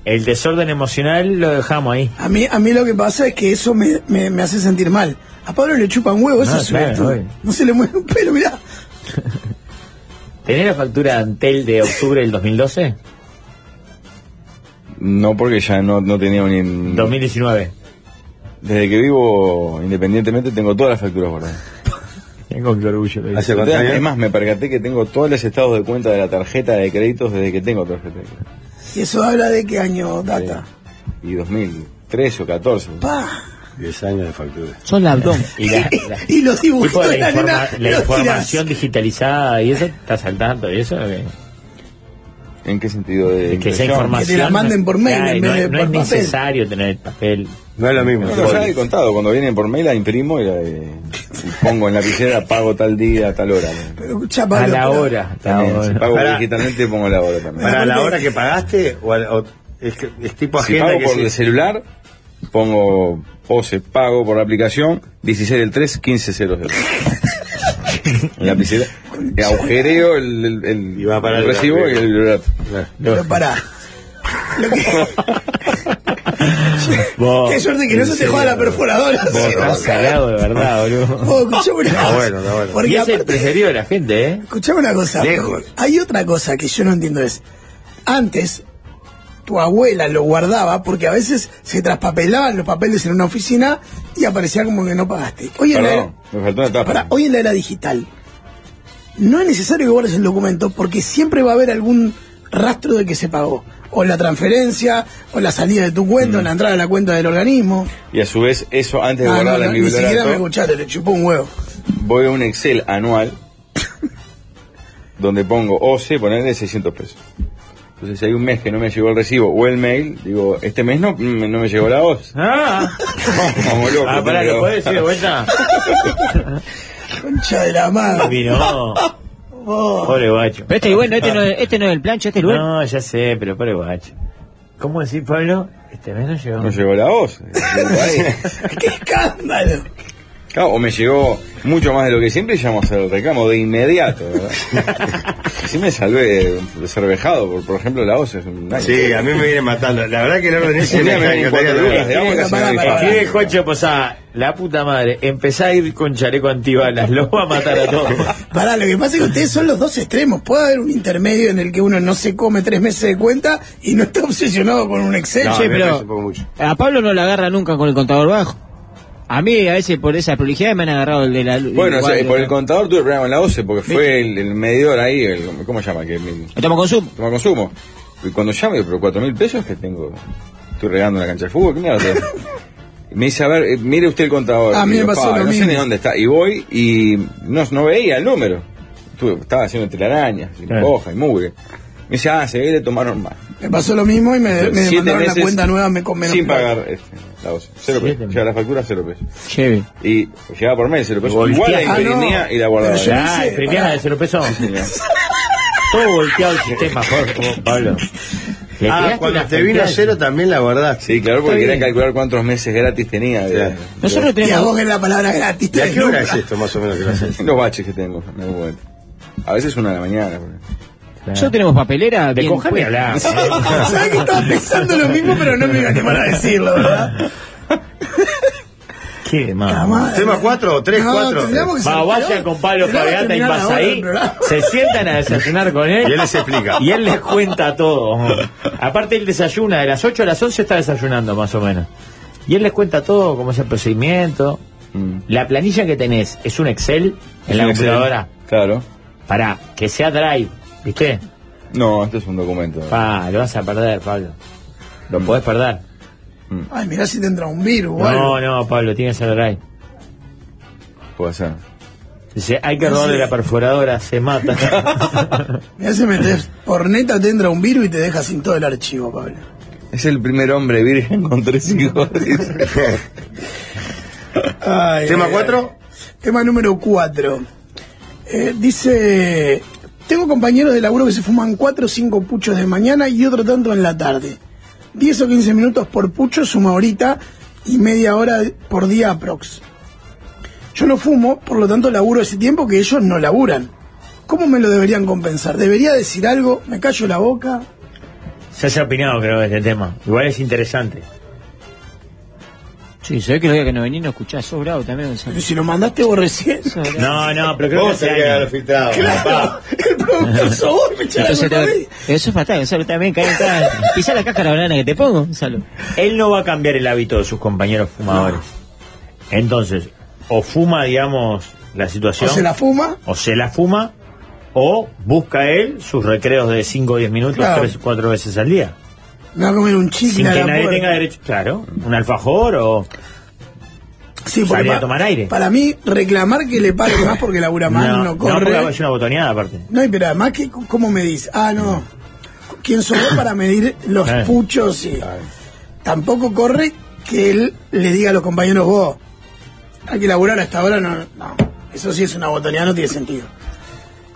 El desorden emocional lo dejamos ahí.
A mí, a mí lo que pasa es que eso me, me- me hace sentir mal. A Pablo le chupan huevo, eso
No,
es
claro,
suerte.
obvio.
No se le mueve un pelo, mirá.
¿Tenés la factura de Antel de octubre del 2012?
No, porque ya no, no tenía ni...
2019.
Desde que vivo independientemente tengo todas las facturas guardadas.
Tengo que orgullo. lo digo.
Hace cuántos años. Es más, me percaté que tengo todos los estados de cuenta de la tarjeta de créditos desde que tengo tarjeta de crédito.
Y eso habla de qué año data.
Y 2013 o 14.
10 años de factura.
Son la abdón.
Y, la- la-
Y los
tipo,
dibujitos
la,
de la
informa-
nena.
la
los tirás.
información digitalizada y eso está saltando y eso eh,
¿En qué sentido? De,
que esa
impresión?
información no- Claro, no, es- no es necesario tener el papel
No es lo mismo.
Por-
ya he contado, cuando vienen por mail la imprimo y la eh, y pongo en la lapicera, pago tal día, tal hora.
Ah,
Pero escuchá, Pablo, pero-
También, si pago
Para-
digitalmente pongo la hora también.
¿Para la hora que pagaste? O, al- o- es, que- es tipo
Si
agenda
pago
que
por
sí.
el celular, pongo pose, pago por la aplicación, 16 del 3, 15 ceros. En la lapicera, eh, agujereo el, el, el-
para
el
el-
recibo y el liberato.
Pero pará. Lo que-
Vos,
Qué suerte que no
Oh, en
se te
serio,
juega la
boludo.
perforadora.
Vos estás salado de verdad,
Oh,
boludo.
escuchame una cosa. Porque
y es el
aparte-
preferido de la gente, ¿eh?
Escuchame una cosa.
Lejos.
Hay otra cosa que yo no entiendo es. Antes, tu abuela lo guardaba porque a veces se traspapelaban los papeles en una oficina y aparecía como que no pagaste. Hoy en, la era,
Perdón, me faltó una tapa.
pará, hoy en la era digital, no es necesario que guardes el documento porque siempre va a haber algún rastro de que se pagó. O la transferencia, o la salida de tu cuenta, o la entrada a la cuenta del organismo.
Y a su vez, eso antes Mm. de
Ah,
guardar
no,
la
no, ni siquiera me escuchaste, le chupó un huevo.
voy a un Excel anual donde pongo OCE, ponerle 600 pesos. Entonces, si hay un mes que no me llegó el recibo o el mail, digo, este mes no, mm, no me llegó la OCE.
Ah,
Como loco.
ah pará, ¿lo podés decir de vuelta?
Concha de la madre.
Vino. Pobre guacho.
Pero este es bueno, este no es, este no es el plancho, este es el bueno.
No, ya sé, pero pobre guacho. ¿Cómo decís, Pablo? Este mes no llegó.
No llegó la OCE.
¡Qué escándalo!
Claro, o me llegó mucho más de lo que siempre y llamo a hacer el reclamo de inmediato. ¿verdad? Así me salvé de ser vejado, por, por ejemplo, la OCE. es un daño.
Sí, a mí me viene matando. La verdad que el orden es
Un día me
Este
vienen
año.
cuatro lucas de agua y la señora dice,
Escribe Juancho Posada, la puta madre, empezá a ir con chaleco antibalas, los va a matar a todos.
Pará, lo que pasa es que ustedes son los dos extremos. Puede haber un intermedio en el que uno no se come tres meses de cuenta y no está obsesionado con un Excel.
Sí, pero a Pablo no lo agarra nunca con el contador bajo. A mí a veces por esas prolijidades me han agarrado el de la el
Bueno, o sea,
cuadro,
por el
¿no?
contador tuve problema con la OCE porque fue el, el medidor ahí, el, ¿cómo se llama? Que, el,
El Toma consumo.
Toma consumo. Y cuando llamo, digo, pero cuatro mil pesos que tengo. Estoy regando una cancha de fútbol, ¿qué mierda? tengo? Y Me dice, a ver, eh, mire usted el contador.
A mí
Y digo,
me pasó
"Pa,
lo
No sé
mismo".
ni dónde está. Y voy y no, no veía el número. Estuve- estaba haciendo telarañas, y
Claro.
hoja y mugre. Me dice, ah, se ve, le tomaron más.
Me pasó lo mismo y me, me
Siete
mandaron una
meses
cuenta nueva me con menos
Sin
plata.
pagar este, la OCE. Cero
Siete
pesos. Llega la factura, cero pesos.
Chévere.
Y llegaba por mail, cero pesos. Igual la
Volteaba.
imprimía
Ah, no.
y la guardaba.
Pero yo no Ah, sé, imprimía pará. la de cero pesos.
Sí, señor.
Todo volteado el sistema, por favor, Pablo. Le
Ah,
tiraste
cuando
una
te vino
frontal.
a cero también la guardaste.
Sí, claro, porque
Está
querían
bien.
calcular cuántos meses gratis tenía. de- de-
Nosotros
Y a
tenemos.
vos que la palabra gratis.
¿Y a
te
qué hora
deslumbra.
es esto, más o menos, que lo haces? Los baches que tengo, me doy cuenta. A veces una de la mañana.
Nosotros tenemos papelera.
De coger
pues.
ni hablar.
¿eh? Sabés que estaba pensando lo mismo, pero no me gané para decirlo, ¿verdad?
Qué
madre.
Tema 4 o 3,
No,
4.
tendríamos que ser
Va, vayan
peor.
con Pablo
Tendríamos que
Fabiata y
terminar ahora el
Pasaí,
programa.
se sientan a desayunar con él.
Y él les explica.
Y él les cuenta todo. Aparte, él desayuna, de las 8 a las 11 está desayunando, más o menos. Y él les cuenta todo, cómo es el procedimiento.
Eh. Mm.
La planilla que tenés es un Excel
Es
en la
un Excel,
computadora.
Claro.
Para que sea Drive, ¿viste?
No, este es un documento.
Pa, lo vas a perder, Pablo. Lo podés perder.
Ay, mirá si te entra un virus, o algo.
No, no, Pablo, tiene que ser Drive.
Puede ser.
Dice, hay que robarle la perforadora, se mata.
Mirá si metes por neta te entra un virus y te deja sin todo el archivo, Pablo.
Es el primer hombre virgen con tres hijos.
Ay,
¿Tema
ay,
cuatro?
ay. Tema número 4. dice, tengo compañeros de laburo que se fuman 4 o 5 puchos de mañana y otro tanto en la tarde. 10 o 15 minutos por pucho suma horita y media hora por día aprox. Yo no fumo, por lo tanto laburo ese tiempo que ellos no laburan. ¿Cómo me lo deberían compensar? ¿Debería decir algo? ¿Me callo la boca?
Ya se ha opinado, creo, de este tema. Igual es interesante.
Sí, se ve que lo día que no venís no escuchás, sos bravo también, Gonzalo.
Si lo mandaste vos recién.
No, no, pero creo
Vos
que hace
tenés que
años.
haberlo filtrado.
Claro, el productor sos vos, me echás la
Entonces
culpa a
te-
mí.
eso es fatal, Gonzalo, también cae Pisa la cáscara banana que te pongo, Gonzalo.
Él no va a cambiar el hábito de sus compañeros fumadores. Entonces, o fuma, digamos, la
O
situación,
se la fuma.
o se la fuma, o busca él sus recreos de 5 o 10 minutos,
Claro.
3 o 4 veces al día.
Me va a comer un
Sin
chicle a
que
la
nadie
puerta.
tenga derecho, claro, un alfajor o
Sí, porque
salir a
pa-
tomar aire.
Para mí, reclamar que le paguen más porque labura más no, corre.
porque
No,
es una botoneada aparte.
y pero además, que ¿cómo me dice? Ah, no. ¿Quién soy yo para medir los
Claro.
puchos? Y... Tampoco corre que él le diga a los compañeros, vos, hay que laburar hasta ahora, no. no. Eso sí es una botoneada, no tiene sentido.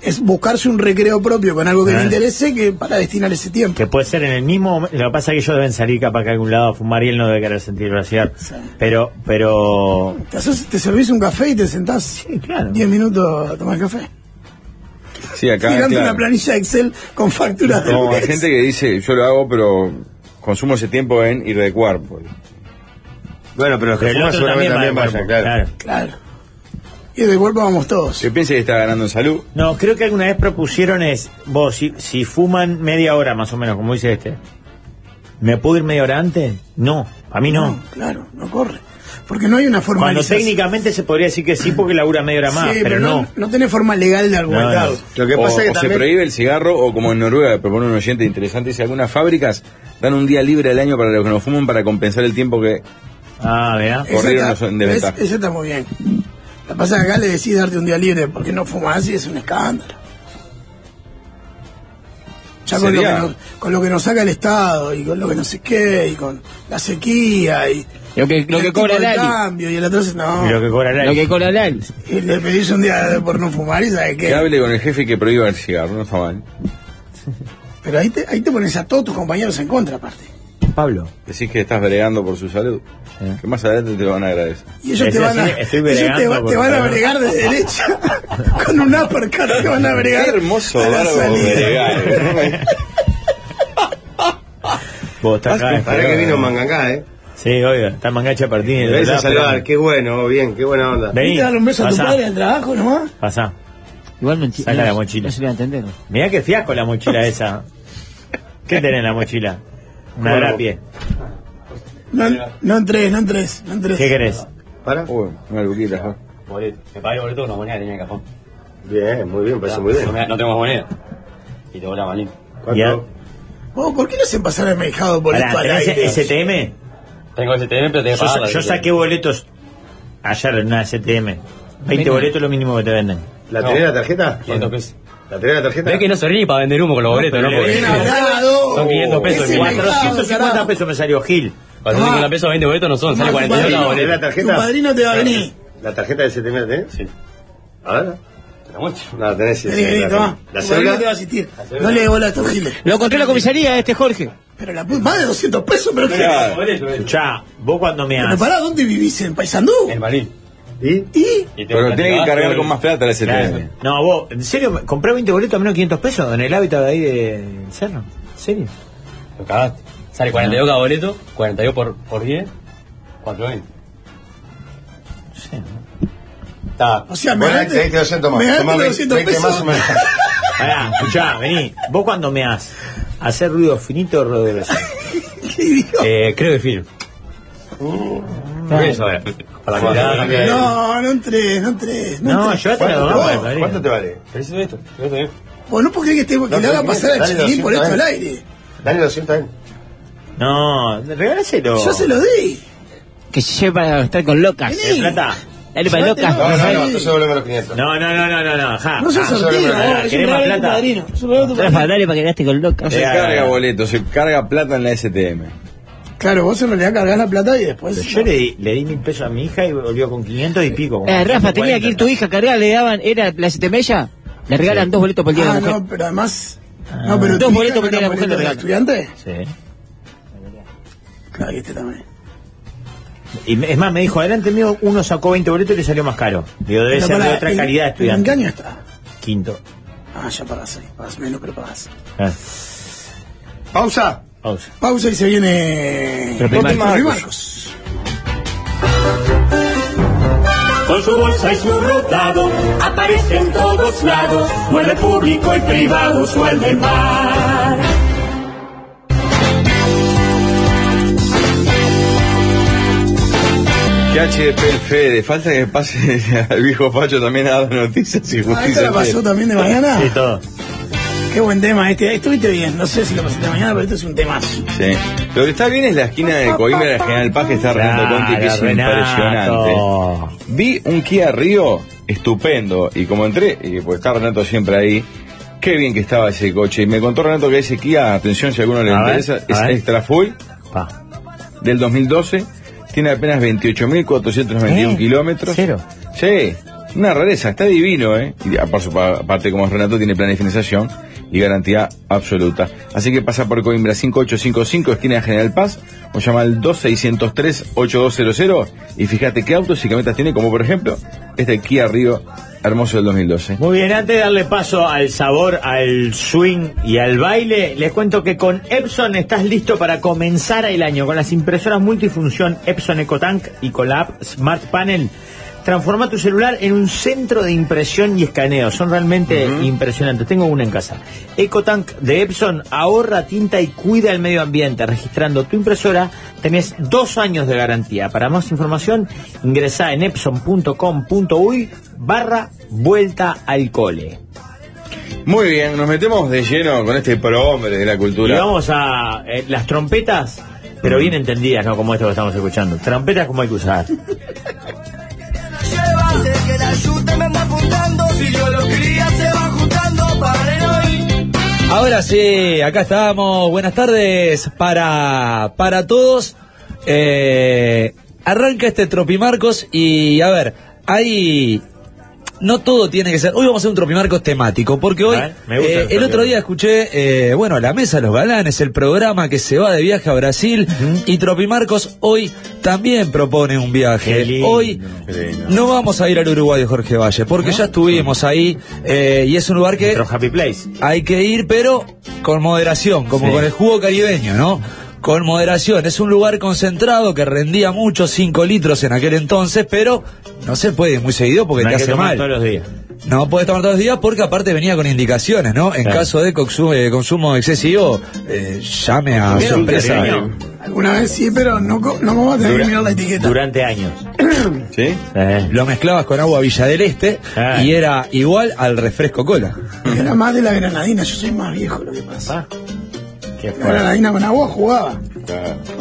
Es buscarse un recreo propio con algo que le
Claro.
interese que para destinar ese tiempo.
Que puede ser en el mismo momento. Lo que pasa es que ellos deben salir capaz que a algún lado a fumar y él no debe querer sentir gracia. Pero, pero.
Te, haces- te servís un café y te sentás 10 minutos a tomar café.
Sí, acá.
Mirando
claro.
una planilla de Excel con facturas de
No, hay
mes.
gente que dice, yo lo hago, pero consumo ese tiempo en ir de cuerpo.
Bueno, pero los que
Pero el
fuman
otro
seguramente
también
también
va
vayan,
de cuerpo,
claro.
Claro. Y de cuerpo vamos todos.
Se piensa que está ganando en salud.
No, creo que alguna vez propusieron es, vos, si, si fuman media hora más o menos, como dice este, ¿me puedo ir media hora antes? No, a mí no.
Claro, no corre. Porque no hay una
Cuando
formalización.
técnicamente se podría decir que sí porque labura media hora más,
Sí,
pero, no.
no. tenés forma legal de argumentado.
Lo que
o,
pasa es que
o
también-
se prohíbe el cigarro, o como en Noruega, propone un oyente interesante, dice, algunas fábricas dan un día libre al año para los que no fuman para compensar el tiempo que
Ah, vea.
Eso
corrieron
está-
en
es-
desventaja.
Eso está muy bien. Lo que pasa es que acá le decís darte un día libre porque no fumás y es un escándalo. Ya con lo, que
Sería-
nos, con lo que nos saca el Estado y con lo que no sé qué y con la sequía y
Lo que, lo
el
que
tipo
cobra
de
Lali.
cambio y el atraso, no.
Y lo que cobra la
Lo que cobra Lali.
Y le pedís un día por no fumar y sabes
Que
qué.
hable con el jefe y que prohíba el cigarro, no está mal.
Pero ahí te, ahí te pones a todos tus compañeros en contra, aparte.
Pablo.
Decís que estás bregando por su salud. Que más adelante te lo van a agradecer.
Y ellos
Es
te van a,
decir, estoy
ellos te
bregando
va- te
por-
van a bregar de derecha con un uppercut te van a bregar.
Qué hermoso
a la
verbo
salida.
bregar.
Vos estás acá.
Para que vino Mangangá, ¿eh?
Sí, oiga, está mangacha a partir
Me ves a saludar, qué bueno, bien, qué buena onda.
Vení,
¿Y te dan un beso a tu
pasá,
padre en el trabajo nomás?
pasá.
Igual no entiendo.
Saca la mochila.
No se le va a entender.
Mirá qué fiasco la mochila esa. ¿Qué tenés en la mochila? Una
Bueno.
grapie.
No, no entres, no entres, no entres.
¿Qué querés?
¿Para?
Uy, una luquita. ¿no?
Boleto. Me pagué el boleto con una moneda que tenía en el cajón.
Bien, muy bien, parece muy bien.
No, me- no tenemos moneda. Y te cobraba Malín.
Y a-
¿Cuánto?
Vos, ¿Por qué no se pasaron el mejado por
Pará,
esto al
¿tenés STM?
aire?
Tengo ese TM, pero tenía que
Yo, sa-
pagarla.
yo saqué boletos ayer en una STM. 20
Venga.
boletos es lo mínimo que te venden.
¿La
No.
tenés la tarjeta?
500 pesos.
¿La tenés la tarjeta?
Ves que no sonríe para vender humo con los boletos, ¿no?
pero le
Porque-
Bien hablado.
Son 500 pesos,
Ese
mi
mejado,
450
tarado.
pesos me salió Gil.
Cuando
Tomá.
50 pesos 20 boletos no son, sale
Tomá, tu
42 cada
padrino.
boleto.
¿Tenés la tarjeta?
Tu padrino te va a venir.
¿La tarjeta del 70 la tenés?
Sí.
A ver.
Te la muestro.
No, la tenés. sí,
Vení,
sí,
vení,
la
toma.
tenés.
Tu
¿La
padrino te va a
cédula?
asistir. No le dé bola a estos giles.
Lo encontré en la comisaría este Jorge.
Pero la puta, más de 200 pesos, pero qué.
Claro.
Escuchá, vos cuando me
Pero
has.
pará, ¿dónde vivís? ¿En Paysandú?
El Malín.
¿Y?
¿Y?
Y te-
Pero tiene que
te-
cargar con más plata la STM.
No, vos, ¿en serio? ¿Compré 20 boletos a menos de 500 pesos en el hábitat de ahí de Cerro? ¿En serio?
Lo cagaste. Sale 42 cada boleto, 42 por, por 10, 420.
Está.
O sea,
me Bueno, ganaste- tenés que 200 más. me ganaste Tomá 200 20 pesos. más o menos.
Pará, escuchá, vení. Vos cuando me has hacer ruido finito o ruido grueso.
Eh, creo que fino. Grueso ahora. Para la mirada también.
No, no entres, no entres. No, entres.
¿Cuánto te vale?
Preciso esto.
Vos pues no porque que, te, que
No,
le haga
pero
pasar a
dale
Chiquilín por
200
esto al
a él.
aire.
Dale ¿eh? 200 a él.
No, regálaselo.
Yo se lo di.
Que se lleve para estar con locas.
Vení. Plata.
Dale para locas.
No, no, no, entonces volvemos a los 500.
No, no, no, no, no, no. Ja,
No seas
ja,
sortero,
ja, ja,
es un
¿Querés más
regalo de tu
plata?
padrino. Rafa, dale para que quedaste con
No
locas.
Eh,
se carga boleto, se carga plata en la STM.
Claro, vos en realidad cargás la plata y después.
Yo le, di- le di mil pesos a mi hija y volvió con 500 y pico. con
Eh, Rafa, tenía
40.
que ir tu hija cargada, le daban, era la setemella, le regalan dos boletos por el día
Ah,
de la mujer.
no, pero además. No, pero
dos
¿tu
boletos
hija
por el día de la
gana
mujer le
boletos de
regalan.
estudiante?
Sí.
Claro, y este también.
Y me- es más, me dijo, adelante mío, uno sacó 20 boletos y le salió más caro. Digo, debe
Pero
ser de
pará,
otra
¿en-
calidad de
¿En qué
estudiante.
año está?
Quinto.
Ah, ya pagás ahí. Pagás menos, pero pagás.
Ah.
Pausa.
Pausa.
Pausa y se viene.
Pero
Bote
primero-
Torre Marcos.
Con su bolsa y su rodado aparece en todos lados, muerde público y privado, suelde mar.
Que HDP el Fede, E falta que pase al viejo Facho también a dar noticias y
Ah, ¿esta
justicia.
la pasó también de mañana?
Sí,
todo.
Qué buen tema este. Estuviste bien. No sé si lo pasaste de mañana, pero este es un tema.
Sí. Lo que está bien es la esquina de Coimbra de General Paz que está Renato
Claro,
Conti, que es
Renato.
impresionante. Vi un Kia Río estupendo y como entré, y pues está Renato siempre ahí, qué bien que estaba ese coche. Y me contó Renato que ese Kia, atención si a alguno le
A ver,
interesa, es
a ver.
Extra Full del 2012, tiene apenas 28.421
¿Eh?
kilómetros. Sí, una rareza, está divino, ¿eh? Y a- por su pa- aparte, como es Renato, tiene plan de financiación y garantía absoluta. Así que pasa por Coimbra 5855, esquina de General Paz, o llama al 2603-8200 y fíjate qué autos y camionetas tiene, como por ejemplo este Kia Río hermoso del 2012.
Muy bien, antes de darle paso al sabor, al swing y al baile, les cuento que con Epson estás listo para comenzar el año. Con las impresoras multifunción Epson EcoTank y con la app Smart Panel, transforma tu celular en un centro de impresión y escaneo. Son realmente impresionantes. Tengo una en casa. EcoTank de Epson ahorra tinta y cuida el medio ambiente. Registrando tu impresora, tenés dos años de garantía. Para más información, ingresá en epson.com.uy barra vuelta al cole.
Muy bien, nos metemos de lleno con este prohombre de la
Y
cultura.
vamos a eh, las trompetas, pero bien entendidas, ¿no? Como esto que estamos escuchando. Trompetas como hay que usar.
que la yuta me anda apuntando, si yo lo cría se va juntando, paren hoy.
Ahora sí, acá estamos. Buenas tardes para, para todos. Eh, arranca este Tropimarcos y a ver, hay... No todo tiene que ser. Hoy vamos a hacer un Tropimarcos temático, porque hoy,
A ver, me gusta
eh,
el
el otro
Tropimarcos.
día escuché, eh, bueno, a La Mesa de los Galanes, el programa que se va de viaje a Brasil, y Tropimarcos hoy también propone un viaje. Hoy no vamos a ir al Uruguay, Jorge Valle, porque ya estuvimos ahí eh, y es un lugar que
happy place.
hay que ir, pero con moderación, como
Sí.
con el jugo caribeño, ¿no? Con moderación. Es un lugar concentrado que rendía mucho, 5 litros en aquel entonces, pero no se puede ir muy seguido porque
No
te
hay que
hace
tomar
mal.
todos los días.
No puedes tomar todos los días porque aparte venía con indicaciones, ¿no? En
Claro.
caso de consu- eh, consumo excesivo, eh, llame a su
Consumidor
empresa.
caribeño. Alguna vez sí, pero no, co- no vamos a tener
Dura-
que mirar la etiqueta.
Durante años. Eh,
¿Sí?
Lo mezclabas con agua Villa del Este y era igual al refresco cola.
Era más de la granadina, yo soy más viejo lo que pasa. la granadina con agua jugaba.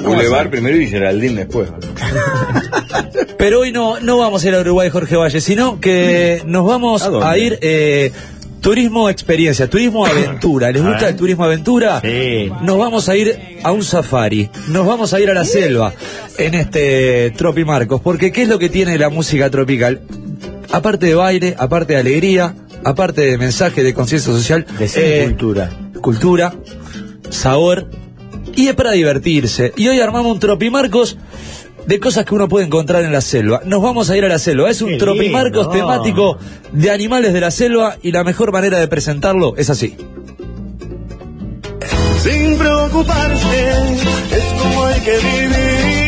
Boulevard primero y Geraldín después.
Pero hoy no, no vamos a ir a Uruguay, Jorge Valle, sino que nos vamos
¿A dónde?
a, ir eh, turismo experiencia, turismo aventura. ¿Les
A
gusta
ver.
el turismo aventura? Nos vamos a ir a un safari, nos vamos a ir a la selva en este Tropi Marcos, porque ¿qué es lo que tiene la música tropical? Aparte de baile, aparte de alegría, aparte de mensaje de conciencia social,
Decime
eh,
cultura.
cultura, sabor y es para divertirse. Y hoy armamos un tropimarcos de cosas que uno puede encontrar en la selva. Nos vamos a ir a la selva. Es un
lindo.
tropimarcos temático de animales de la selva y la mejor manera de presentarlo es así.
Sin preocuparse, es como hay que vivir.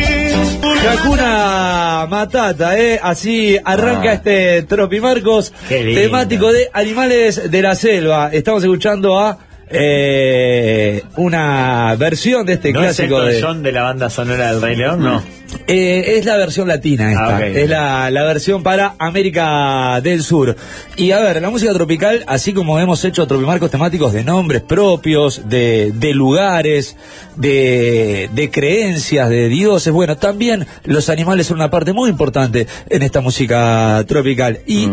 Hakuna Matata, ¿eh? Así arranca
Ah.
este Tropimarcos
lindo.
temático de animales de la selva. Estamos escuchando a eh, una versión de este
¿No es
clásico
Elton
de...
John de la banda sonora del Rey León? No.
Eh, es la versión latina esta.
Ah, ok.
Es la, la versión para América del Sur. Y a ver, la música tropical, así como hemos hecho tropimarcos temáticos de nombres propios, de, de lugares, de, de creencias, de dioses, bueno, también los animales son una parte muy importante en esta música tropical. Y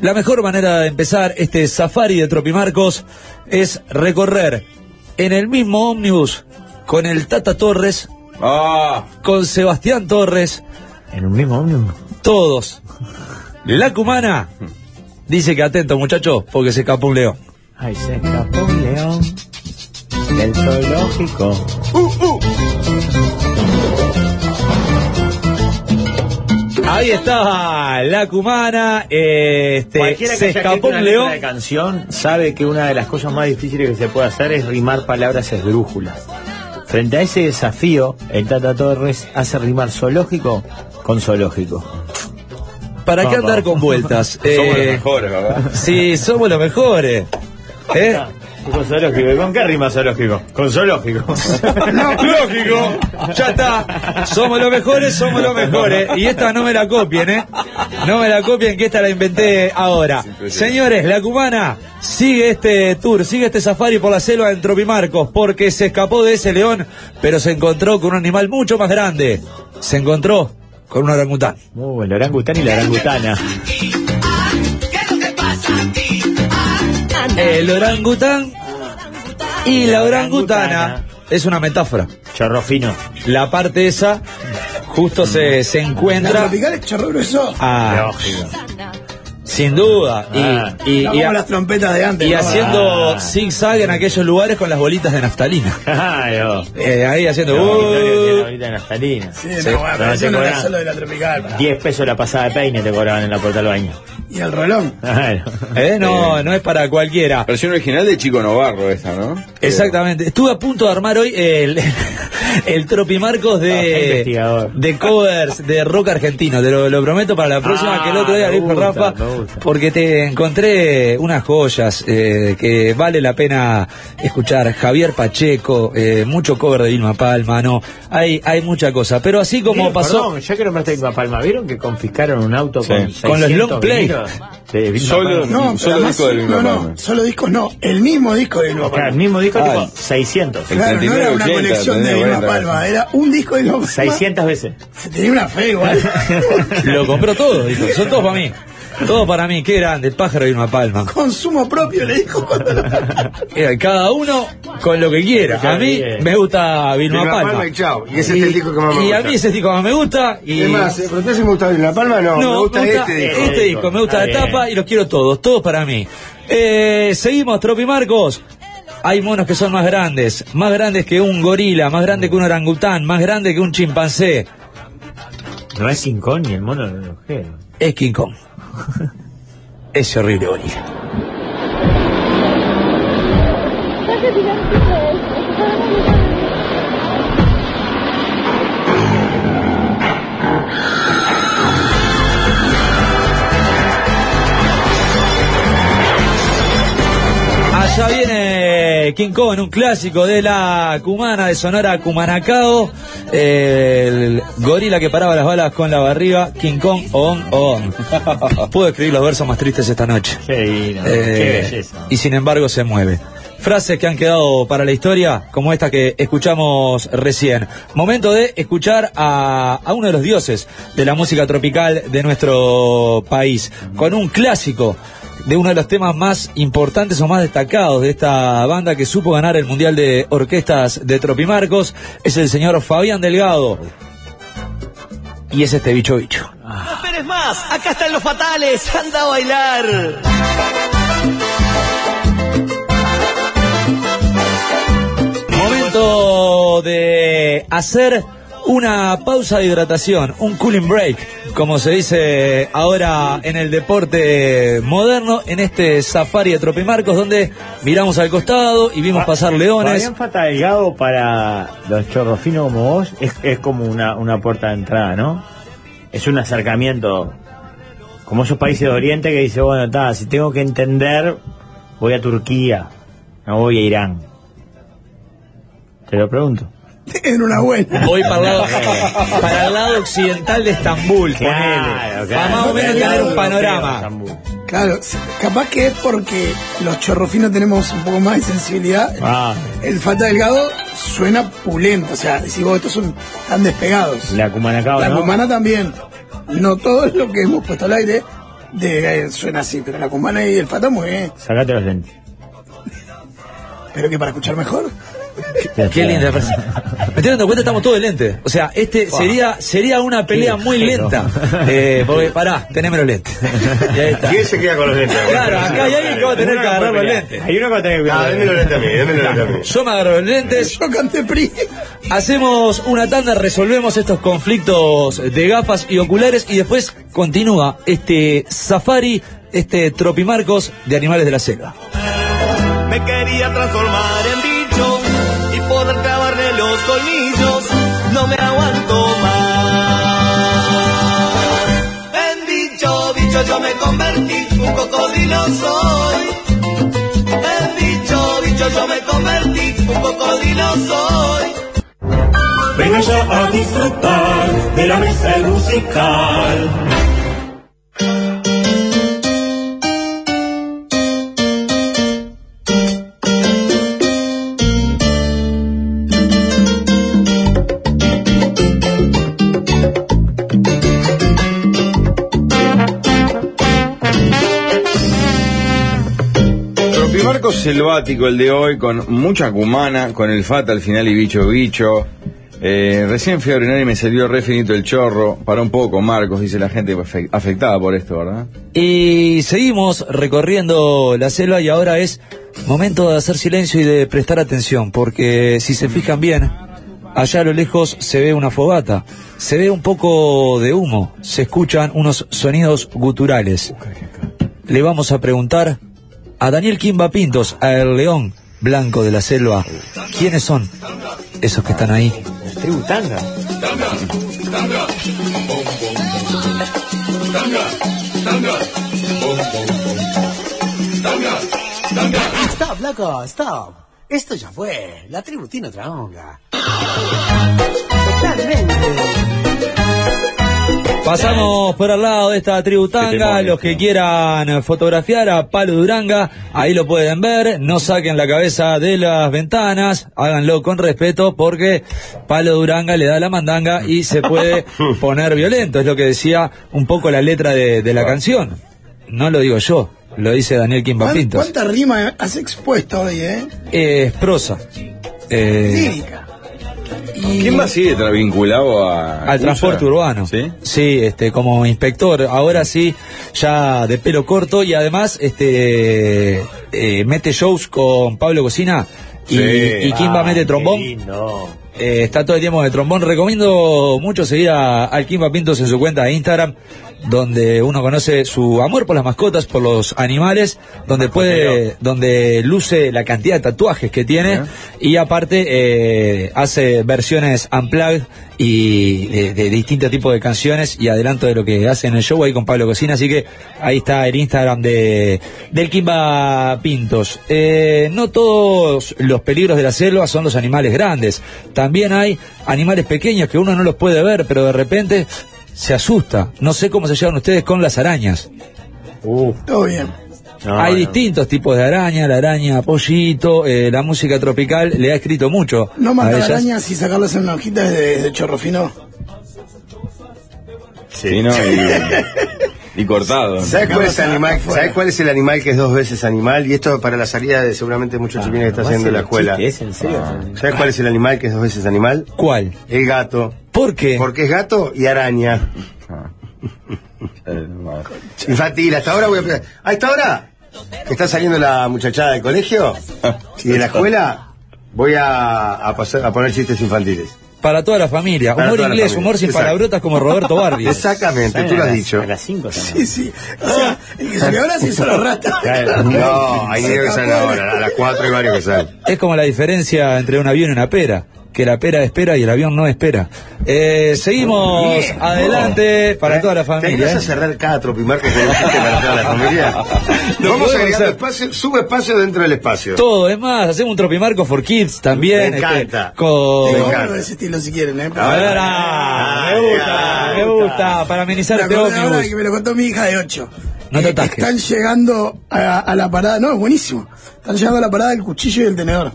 la mejor manera de empezar este safari de tropimarcos es recorrer en el mismo ómnibus con el Tata Torres con Sebastián Torres.
¿En un mismo ómnibus?
Todos. La cumana dice que atento, muchachos, porque se escapó un león.
Ay, se escapó un león del zoológico.
Ahí está la cumana. eh, este,
Cualquiera que
se
haya
escapó
escrito una
un
letra
león.
de canción sabe que una de las cosas más difíciles que se puede hacer es rimar palabras esdrújulas. Frente a ese desafío, el Tata Torres hace rimar zoológico con zoológico.
¿Para qué
Vamos.
andar con vueltas? Eh,
Somos los
mejores, ¿verdad?
Sí, somos los mejores. ¿Eh?
Con zoológico. ¿Con qué rima zoológico? Con zoológico.
Lógico, ya está. Somos los mejores, somos los mejores. Y esta no me la copien, ¿eh? No me la copien, que esta la inventé ahora. Señores, la cubana sigue este tour, sigue este safari por la selva en Tropimarcos, porque se escapó de ese león, pero se encontró con un animal mucho más grande. Se encontró con un orangután.
Muy bueno, orangután y la orangutana.
El orangután y la orangutana es una metáfora.
Chorro fino.
La parte esa justo se, se encuentra.
La tropical es chorro grueso.
Ah, Sin duda. Y,
Ah.
y- y-
Está como las trompetas de antes.
y
¿no?
haciendo zigzag en aquellos lugares con las bolitas de naftalina.
oh.
Eh, ahí haciendo.
No,
"Uh".
Vittorio tiene ahorita naftalina.
Sí, no, bueno, pero
No,
eso
te
no era
cobran
solo de la tropical. pa.
10 pesos la pasada de peine te cobraban en la puerta del baño.
Y el rolón.
Eh, no, no es para cualquiera.
Versión original de Chico Novarro esta, ¿no?
Exactamente. Estuve a punto de armar hoy el, el tropimarcos de, de covers de rock argentino. Te lo, lo prometo para la próxima
Ah,
que el otro día
me
hablé con
gusta,
Rafa.
me gusta.
Porque te encontré unas joyas eh, que vale la pena escuchar. Javier Pacheco, eh, mucho cover de Vilma Palma, no. Hay, hay mucha cosa. Pero así como
¿Vieron?
pasó.
Perdón, ya que nombraste a Vilma Palma, ¿vieron que confiscaron un auto con
Sí. Con los
600
long play.
vinilos de Vilma Palma?
no, pero además- no, no, solo discos no, el mismo disco de Vilma
Claro,
Palma.
el mismo disco, tipo 600.
Claro, no era una colección de Vilma Palma, era un disco de Vilma Palma.
600 veces.
Tenía una fe igual.
Lo compró todo, dijo. Son todos para mí. Todos para mí. Qué grande. El pájaro Vilma Palma.
Consumo propio, le dijo.
Eh, Cada uno con lo que quiera.
Ya
A mí
bien.
me gusta Vilma,
Vilma
Palma.
Palma y chao. Y ese es el disco que más me
y
gusta.
a mí ese disco más me gusta. Y
Es más, eh, ¿pero te hace me gusta Vilma Palma? No, me gusta, este disco.
disco, me gusta la
Está
tapa y los quiero todos, todos para mí. Eh, seguimos, Tropi Marcos. Hay monos que son más grandes, más grandes que un gorila, más grande que un orangután, más grande que un chimpancé.
No es King Kong ni el mono de los genes.
Es King Kong. Ese horrible gorila. Allá viene King Kong, un clásico de la cumana de Sonora Cumanacao. El gorila que paraba las balas con la barriga, King Kong on on. Puedo escribir los versos más tristes esta noche.
Qué divino,
Eh,
qué belleza.
Y sin embargo se mueve. Frases que han quedado para la historia, como esta que escuchamos recién. Momento de escuchar a, a uno de los dioses de la música tropical de nuestro país, con un clásico de uno de los temas más importantes o más destacados de esta banda que supo ganar el Mundial de Orquestas de Tropimarcos, es el señor Fabián Delgado. Y es este bicho bicho.
No esperes más, acá están los fatales, anda a bailar.
Momento de hacer una pausa de hidratación, un cooling break, como se dice ahora en el deporte moderno, en este safari de Tropimarcos, donde miramos al costado y vimos pasar leones.
Fabián Fata Delgado para los chorros finos como vos es, es como una, una puerta de entrada, ¿no? Es un acercamiento. Como esos países de Oriente que dice, bueno, está, si tengo que entender, voy a Turquía, no voy a Irán. Te lo pregunto.
En una buena.
Voy para el lado, para el lado occidental de Estambul,
Claro,
ponele.
claro.
Para más o menos tener un panorama.
Claro, capaz que es porque los chorrofinos tenemos un poco más de sensibilidad.
Ah,
El Fata Delgado suena pulento, o sea, decís vos, estos son tan despegados.
la Cumanacao,
La
¿no?
cumana también. No todo lo que hemos puesto al aire de, eh, suena así, pero la cumana y el fata muy bien.
Sacate los lentes.
Pero que para escuchar mejor.
Qué linda frase. Me estoy dando cuenta, estamos todos de lente. O sea, este
Wow.
sería sería una pelea muy
ligero.
lenta. Eh, porque, pará, teneme los lentes. Y ahí está.
¿Quién se queda con los lentes?
Claro, acá hay alguien que va a tener que agarrar los lentes.
Hay uno que va a tener que
Ah, denme los lentes a mí, denme los lentes a mí.
Yo me agarro los lentes.
Yo canté PRI.
Hacemos una tanda, resolvemos estos conflictos de gafas y oculares y después continúa este safari, este tropimarcos de animales de la selva.
Me quería transformar en bicho y poder clavarle los colmillos. No me aguanto más. En bicho, bicho yo me convertí, un cocodrilo soy. En bicho, bicho yo me convertí, un cocodrilo soy.
Ven allá a disfrutar de la mesa musical.
¿eh?
Tropimarco selvático el de hoy, con mucha cumana, con el fata al final y bicho bicho. Eh, recién fui a orinar y me salió re finito el chorro. Para un poco, Marcos, dice la gente afe- afectada por esto, ¿verdad?
Y seguimos recorriendo la selva y ahora es momento de hacer silencio y de prestar atención, porque si se fijan bien, allá a lo lejos se ve una fogata, se ve un poco de humo, se escuchan unos sonidos guturales. Le vamos a preguntar a Daniel Quimba Pintos, a El León Blanco de la Selva, ¿quiénes son esos que están ahí?
Tributanga.
Stop, loco, stop. Esto ya fue. La tribu tiene otra onda.
Pasamos por al lado de esta tributanga, los que quieran eh, fotografiar a Palo Duranga, ahí lo pueden ver, no saquen la cabeza de las ventanas, háganlo con respeto porque Palo Duranga le da la mandanga y se puede poner violento, es lo que decía un poco la letra de, de la canción. No lo digo yo, lo dice Daniel Quimba
¿Cuán-
Pintos.
¿Cuánta rima has expuesto hoy, eh?
Eh, es prosa. Eh,
Lírica.
¿Quién va así de tra- vinculado a-
al transporte urbano. ¿Sí? este, como inspector, ahora sí, ya de pelo corto y además este eh, mete shows con Pablo Cocina y, y Kimba
Ah,
mete
qué
trombón.
lindo.
Eh, está todo el tiempo de trombón. Recomiendo mucho seguir a, al Kimba Pintos en su cuenta de Instagram, donde uno conoce su amor por las mascotas, por los animales, donde puede, donde luce la cantidad de tatuajes que tiene y aparte eh, hace versiones unplugged y de, de distintos tipos de canciones y adelanto de lo que hace en el show ahí con Pablo Cocina. Así que ahí está el Instagram de del Kimba Pintos. Eh, no todos los peligros de la selva son los animales grandes. También hay animales pequeños que uno no los puede ver, pero de repente se asusta. No sé cómo se llevan ustedes con las arañas.
Todo bien.
Hay distintos tipos de araña, la araña pollito, eh, la música tropical le ha escrito mucho.
No
a
matar
ellas.
arañas y sacarlas en una hojita es de, es de chorrofino.
Sí, ¿no? Y, y cortado.
¿Sabes cuál, es el animal, ¿Sabes cuál es el animal que es dos veces animal? Y esto para la salida de seguramente muchos chupines que están haciendo en la escuela.
Ah.
¿Sabes cuál es el animal que es dos veces animal?
¿Cuál?
El gato.
¿Por qué?
Porque es gato y araña.
Eh,
Infantil, hasta ahora voy a... Ah, Hasta ahora que está saliendo la muchachada del colegio y de la escuela, voy a, a pasar- a poner chistes infantiles.
para toda la familia.
Para
humor
toda la
inglés,
familia.
humor sin
Exacto.
palabrotas como Roberto Bardi.
Exactamente, tú lo has dicho.
Sí, sí. O sea, el que salió ahora se hizo la rata.
Eh, No, hay videos que salen ahora, a las 4 hay varios que salen.
Es como la diferencia entre un avión y una pera. Que la pera espera y el avión no espera. Eh, seguimos
Bien. Oh.
adelante para toda la
¿Te
familia.
vas a
¿eh?
cerrar cada tropimar que tenemos que para toda la familia?
Lo
Vamos
podemos
agregando
hacer.
espacio, subespacio dentro del espacio.
Todo, es más, hacemos un tropimarco for kids también. este,
Me encanta.
con-
Tengo uno de ese estilo si quieren, ¿eh?
A ver, ah, me gusta, me gusta, para amenizar
Me
este
acordé ahora
ómnibus.
que me lo contó mi hija de 8.
No te atajes.
Están llegando a, a la parada, no, es buenísimo. Están llegando a la parada del cuchillo y el tenedor.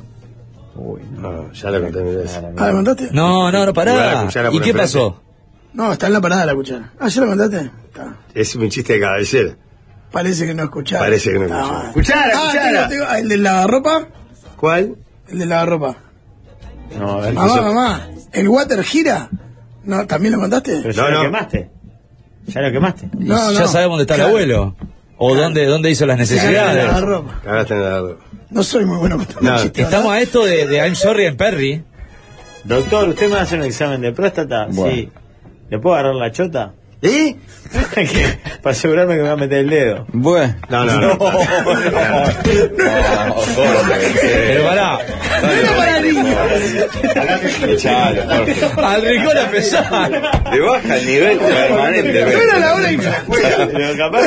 Uy, no, ya lo conté mil veces.
Ah, ¿lo contaste?
No, no, no,
Iba a la
pará.
cuchara
¿Y
por
qué
enfrente.
pasó?
No, está en la parada la cuchara. Ah, ¿ya lo contaste?
Es un chiste de caballero.
Parece que no escuchaste.
Parece que no
Ah,
escuchaste.
vale.
Cuchara,
Ah,
cuchara.
tengo- tengo- ¿El de lavarropa?
¿Cuál?
El de lavarropa.
No, a ver.
Mamá, mamá, ¿el water gira? No, ¿También lo contaste?
Eh,
Pero ya lo quemaste. Ya lo quemaste.
No,
ya
no.
sabemos dónde está
Claro.
el abuelo. O dónde, dónde hizo las
El de
necesidades.
lavarropa.
Ahora está en la ropa.
No soy muy bueno contando
No.
chistes.
Estamos a esto de, de I'm sorry en Perry.
Doctor, ¿usted me hace un examen de próstata?
Bueno.
Sí. ¿Le puedo agarrar la chota?
¿Eh?
¿Qué? Para asegurarme que me va a meter el dedo.
Bueno.
No, no, no.
Pero pará.
Chalo,
Eh.
Jorge.
Al rincón a pesar.
Le baja el nivel permanente.
No era la hora y me la juega.
Pero capaz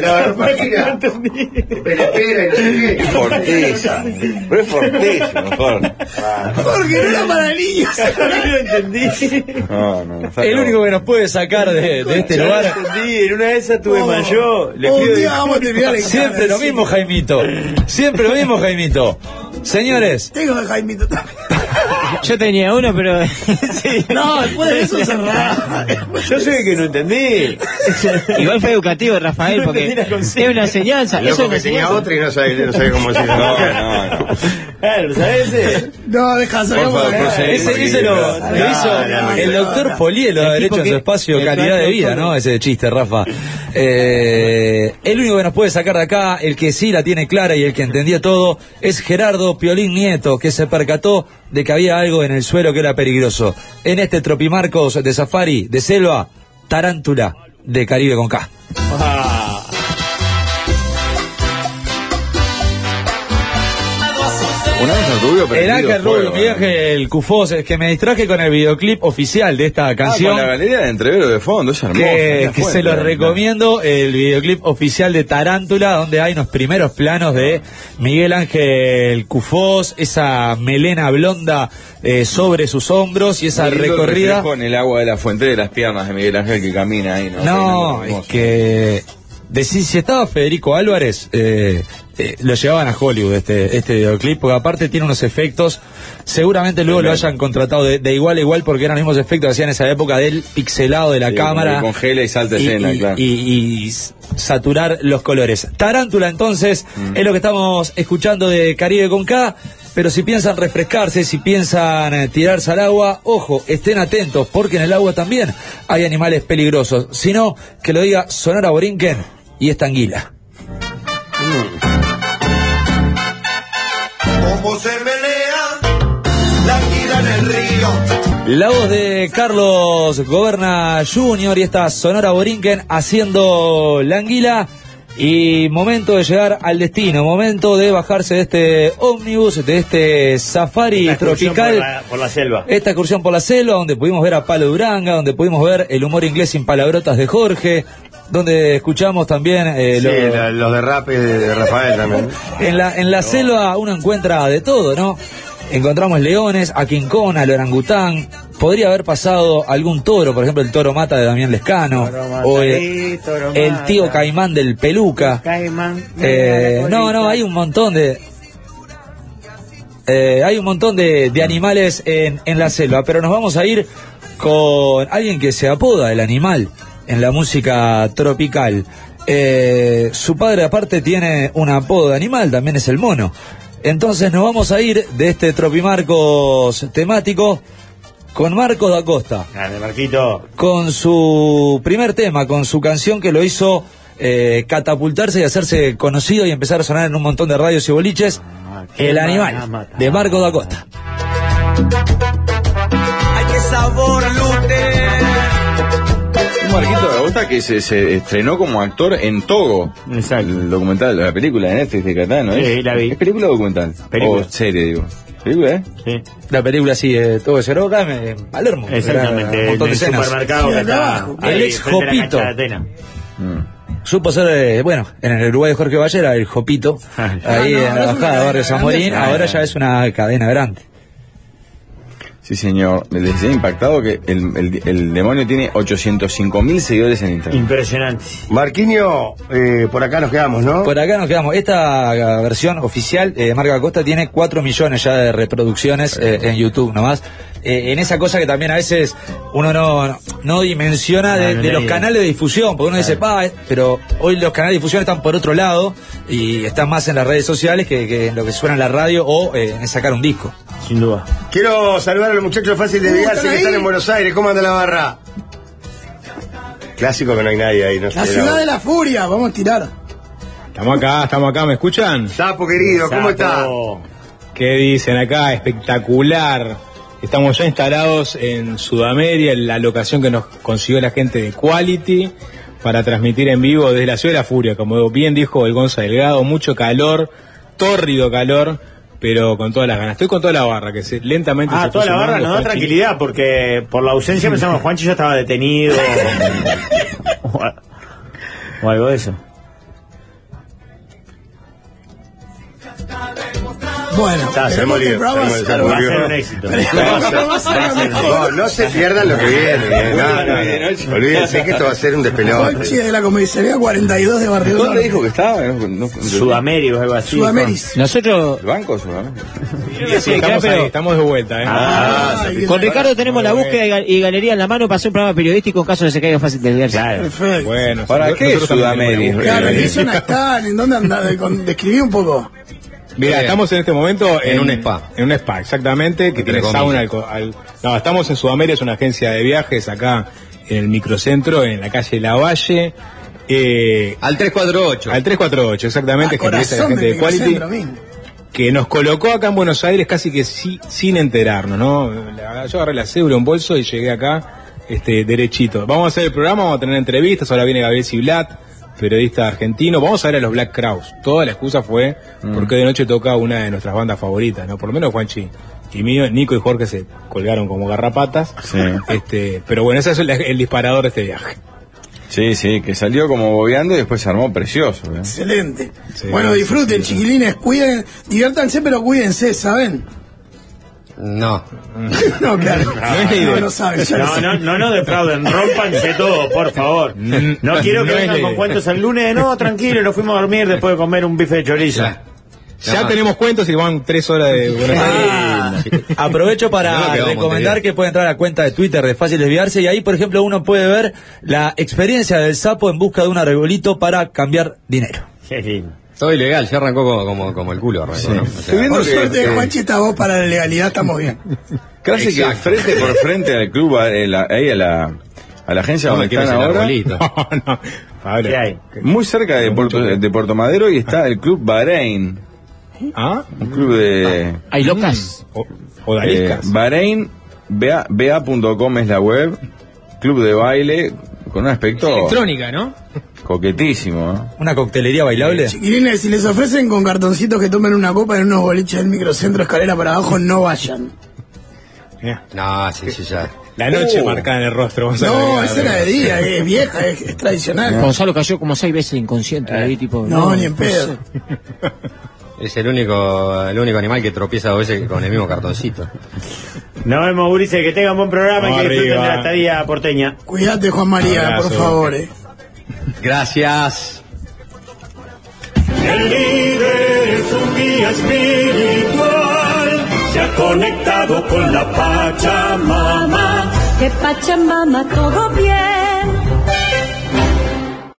La máquina. Pero espera, y no sé qué.
Forteza. Pero es forteza, mejor.
Porque no era para niños.
no lo entendí.
No, no, no. está
El
loco.
único que nos puede sacar de, de este
Yo lo
lugar.
entendí. En una de esas tuve
Oh.
mayor. Le
Un
pido
día vamos a terminar en
Siempre
cara,
lo
sí.
mismo, Jaimito. Siempre lo mismo, Jaimito. Señores,
Tengo de Jaimito también.
Yo tenía uno, pero. sí.
No, después de eso cerrar.
disculpas. Yo sé que no entendí.
Igual fue educativo, Rafael,
No
porque
entendí la consigna.
es una enseñanza.
El
Eso es
loco
una
que tenía
enseñanza.
otra y no sabe, no sabe cómo decirlo.
No, no, no.
Claro, ¿sabes?
No, deja,
Por
salgamos
favor,
de acá.
procede.
ese, ese lo, lo
Dale,
hizo
dale.
el doctor Polielo de Derecho en su espacio, calidad de vida, ¿no? Ese chiste, Rafa. Eh, el único que nos puede sacar de acá, el que sí la tiene clara y el que entendía todo, es Gerardo Piolín Nieto, que se percató de que había algo en el suelo que era peligroso. En este tropimarcos de safari, de selva, tarántula de Caribe con K.
Una vez nos tuvieron
El
prendido
Ángel
fuego, eh.
Rubio, Miguel
¿no?
Ángel Cufós, es que me distraje con el videoclip oficial de esta
Ah,
canción.
con la galería de entrevero de fondo, es hermoso.
que,
la
que
fuente,
se los
la-
recomiendo el videoclip oficial de Tarántula, donde hay unos primeros planos de Miguel Ángel Cufós, esa melena blonda eh, sobre sus hombros y esa
Lindo el
recorrida.
reflejo en el agua de la fuente de las piernas de Miguel Ángel que camina ahí, ¿no?
No,
Hermoso.
es que decís, si estaba Federico Álvarez, eh, eh, lo llevaban a Hollywood este, este videoclip, porque aparte tiene unos efectos, seguramente luego lo hayan contratado de, de igual a igual porque eran los mismos efectos que hacían en esa época del pixelado de la
Sí,
cámara.
como que congela y salta
y,
escena,
y-
claro.
y- y s- saturar los colores. Tarántula entonces
Mm.
es lo que estamos escuchando de Caribe con K. Pero si piensan refrescarse, si piensan eh, tirarse al agua, ojo, estén atentos, porque en el agua también hay animales peligrosos. Si no, que lo diga Sonora Borinquen y esta anguila.
Como se menea la anguila en el río.
La voz de Carlos Goberna Jr. y esta Sonora Borinquen haciendo la anguila. Y momento de llegar al destino, momento de bajarse de este ómnibus, de este safari
Esta excursión
tropical.
Por la, por la selva.
Esta excursión por la selva, donde pudimos ver a Palo Duranga, donde pudimos ver el humor inglés sin palabrotas de Jorge, donde escuchamos también eh,
Sí,
lo-
la- los derrapes de Rafael también.
en la, en la selva uno encuentra de todo, ¿no? Encontramos leones, a quincona, al orangután. Podría haber pasado algún toro, por ejemplo, el toro mata de Damián Lescano.
Toro mata,
o
sí,
el,
toro
el
mata.
tío Caimán del Peluca.
Caimán.
Eh, no, no, hay un montón de. eh, hay un montón de, de animales en, en la selva, pero nos vamos a ir con alguien que se apoda el animal en la música tropical. Eh, su padre, aparte, tiene un apodo de animal, también es el mono. Entonces, nos vamos a ir de este Tropimarcos temático con Marcos da Costa
Grande, Marquito.
con su primer tema, con su canción que lo hizo eh, catapultarse y hacerse conocido y empezar a sonar en un montón de radios y boliches,
Ah, qué
El
van a
Animal,
matar.
de Marco da Costa.
sabor Lute.
Marquito de Bota que se, se estrenó como actor en Togo. Exacto. El documental, la película de Netflix de Catán, ¿no es?
Sí, la vi.
¿Es película o documental?
Película.
O serie, digo. ¿Película, eh?
Sí.
La película sí, eh, todo ese roca en Palermo.
Exactamente,
Era un montón
en el
de escenas.
supermercado que
Sí, acá
está
abajo.
ahí,
El ex
frente a la
Jopito.
cancha de Atenas.
Supo ser, eh, bueno, en el Uruguay de Jorge Valle era el Jopito, ahí en
Ah, no, ahora es
la
una
bajada de Barrio
cadena
San Morín,
grande.
ahora ya es una cadena grande.
Sí, señor. Me decía impactado que el, el- el demonio tiene 805.000 seguidores en Instagram.
Impresionante.
Marquinho, eh, por acá nos quedamos, ¿no?
Por acá nos quedamos. Esta versión oficial eh, de Marca Costa tiene 4 millones ya de reproducciones eh, en YouTube nomás. Eh, en esa cosa que también a veces uno no, no- no dimensiona de,
No, no
de
tenía
los
idea.
canales de difusión, porque uno dice, pa, eh", pero hoy los canales de difusión están por otro lado y están más en las redes sociales que, que en lo que suena en la radio o eh, en sacar un disco.
Sin duda.
Quiero saludar a los muchachos fácil de
Uh,
Vigarse
están
que
ahí.
están en Buenos Aires. ¿Cómo anda la barra? Clásico que no hay nadie ahí, no sé.
La ciudad de la furia, vamos a tirar.
Estamos acá, estamos acá, ¿me escuchan?
Sapo querido, ¿cómo está?
¿Qué dicen acá? Espectacular. Estamos ya instalados en Sudamérica, en la locación que nos consiguió la gente de Quality para transmitir en vivo desde la Ciudad de la Furia. Como bien dijo el Gonza Delgado, mucho calor, tórrido calor, pero con todas las ganas. Estoy con toda la barra, que se, lentamente
Ah,
se
toda
fue
la barra
sumando,
nos da
Juanchi.
tranquilidad porque por la ausencia pensamos Juanchi ya estaba detenido o, o algo de eso.
Bueno,
Ya, se
tenemos
murió,
que probar-
se murió, se murió. Va a ser un éxito.
Va a ser lo mejor.
No, no se pierdan lo que viene. eh, No, no, no. Olvídense que esto va a ser un
Conchi
despelote.
de la comisaría 42 de Barrio
¿Dónde
Norte.
dijo que estaba? No, no-
Sudamérica o algo así.
Sudameris.
Nosotros.
¿El banco Sudamérica?
Sí, estamos, ahí, estamos de vuelta, ¿eh?
Ah,
Con Ricardo tenemos la búsqueda y gal- y galería en la mano para hacer un programa periodístico en caso de que se caiga fácil de olvidarse.
Perfecto.
Bueno,
¿Para qué
nosotros también
Sudamérica?
Claro, ¿qué zona están? ¿En dónde andás? De- con- Describí un poco.
Mira, estamos en este momento en, un spa. En un spa, exactamente, que tiene
comillas.
sauna. alco- al- no, estamos en Sudamérica, es una agencia de viajes acá en el microcentro, en la calle La Valle. eh,
Al 348.
Al 348, exactamente, que es la
Ah, Corazón
gente
de
de Quality,
Microcentro mismo.
que nos colocó acá en Buenos Aires casi que sí- sin enterarnos, ¿no? La- Yo agarré la cédula, un bolso y llegué acá este, derechito. Vamos a hacer el programa, vamos a tener entrevistas, ahora viene Gabriel Ciblat, periodista argentino, vamos a ver a los Black Crowes. Toda la excusa fue porque de noche toca una de nuestras bandas favoritas, ¿no? Por lo menos Juanchi y mío, Nico y Jorge se colgaron como garrapatas.
Sí.
Este, pero bueno, ese es el, el disparador de este viaje.
Sí, sí, que salió como bobeando y después se armó precioso. ¿eh?
Excelente. bueno, disfruten, chiquilines, cuiden, diviértanse, pero cuídense, ¿saben?
No.
No, claro. No, no saben. ya lo
No,
sé.
no, no, no defrauden, rompanse todo, por favor. No quiero que
no es la
vengan con
idea.
cuentos el lunes. No, tranquilo, nos fuimos a dormir después de comer un bife de chorizo.
Ya tenemos cuentos y van tres horas de Buenos Aires.
Aprovecho para
No, que vamos,
recomendar que puede entrar a la cuenta de Twitter de Fácil Desviarse y ahí, por ejemplo, uno puede ver la experiencia del sapo en busca de un arbolito para cambiar dinero.
Qué lindo.
Todo ilegal, ya arrancó como, como, como el culo. Arrancó, ¿no? O sea,
Teniendo
Porque-
suerte de
eh,
Juanchi, está vos para la legalidad, estamos bien.
Casi
Exacto.
que frente por frente al club, a- eh, la- ahí a la, a la agencia
No me
donde
quiero
están
ese
ahora.
arbolito.
Pablo.
¿Qué hay?
Muy cerca de Puerto, de Puerto Madero y está el club Bahrein.
¿Ah?
Un club de.
Hay
Mm.
locas.
Eh,
Odaliscas.
Bahrein, ba- ba.com es la web. Club de baile con un aspecto
Electrónica, ¿no?
coquetísimo. ¿eh?
¿Una coctelería bailable?
Chiquilines, si les ofrecen con cartoncitos que tomen una copa en unos boliches del microcentro escalera para abajo, no vayan.
No, sí, sí, ya.
La noche
Uh.
marcada en el rostro. Gonzalo
No,
Delgado.
es era de día, es vieja, es, es tradicional.
Gonzalo cayó como seis veces inconsciente ahí, tipo.
No, ni en pedo.
sé.
Es el único, el único animal que tropieza a veces con el mismo cartoncito.
Nos vemos, Ulises, que tengan buen programa y que
Arriba.
disfruten de la estadía porteña.
Cuídate, Juan María,
Abrazo.
por favor. eh.
Gracias.
El líder es un guía espiritual, se ha conectado con la Pachamama.
Que Pachamama todo bien.